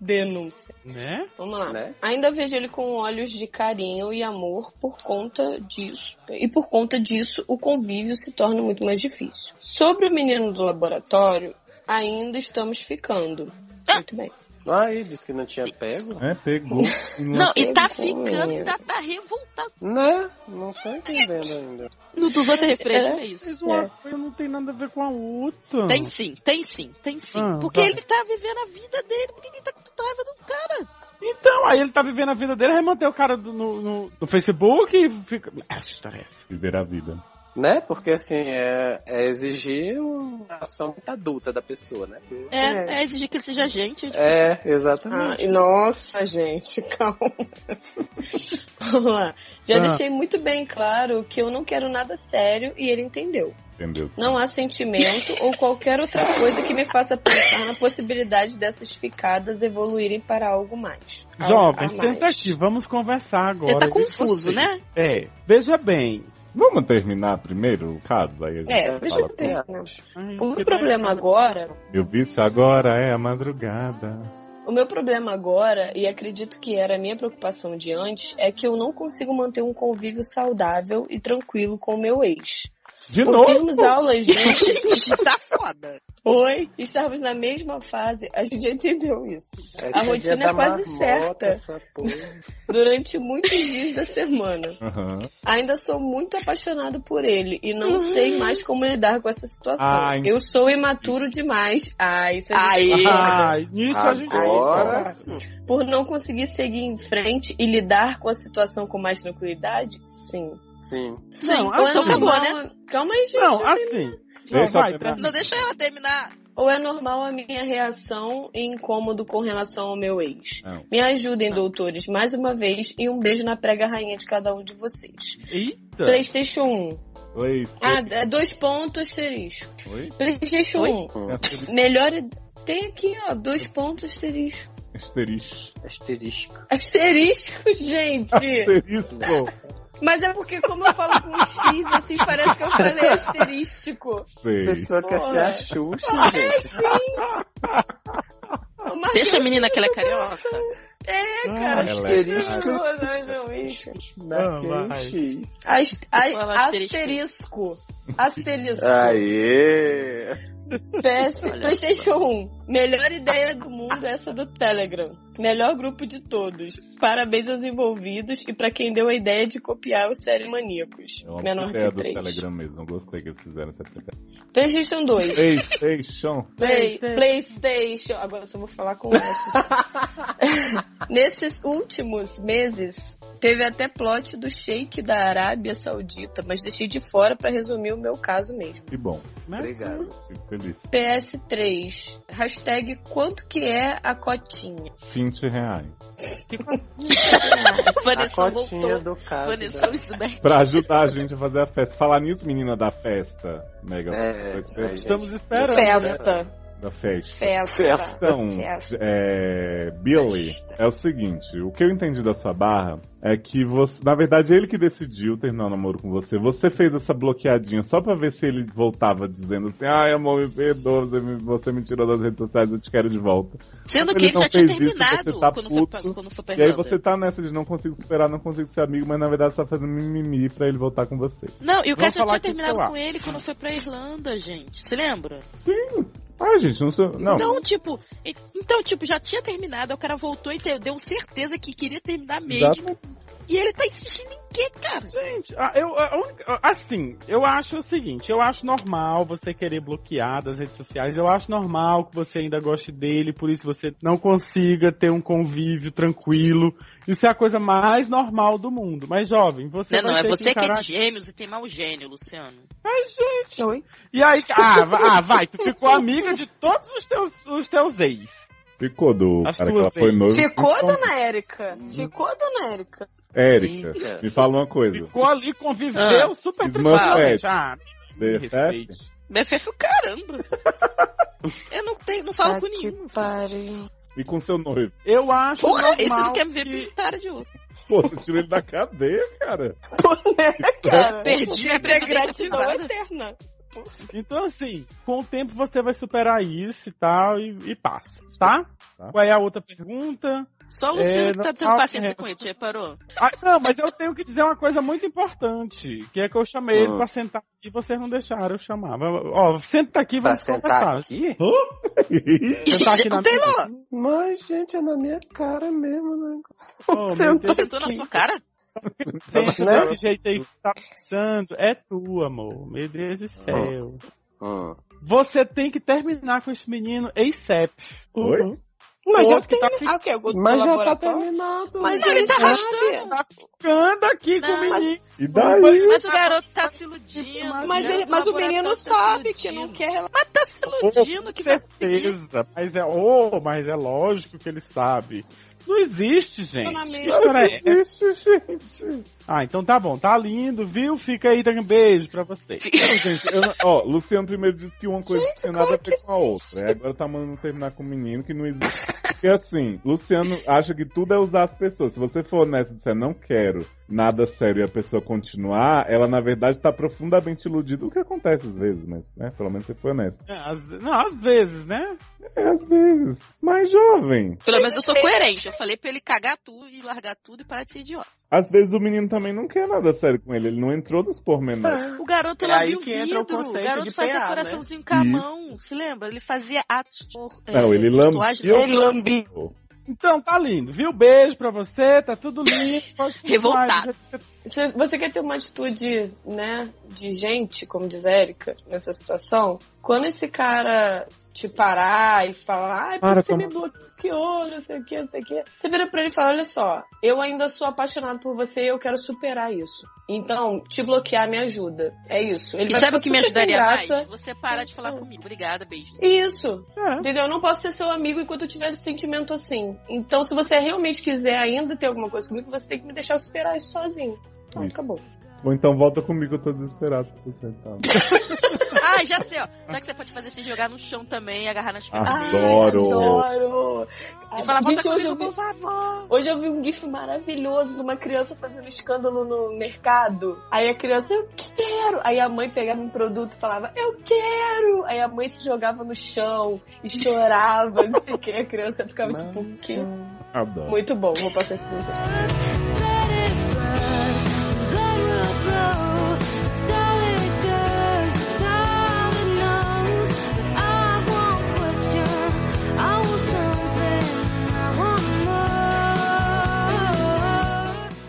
Denúncia.
Né?
Vamos lá.
Né?
Ainda vejo ele com olhos de carinho e amor por conta disso. E por conta disso, o convívio se torna muito mais difícil. Sobre o menino do laboratório, ainda estamos ficando. Muito bem.
Aí, disse que não tinha pego.
É, pegou. e não-
Não, e
sei
tá
como
ficando,
é.
tá, tá revoltado.
Né? Não tô entendendo ainda.
No dos outros refrões,
É.
é isso.
Mas uma coisa não tem nada a ver com a outra.
Tem sim, tem sim, tem sim.
Ah,
porque
vai.
ele tá vivendo a vida dele, porque ele tá com raiva do cara.
Então, aí ele tá vivendo a vida dele, vai manter o cara do- no, no- no Facebook e fica. Ah, que história é essa?
Viver a vida.
Né? Porque assim, é, é exigir uma ação muito adulta da pessoa, né?
É, é, exigir que ele seja gente.
É, exatamente.
Ah, e nossa, gente, calma. Vamos lá. Já
Ah.
deixei muito bem claro que eu não quero nada sério e ele entendeu.
Entendeu?
Não há sentimento ou qualquer outra coisa que me faça pensar na possibilidade dessas ficadas evoluírem para algo mais. Algo
Jovem,
a mais.
senta aqui, vamos conversar agora.
Ah, Ele tá
Eu
confuso,
gostei.
né?
É, veja bem.
Vamos terminar primeiro o caso? Aí a gente
É, deixa eu
fala.
terminar.
Ai,
O
que
meu problema agora,
Meu vício agora é a madrugada.
o meu problema agora, e acredito que era a minha preocupação de antes, é que eu não consigo manter um convívio saudável e tranquilo com o meu ex.
De
Por
novo?
termos aulas juntos,
Gente, tá foda.
oi, estarmos na mesma fase, a gente já entendeu isso.
É
a
dia
rotina
da
é quase
marmota,
certa.
essa porra.
Durante muitos dias da semana.
Aham.
Ainda sou muito apaixonado por ele e não sei mais como lidar com essa situação.
Ah, entendi.
eu sou imaturo demais. Ah, isso a gente
Aí.
Ai, nisso Ah,
Ah,
a gente.
Agora
gosta.
sim.
Por não conseguir seguir em frente e lidar com a situação com mais tranquilidade? Sim.
Sim.
Não, assim,
Ou é
então acabou,
normal-
né?
Calma aí, gente.
Não, assim. Não,
Deixa
vai,
eu
pra...
Não deixa ela terminar.
Ou é normal a minha reação e incômodo com relação ao meu ex?
Não.
Me ajudem, doutores, mais uma vez e um beijo na prega rainha de cada um de vocês.
Eita.
PlayStation 1.
Oi.
Ah, é dois pontos asterisco.
Oi?
PlayStation
Oi?
1. Melhor. Tem aqui, ó, dois pontos asterisco.
Asterisco.
É.
Asterisco.
Asterisco, gente!
Asterisco.
Mas é porque, como eu falo com um X, assim, parece que eu falei asterístico.
A
Sei.
pessoa quer ser
Porra.
a Xuxa, gente.
Mas
Deixa a menina que ela é carioca.
é, cara,
ela é
asterisco. não, não, isso.
Não,
Naquele
vai.
X.
Ast- ai,
Fala asterisco.
asterisco. Asterisco.
Aê!
PS,
Olha
PlayStation 1. Melhor ideia do mundo é essa do Telegram. Melhor grupo de todos. Parabéns aos envolvidos e pra quem deu a ideia de copiar os série maníacos.
É uma
Menor
ideia
que
do
3.
Telegram mesmo. Eu gostei que eles fizeram essa aplicação.
PlayStation 2.
PlayStation.
Play, PlayStation. Agora eu só vou falar com essas. Nesses últimos meses, teve até plot do Sheik da Arábia Saudita, mas deixei de fora pra resumir o meu caso mesmo.
Que bom.
Né?
Obrigado.
Fico feliz.
PS3. Hashtag quanto que é a cotinha?
20 reais.
A
Tá
Vanessa
cotinha
voltou.
do caso.
Vanessa né? Smack.
Pra ajudar a gente a fazer a festa. Falar nisso, menina da festa. Mega.
É,
Vai ser-
aí,
Estamos
gente.
esperando.
Festa.
da festa.
Festa.
Festa.
Então,
Festa.
é, Billy, é o seguinte, o que eu entendi dessa barra é que você, na verdade, ele que decidiu terminar o namoro com você. Você fez essa bloqueadinha só pra ver se ele voltava dizendo assim: "Ai, amor, me perdoa, você me, você me tirou das redes sociais, eu te quero de volta".
Sendo
Ele
que ele
não
já tinha
fez isso,
terminado
você tá
quando, foi,
puto,
pra- quando foi pra
E aí
Irlanda.
você tá nessa de não consigo superar, não consigo ser amigo, mas na verdade você tá fazendo mimimi pra ele voltar com você.
Não, e o
Vamos
Cássio já tinha
falar aqui, sei
terminado
lá.
com ele quando foi pra Irlanda, gente. Se lembra?
Ah, gente, não sou, não.
Então, tipo, e- então, tipo, já tinha terminado, aí o cara voltou e te- deu certeza que queria terminar mesmo. E ele tá insistindo em quê, cara?
Gente, a- eu, a única- assim, eu acho o seguinte, eu acho normal você querer bloquear das redes sociais, eu acho normal que você ainda goste dele, por isso você não consiga ter um convívio tranquilo. Isso é a coisa mais normal do mundo. Mas, jovem, você
Não,
vai
não, é
ter
você que
encarar...
é de gêmeos e tem mau gênio, Luciano.
Oi?
E aí, ah, va- ah, vai, tu ficou amiga de todos os teus, os teus ex.
Ficou do
As
cara que
duas
ela foi
vezes.
noivo.
Ficou, dona Érica? Ficou, dona Érica?
Érica,
Eita.
me fala uma coisa.
Ficou ali,
Ah.
conviveu, super tranquilamente. Ah, me
Você é
respeite.
BFF, caramba. Eu não tenho, não falo
Tá
com
que
nenhum.
pariu.
E com seu noivo.
Eu acho
Porra,
normal
esse não quer me ver
que...
pintada de outro.
Pô, você tirou ele da cadeia, cara.
Pô, né, cara?
Perdi a
É
previdência
gratidão
privada.
eterna.
Então, assim, com o tempo você vai superar isso e tal, e, e passa, tá?
Tá.
Qual é a outra pergunta?
Só o
É,
Luciano que
não,
tá tendo
ah,
paciência
é.
com ele, já reparou?
Ah, não, mas eu tenho que dizer uma coisa muito importante, que é que eu chamei ele
Hum.
pra sentar aqui e vocês não deixaram eu chamar. Vai- Ó, senta aqui e
Pra
vamos
sentar
conversar.
aqui?
Sentar aqui na
Taylor,
mesa.
Mas, gente, é na minha cara mesmo, né?
Ô, meu
Sentou.
Deus,
sentou na sua cara?
Senta
Né?
desse jeito aí que tu tá pensando. É tu, amor. Meu Deus do céu.
Hum.
Você tem que terminar com esse menino ASAP.
Oi?
Uhum. Mas
Pô,
eu
que
tenho.
tá
Ah, o quê? O
Mas já tá
laboratório?
terminado.
Mas
Não, ele tá
sabe.
arrastando.
Tá ficando aqui com o
Não. tá
menino.
E daí?
Mas o garoto tá se iludindo. né?
Mas, ele- mas o menino sabe que não quer relação.
Mas tá se iludindo
Com
que vai conseguir.
certeza, mas é, oh, mas é lógico que ele sabe. Isso não existe,
Tá
gente.
Relacionamento.
Espera aí.
Ixi, gente.
Ah, então tá bom, tá lindo, viu? Fica aí, tá um beijo pra você.
Não, gente, eu não- ó, Luciano primeiro disse que uma coisa
Gente,
não tem nada a
claro
ver
que
com a outra. Aí agora tá mandando terminar com um menino que não existe. Porque assim, Luciano acha que tudo é usar as pessoas. Se você for honesto e disser não quero nada sério e a pessoa continuar, ela na verdade tá profundamente iludida. O que acontece às vezes, mas, né? Pelo menos você foi honesto.
É, às- não, às vezes, né?
É, às vezes. Mas jovem.
Pelo menos eu sou coerente. Eu falei pra ele cagar tudo e largar tudo e parar de ser idiota.
Às vezes o menino também não quer nada sério com ele, ele não entrou nos pormenores.
Ah.
O garoto
É
lá
aí
viu o
que entra
vidro.
o
O
conceito
garoto
de
fazia
PA, né?
coraçãozinho com a mão. Se lembra? Ele fazia atos por. é,
Não, ele lambeu.
Ele
Então tá lindo, viu? Beijo pra você, tá tudo lindo. pode continuar,
Revoltado.
Você, você quer ter uma atitude, né, de gente, como diz a Érica, nessa situação? Quando esse cara te parar e falar, ai, por
Para,
que você me bloqueou, não sei o que, não sei o que. Você vira pra ele e fala, olha só, eu ainda sou apaixonado por você e eu quero superar isso. Então, te bloquear me ajuda. É isso. Ele
E
vai
sabe o
ficar
que me
super sem
ajudaria mais?
graça.
Você parar de falar comigo. Obrigada, beijo.
Isso.
É.
Entendeu? Eu não posso ser seu amigo enquanto eu tiver esse sentimento assim. Então, se você realmente quiser ainda ter alguma coisa comigo, você tem que me deixar superar isso sozinho. Então,
Isso.
acabou.
Ou então volta comigo, eu tô desesperado por você. Tá?
Ah, já sei, ó. Sabe que você pode fazer se jogar no chão também e agarrar nas pernas dele?
Adoro.
adoro.
E falar, volta
Gente, hoje eu
comigo,
vi-
por favor.
Hoje eu vi um gif maravilhoso de uma criança fazendo escândalo no mercado. Aí a criança, eu quero! Aí a mãe pegava um produto e falava, eu quero! Aí a mãe se jogava no chão e chorava, não sei o que. A criança ficava tipo, o quê?
Adoro.
Muito bom, vou passar esse pra você.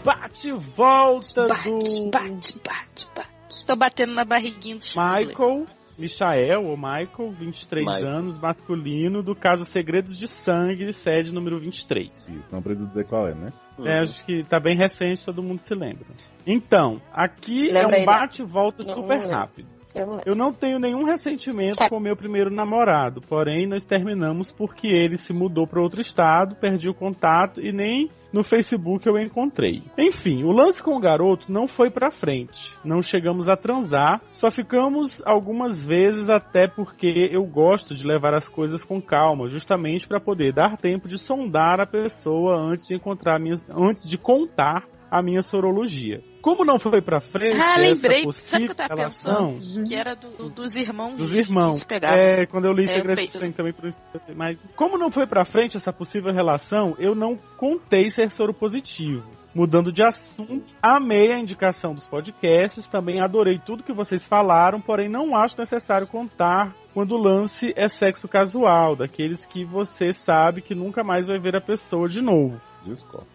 Bate e volta
Bate,
do
Hum, bate, bate, bate.
Tô batendo na barriguinha do Chandler.
Michael, Michael ou Michael, 23
Michael.
anos, masculino, do caso Segredos de Sangue, sede número 23.
Isso, não preciso dizer qual é, né?
Uhum.
É, acho que tá bem recente, todo mundo se lembra. Então, aqui
Lembra
é
aí, né?
um bate e volta
Não,
super
não lembro.
rápido.
Eu não lembro.
Eu não tenho nenhum ressentimento com o meu primeiro namorado, porém nós terminamos porque ele se mudou para outro estado, perdi o contato e nem no Facebook eu encontrei. Enfim, o lance com o garoto não foi pra frente. Não chegamos a transar, só ficamos algumas vezes até porque eu gosto de levar as coisas com calma, justamente para poder dar tempo de sondar a pessoa antes de encontrar minhas, antes de contar a minha sorologia. Como não foi pra frente,
Ah, lembrei.
essa
Sabe o que eu tava
possível relação-
Que era do- do- dos irmãos.
dos
que
irmãos.
se pegavam.
É, quando eu li
É,
Segredos
eu
de
pe-
Sangue também, por isso que eu falei, mas como não foi pra frente essa possível relação, eu não contei ser soro positivo. Mudando de assunto, amei a indicação dos podcasts, também adorei tudo que vocês falaram, porém não acho necessário contar quando o lance é sexo casual, daqueles que você sabe que nunca mais vai ver a pessoa de novo.
Discord.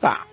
Tá.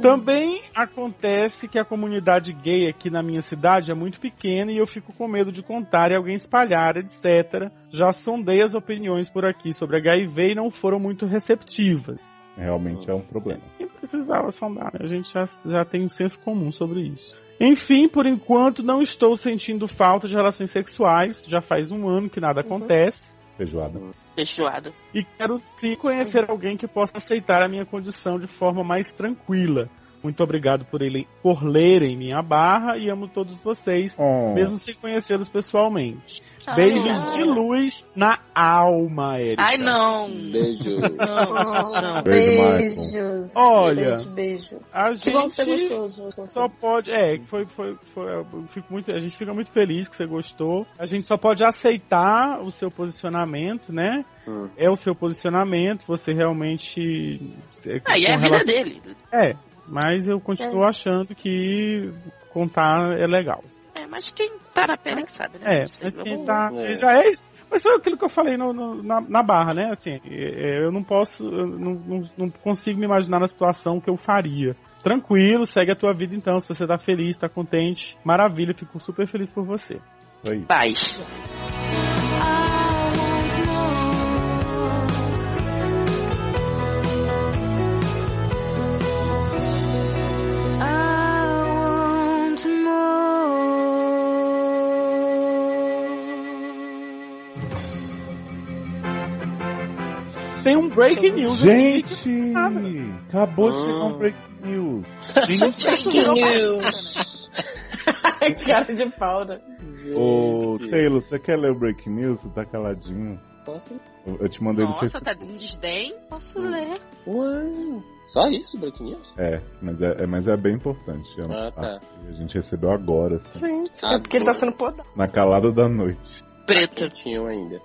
Também acontece que a comunidade gay aqui na minha cidade é muito pequena e eu fico com medo de contar e alguém espalhar, etc. Já sondei as opiniões por aqui sobre HIV e não foram muito receptivas.
Realmente é um problema.
E precisava sondar, né? a gente já, já tem um senso comum sobre isso. Enfim, por enquanto não estou sentindo falta de relações sexuais, já faz um ano que nada acontece.
Feijoada.
É.
Feijoado.
E quero sim conhecer alguém que possa aceitar a minha condição de forma mais tranquila. Muito obrigado por, ele, por lerem minha barra e amo todos vocês,
Oh,
mesmo sem conhecê-los pessoalmente.
Tchau.
Beijos de luz na alma, Erika.
Ai, não.
Beijo.
Não, não.
Beijo, Michael.
Beijos.
Olha.
Beijo, beijo.
A
Que bom que você
gente
gostou, Ju, que você
só pode. É, foi, foi, foi. eu fico muito, a gente fica muito feliz que você gostou. A gente só pode aceitar o seu posicionamento, né?
Hum.
É o seu posicionamento, você realmente.
Ah, e é a
com
vida dele.
É, mas eu continuo achando que contar é legal.
É, mas quem tá na pele que sabe, né?
É,
Não sei,
mas quem
vamos-
tá.
é.
Já é isso. Mas foi aquilo que eu falei no- no- na, na barra, né? Assim, é, é, eu não posso, eu não, não- não consigo me imaginar na situação que eu faria. Tranquilo, segue a tua vida então. Se você tá feliz, tá contente, maravilha, fico super feliz por você.
Isso aí.
Paz.
Tem um break news aqui que-
Gente!
nada.
Acabou de
Ah.
chegar um break news.
Fake news. né? Cara de pau, né?
Ô, Taylor, você quer ler o break news? Você tá caladinho.
Posso?
Eu, eu te mandei no
Nossa, tá de um desdém. Posso ler?
Ué, Só isso, Breaking News?
É, mas é, é- mas é bem importante. É um-
Ah, tá.
A gente recebeu agora, assim,
Sim.
Ah,
é porque ele tá sendo podado.
na calada da noite.
Preto.
Tinham ainda.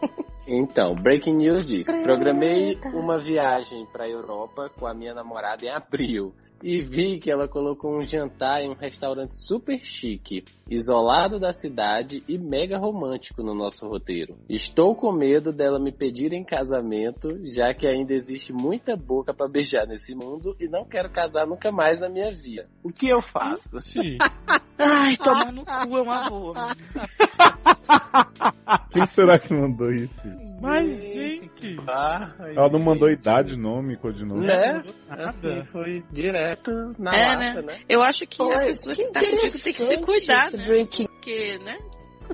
Então, Breaking News diz: Programei uma viagem pra Europa com a minha namorada em abril. E vi que ela colocou um jantar em um restaurante super chique, isolado da cidade e mega romântico no nosso roteiro. Estou com medo dela me pedir em casamento, já que ainda existe muita boca pra beijar nesse mundo e não quero casar nunca mais na minha vida. O que eu faço?
Ai, tomar no cu é uma boa.
Ah.
Quem será que mandou isso?
Mas, gente.
Ela não mandou idade, nome, codinome.
É?
não mudou nada.
Assim, foi direto na
É,
lata, né?
Eu acho que a
Olha,
pessoa que, tá
interessante
contigo tem que se cuidar,
esse
né?
breaking.
Porque, né?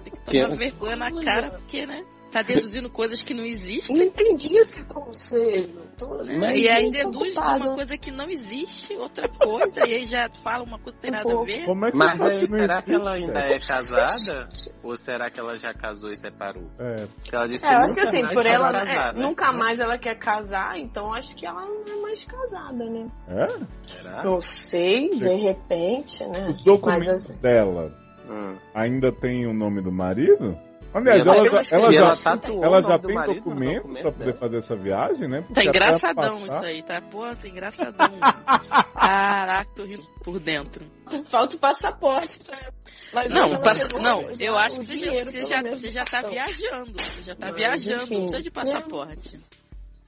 Tem que
Que-
é um
tomar vergonha na cara, porque, né? Tá deduzindo coisas que não existem. né?
Não entendi esse conselho. Tô-
Mas-
é
e aí
tô
deduz de
preocupada.
uma coisa que não existe, outra coisa, e aí já fala uma coisa que tem nada a ver.
Como é que
Mas
sabe
aí,
não
será que
existe?
ela ainda é casada? Ou será que ela já casou e separou?
É,
Porque ela disse
É, eu acho que
nunca
assim,
mais
por
vai
ela
casar,
é,
né?
nunca mais ela quer casar, então acho que ela não é mais casada, né?
é?
Será?
Não sei, de repente, né?
Os documentos
Mas assim-
dela
Hum.
ainda tem o nome do marido? Aliás,
E ela-
ela,
eu
já,
acho
ela
que
e ela
já,
tatuou
ela
o
já
nome do
tem
marido no
documentos
documento
pra poder
dela?
fazer essa viagem, né? Porque
Tá
até
engraçadão isso
passar-
aí, tá? Pô, tá engraçadão. Caraca, tô rindo por dentro.
Falta o passaporte pra ela. Mas
Não,
ela
passa-
pegou
não,
já
eu acho
o
que você já,
dinheiro,
você,
pelo
já,
menos,
você
do
já tá
cartão.
viajando. Você já tá
Mas,
viajando,
enfim, né?
não precisa de passaporte.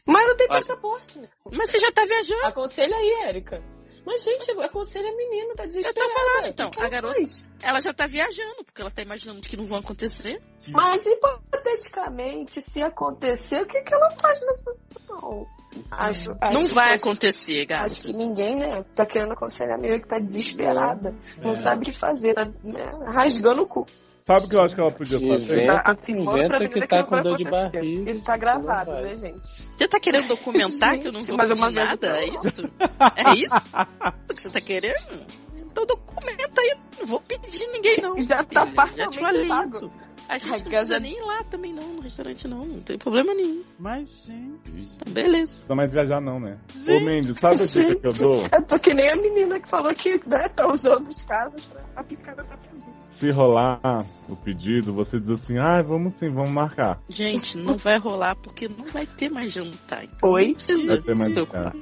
Mas não tem
Olha.
passaporte. né?
Mas você já tá viajando.
Aconselha aí, Érica. Mas, gente, aconselha a menina, tá
Eu
desesperada.
tô falando, então.
O que
A
ela
garota,
faz?
ela já tá viajando, porque ela tá imaginando que não vão acontecer.
Mas, hipoteticamente, se acontecer, o que, que ela faz nessa situação? Acho,
não
acho
vai
que-
acontecer, gato.
Acho que ninguém, né, tá querendo aconselhar a menina que tá desesperada.
É.
Não sabe o que fazer, tá né, rasgando o cu.
Sabe o que eu acho que ela podia fazer?
Inventa,
afirmando pra
inventa
menina
que tá
não
com
vai
dor de
acontecer.
barriga.
Ele tá gravado,
Não vai.
né, gente?
Você tá querendo documentar que eu não
Gente,
vou
mais
mais
uma vez
nada?
eu tô-
É isso? É isso? O que você tá querendo? Então documenta aí. Não vou pedir ninguém, não.
Já tá
filha, já te
parcialmente
falei
pago.
isso. A gente
Ai,
não
casa-
precisa nem ir lá também, não, no restaurante, não. Não tem problema nenhum.
Mas, gente.
Tá, beleza.
Não mais viajar, não, né? Ô, Mendes, sabe a dica que eu
Gente.
dou?
Eu tô que É nem a menina que falou que né, tá usando os tá casos pra aplicar na própria vida.
Se rolar o pedido, você diz assim, ah, vamos sim, vamos marcar.
Gente, não vai rolar porque não vai ter mais jantar. Então
Oi?
não precisa
Vai ter mais
se preocupar.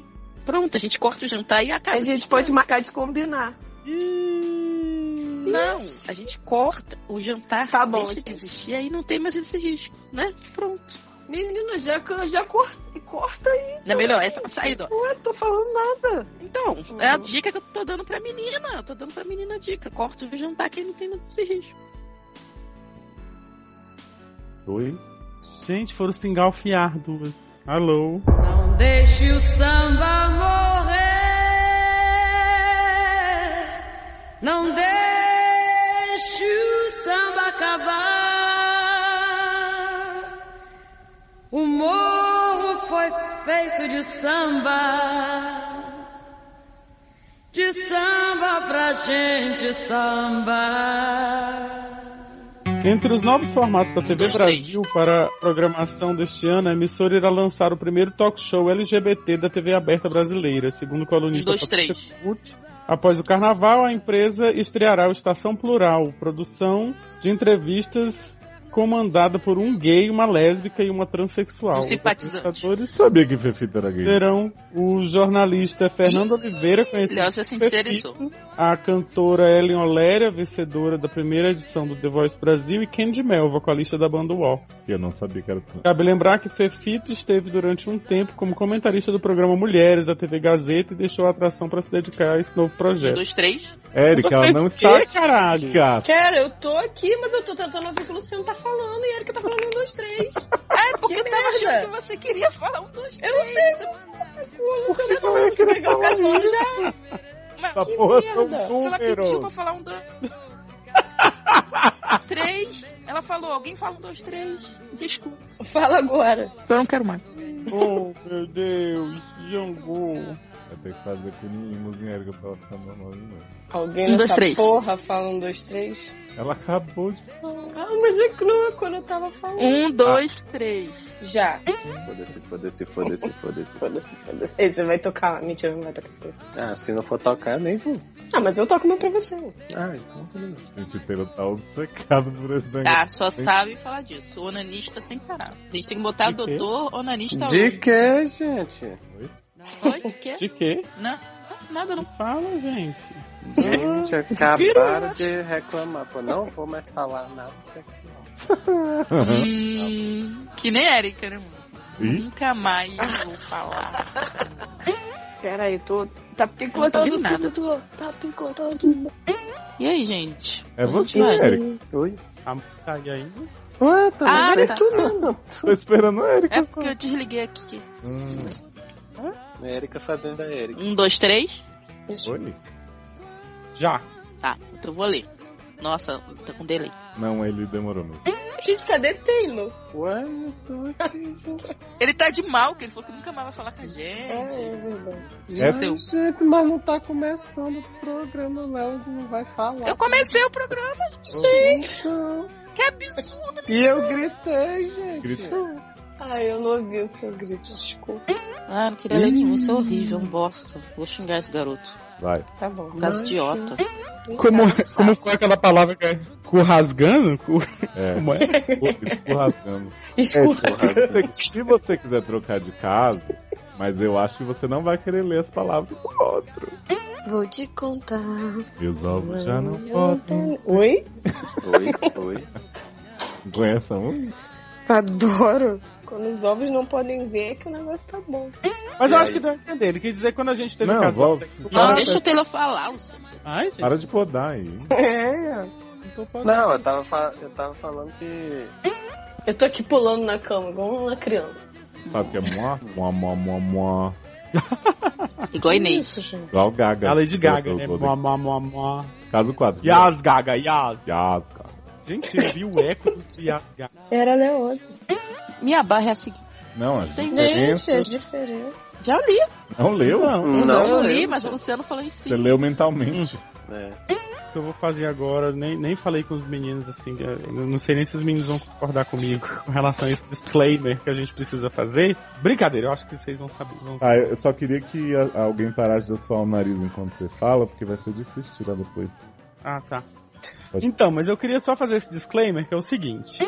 Pronto, a gente corta o jantar e acaba.
A gente pode marcar de combinar.
Não, a gente corta o jantar,
Tá bom,
deixa
gente.
de existir, aí não tem mais esse risco, né? Pronto.
Menina, já, já corta, corta aí.
Não é melhor, essa saída. ó.
Ué, é, tô falando nada. Uhum.
Então, é a dica que eu tô dando pra menina. Eu tô dando pra menina a dica. Corta o jantar que aí não tem mais esse risco.
Oi?
Gente, foram se engalfiar duas. Alô?
Não deixe o samba morrer. Não deixe o samba acabar. O morro foi feito de samba. De samba pra gente sambar.
Entre os novos formatos da TV
dois, três.
Brasil para a programação deste ano, a emissora irá lançar o primeiro talk show LGBT da TV aberta brasileira, segundo o
Um,
colunista
dois,
Patrícia
três.
Kut. Após o carnaval, a empresa estreará o Estação Plural, produção de entrevistas comandada por um gay, uma lésbica e uma transexual.
Um
Os
simpatizante.
apresentadores
Sabia que Fefita era gay.
serão o jornalista Fernando Oliveira, conhecido
Léo, você se interessou.
a cantora Ellen Oléria, vencedora da primeira edição do The Voice Brasil, e Candy Mel, vocalista da banda UOL.
Eu não sabia que era trans.
Cabe lembrar que Fefito esteve durante um tempo como comentarista do programa Mulheres da TV Gazeta e deixou a atração para se dedicar a esse novo
Um,
projeto.
dois, três.
Érica, ela
Vocês
não
quê,
está aqui,
caralho?
cara.
Cara, eu tô aqui, mas eu tô tentando ouvir o que o Luciano tá falando e ele que tá falando um, dois, três.
É, porque
Que
eu tava
merda.
achando que você queria falar um, dois,
Eu não sei. O Luciano tá falando que
queria
pegar o caso já.
Essa
que
porra são
merda.
Se ela pediu pra
números.
falar um, dois. três. Ela falou, alguém fala um, dois, três. Desculpa.
Fala agora.
Eu não quero mais.
Oh, meu Deus, Jango.
Vai ter que fazer com mimos em Érica pra ela ficar normal de novo.
Alguém
Um, dois,
nessa
três.
porra fala um, dois, três?
Ela acabou de...
Ah, mas é crua quando eu tava falando.
Um, dois, três.
Já.
Foda-se, foda-se, foda-se, foda-se.
Foda-se, foda-se. Ei, Você vai tocar. Mentira, não vai tocar pra você.
Ah, se não for tocar, eu nem vou.
Ah, mas eu toco meu pra você.
Ah, então tudo bem.
Gente, pelo tá obcecado por esse negócio.
Ah.
Tá, só sabe falar disso. Onanista sem parar. A gente tem que botar
De quê?
doutor
Tá
onanista
De que, gente?
Oi, o quê?
De quê?
Não, nada não.
Fala, gente.
Gente, acabaram de reclamar. Pô, não vou mais falar nada sexual.
Hum, que nem Érica, né, mano?
Ih,
Nunca mais vou falar.
Pera aí, tô...
Eu não
Tá
tô
picotando
ouvindo nada.
tudo. Tá picotando tudo.
E aí, gente?
é você,
Isso.
Érica.
Oi?
Ah, tá aí ainda?
Ué, tá
Ah,
bem.
tá.
Tô esperando a Érica.
É porque eu desliguei aqui.
Hum,
Érica fazendo a Érica.
Um, dois, três.
Oi?
Já.
Tá, então eu vou ler. Nossa, tá com delay.
Não, ele demorou mesmo.
Gente, cadê Taylor?
Ué, eu tô aqui, gente.
Ele tá de mal, que ele falou que nunca mais vai falar com a gente.
É, verdade.
É.
Seu.
Gente, mas não tá começando o programa, o Léo não vai falar.
Eu comecei o programa.
Gente!
Então,
Que absurdo.
E eu gritei, gente.
Gritou.
Ai, eu não ouvi o seu grito, desculpa.
Ah, não queria ler nenhum. Isso é horrível, um bosta. Vou xingar esse garoto.
Vai.
Tá bom.
Caso idiota.
Como, como foi aquela palavra que é? Cu rasgando? Cu...
É,
Como é?
escorrascando.
Desculpa.
Se você quiser trocar de casa, mas eu acho que você não vai querer ler as palavras do outro.
Vou te contar.
Meus ovos já não podem.
Oi?
Oi, oi.
Conheça um?
Adoro. Quando os ovos não podem ver, é que o negócio tá bom.
Mas eu
E
acho
aí?
que deu a entender. Ele quis dizer que quando a gente teve
Não,
o caso
volta.
do sexo.
Não,
Ah,
deixa o Taylor falar, o seu.
Ai, gente,
Para de podar aí.
É.
não tô falando.
Não, eu tava, fa- eu tava falando que.
Eu tô aqui pulando na cama, igual uma criança.
Sabe o que é moá? Moá, moá, moá, moá.
Igual a Inês.
Isso, gente.
Igual Gaga.
A Lady Gaga,
Eu-
né?
eu- eu-
Mua, mua, mua, mua.
Caso 4.
Yas Gaga, Yas.
Yas, cara.
Gente, eu vi o eco do Yas Gaga.
Era leoso.
Tá
Minha barra é a seguinte.
Não, a gente,
Gente, é diferença.
Já li.
não leu.
Não,
Não, eu li,
eu-
mas o Luciano falou em si.
Você leu mentalmente.
Hum.
É.
o que eu vou fazer agora, nem, nem falei com os meninos assim, eu não sei nem se os meninos vão concordar comigo com relação a esse disclaimer que a gente precisa fazer. Brincadeira, eu acho que vocês vão saber. Vão
Ah,
saber.
eu só queria que a- alguém parasse de assoar o nariz enquanto você fala, porque vai ser difícil tirar depois.
Ah, tá.
Pode-
Então, mas eu queria só fazer esse disclaimer que é o seguinte.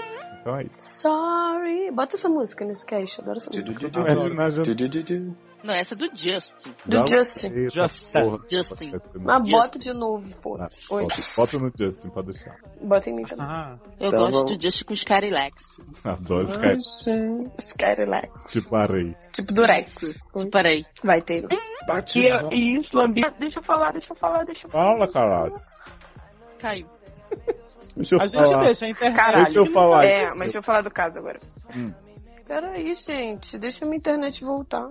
Então é isso.
Sorry. Bota essa música nesse cast, adoro essa música.
Não é de nada.
Não, essa é do Justin.
Do
Dá um-
Justin.
Eita,
Just-
porra.
Justin.
Mas bota de novo, pô.
Ah,
Oi.
Bota, bota no Justin, pode deixar.
Bota em mim também.
Ah,
Eu
Então
gosto
vamos-
do Justin com os Carilex.
Adoro ficar
Skyrilac.
tipo areia.
Tipo Durex.
Tipo, Peraí.
Vai ter.
E, e isso, lambi... Deixa eu falar, deixa eu falar, deixa eu falar.
Fala, caralho.
Caiu.
Deixa eu
a gente
falar.
deixa a internet.
Caralho.
Deixa eu falar.
É, mas deixa eu falar do caso agora.
Hum.
Peraí, gente. Deixa minha internet voltar.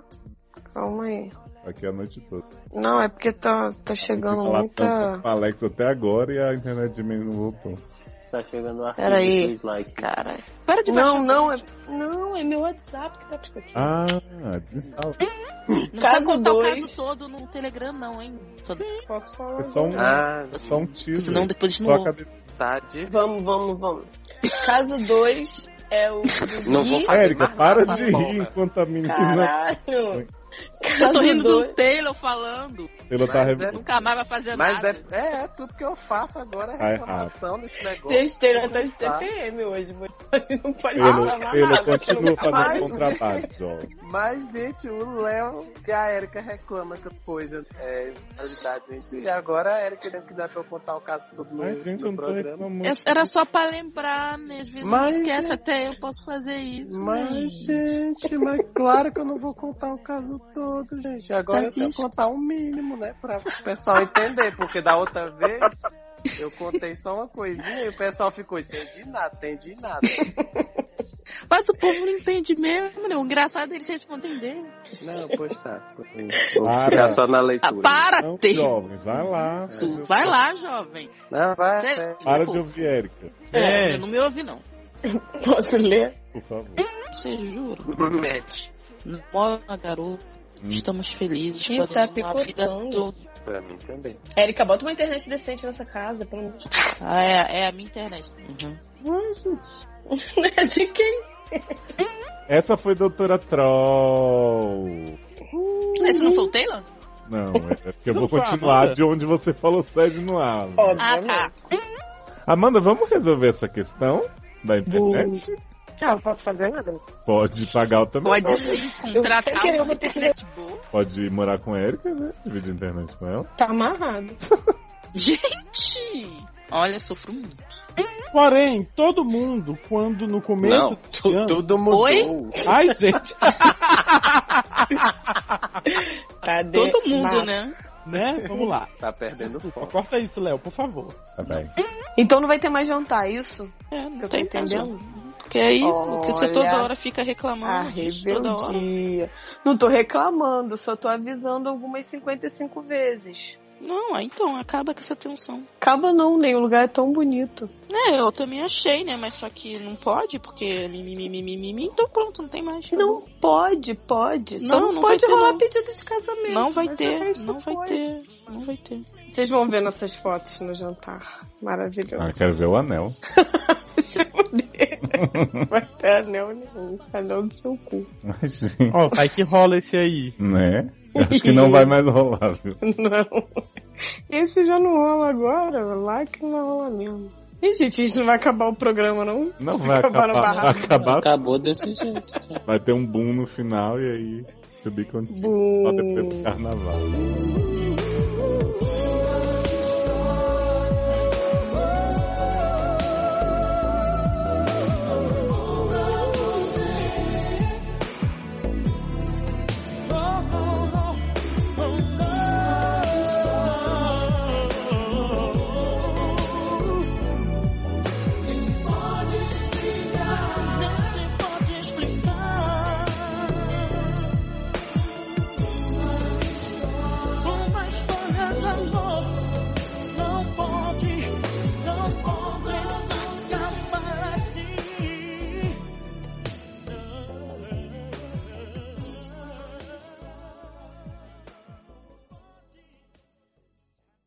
Calma aí.
Aqui a noite toda. Fui
Não, é porque tá, tá chegando
falar
muita.
tanto com o Alex até agora e a internet de mim não voltou.
Tá chegando o arquivo
Peraí.
do Slack.
Cara.
Para de baixar.
Não, não, é. Não, é meu WhatsApp que tá discutindo.
Ah, desinstala.
Não
Caso
vai contar
dois.
o caso todo no Telegram, não, hein? Só,
Posso falar?
É só um,
Ah,
só um teaser.
senão depois não
Só
ouve.
a
tá de.
Vamos, vamos, vamos. Caso 2 é o do
Não
Gui.
vou falar.
Érica,
Fazer
para
mais
de
nada,
rir
porra.
enquanto a menina
Caralho. Tá
Eu tô rindo
dois.
do Taylor falando.
ela tá
Mas é-
revoltada.
Nunca mais vai fazer
Mas
nada.
é, é, é, tudo que eu faço agora é
Tá
reclamação nesse negócio.
Vocês terão até de
Tá.
TPM hoje, mas não pode
Taylor,
falar
Taylor
nada.
continua
mais.
fazendo contrabando, jovem.
Mas, gente, o Léo e a Erika reclamam que coisa é realidade isso. E agora a Erika não quiser pra eu contar o caso todo no,
Ai, gente, eu
no
não tô
programa.
reclamando.
É- Era só pra lembrar, né? Às vezes
Mas-
não esquece até eu posso fazer isso. né?
Mas, gente, mas claro que eu não vou contar o caso todo, gente. Agora
Tá
eu tenho que
triste.
contar o mínimo, né? Pra o pessoal entender, porque da outra vez eu contei só uma coisinha e o pessoal ficou, entendi nada, entendi nada.
Mas o povo não entende mesmo, né? O engraçado é eles responderem.
Não, pois tá. Vou
Para.
ficar só na
Ah,
leitura.
para,
Não,
Taylor.
jovem, vai lá.
Tu Vai lá, jovem.
Não, vai,
Cê-
Para
vai.
de
Desculpa.
ouvir Érica,
É.
Eu Não me ouve, não.
Posso ler?
por favor.
Você juro.
Mete
Mola, garoto.
Hum.
Estamos felizes.
Ih,
podemos
tá
uma vida
picotando.
toda.
pra mim também.
Érica, bota uma internet decente nessa casa, pelo amor de
Ah, é, é a minha internet. Uhum.
Deus. é De quem?
Essa foi Doutora Troll.
Mas se não foi o Taylor?
Não, é porque eu
Você
vou
não fala,
continuar
Amanda?
de onde você falou sede no ar.
Ah, tá.
Amanda, vamos resolver essa questão da internet?
Ah, não posso fazer nada?
Pode pagar também.
Pode sim contratar
querer, eu
uma
vou ter que-
internet boa.
Pode morar com a Erika, né? Dividir internet com ela.
Tá amarrado.
Gente! Olha, sofro muito.
Porém, todo mundo, quando no começo
Não,
desse
tu-
ano-
tudo mudou.
Oi?
Ai, gente,
Cadê?
Todo mundo,
Mas-
né?
né? Vamos lá.
Tá perdendo o foco.
Corta isso, Léo, por favor.
Tá bem.
Então não vai ter mais jantar, isso?
É, não
Eu tô
tem
entendendo.
entendendo. Porque aí
Olha.
você toda hora fica reclamando.
Ah,
gente, toda hora.
rebeldia. Não tô reclamando, só tô avisando algumas 55 vezes.
Não, aí então, acaba com essa tensão.
Acaba não, nem o lugar é tão bonito.
É, eu também achei, né? Mas só que não pode, porque é mimimi, mimimi, então pronto, não tem mais.
Não pode, pode. Só
Não,
não,
não vai
pode
ter,
rolar
não.
pedido de casamento.
Não vai
mas é
ter,
o resto
não vai
pode.
ter, não vai ter.
Vocês vão ver nossas fotos no jantar. Maravilhoso.
Ah, quero ver o anel.
Se fuder. vai ter anel nenhum. Anel do seu cu.
Ai, gente.
Ó, vai que rola esse aí.
Né? Eu Acho que não vai mais rolar, viu?
Não. Esse já não rola agora. Lá que não rola mesmo. Ih, gente, a gente não vai acabar o programa, não?
Não vai acabar.
Acabaram
Vai
barraco.
acabar.
Acabou desse jeito.
Vai ter um boom no final e aí. To be continued. Só depois do
Bum.
carnaval.
Thank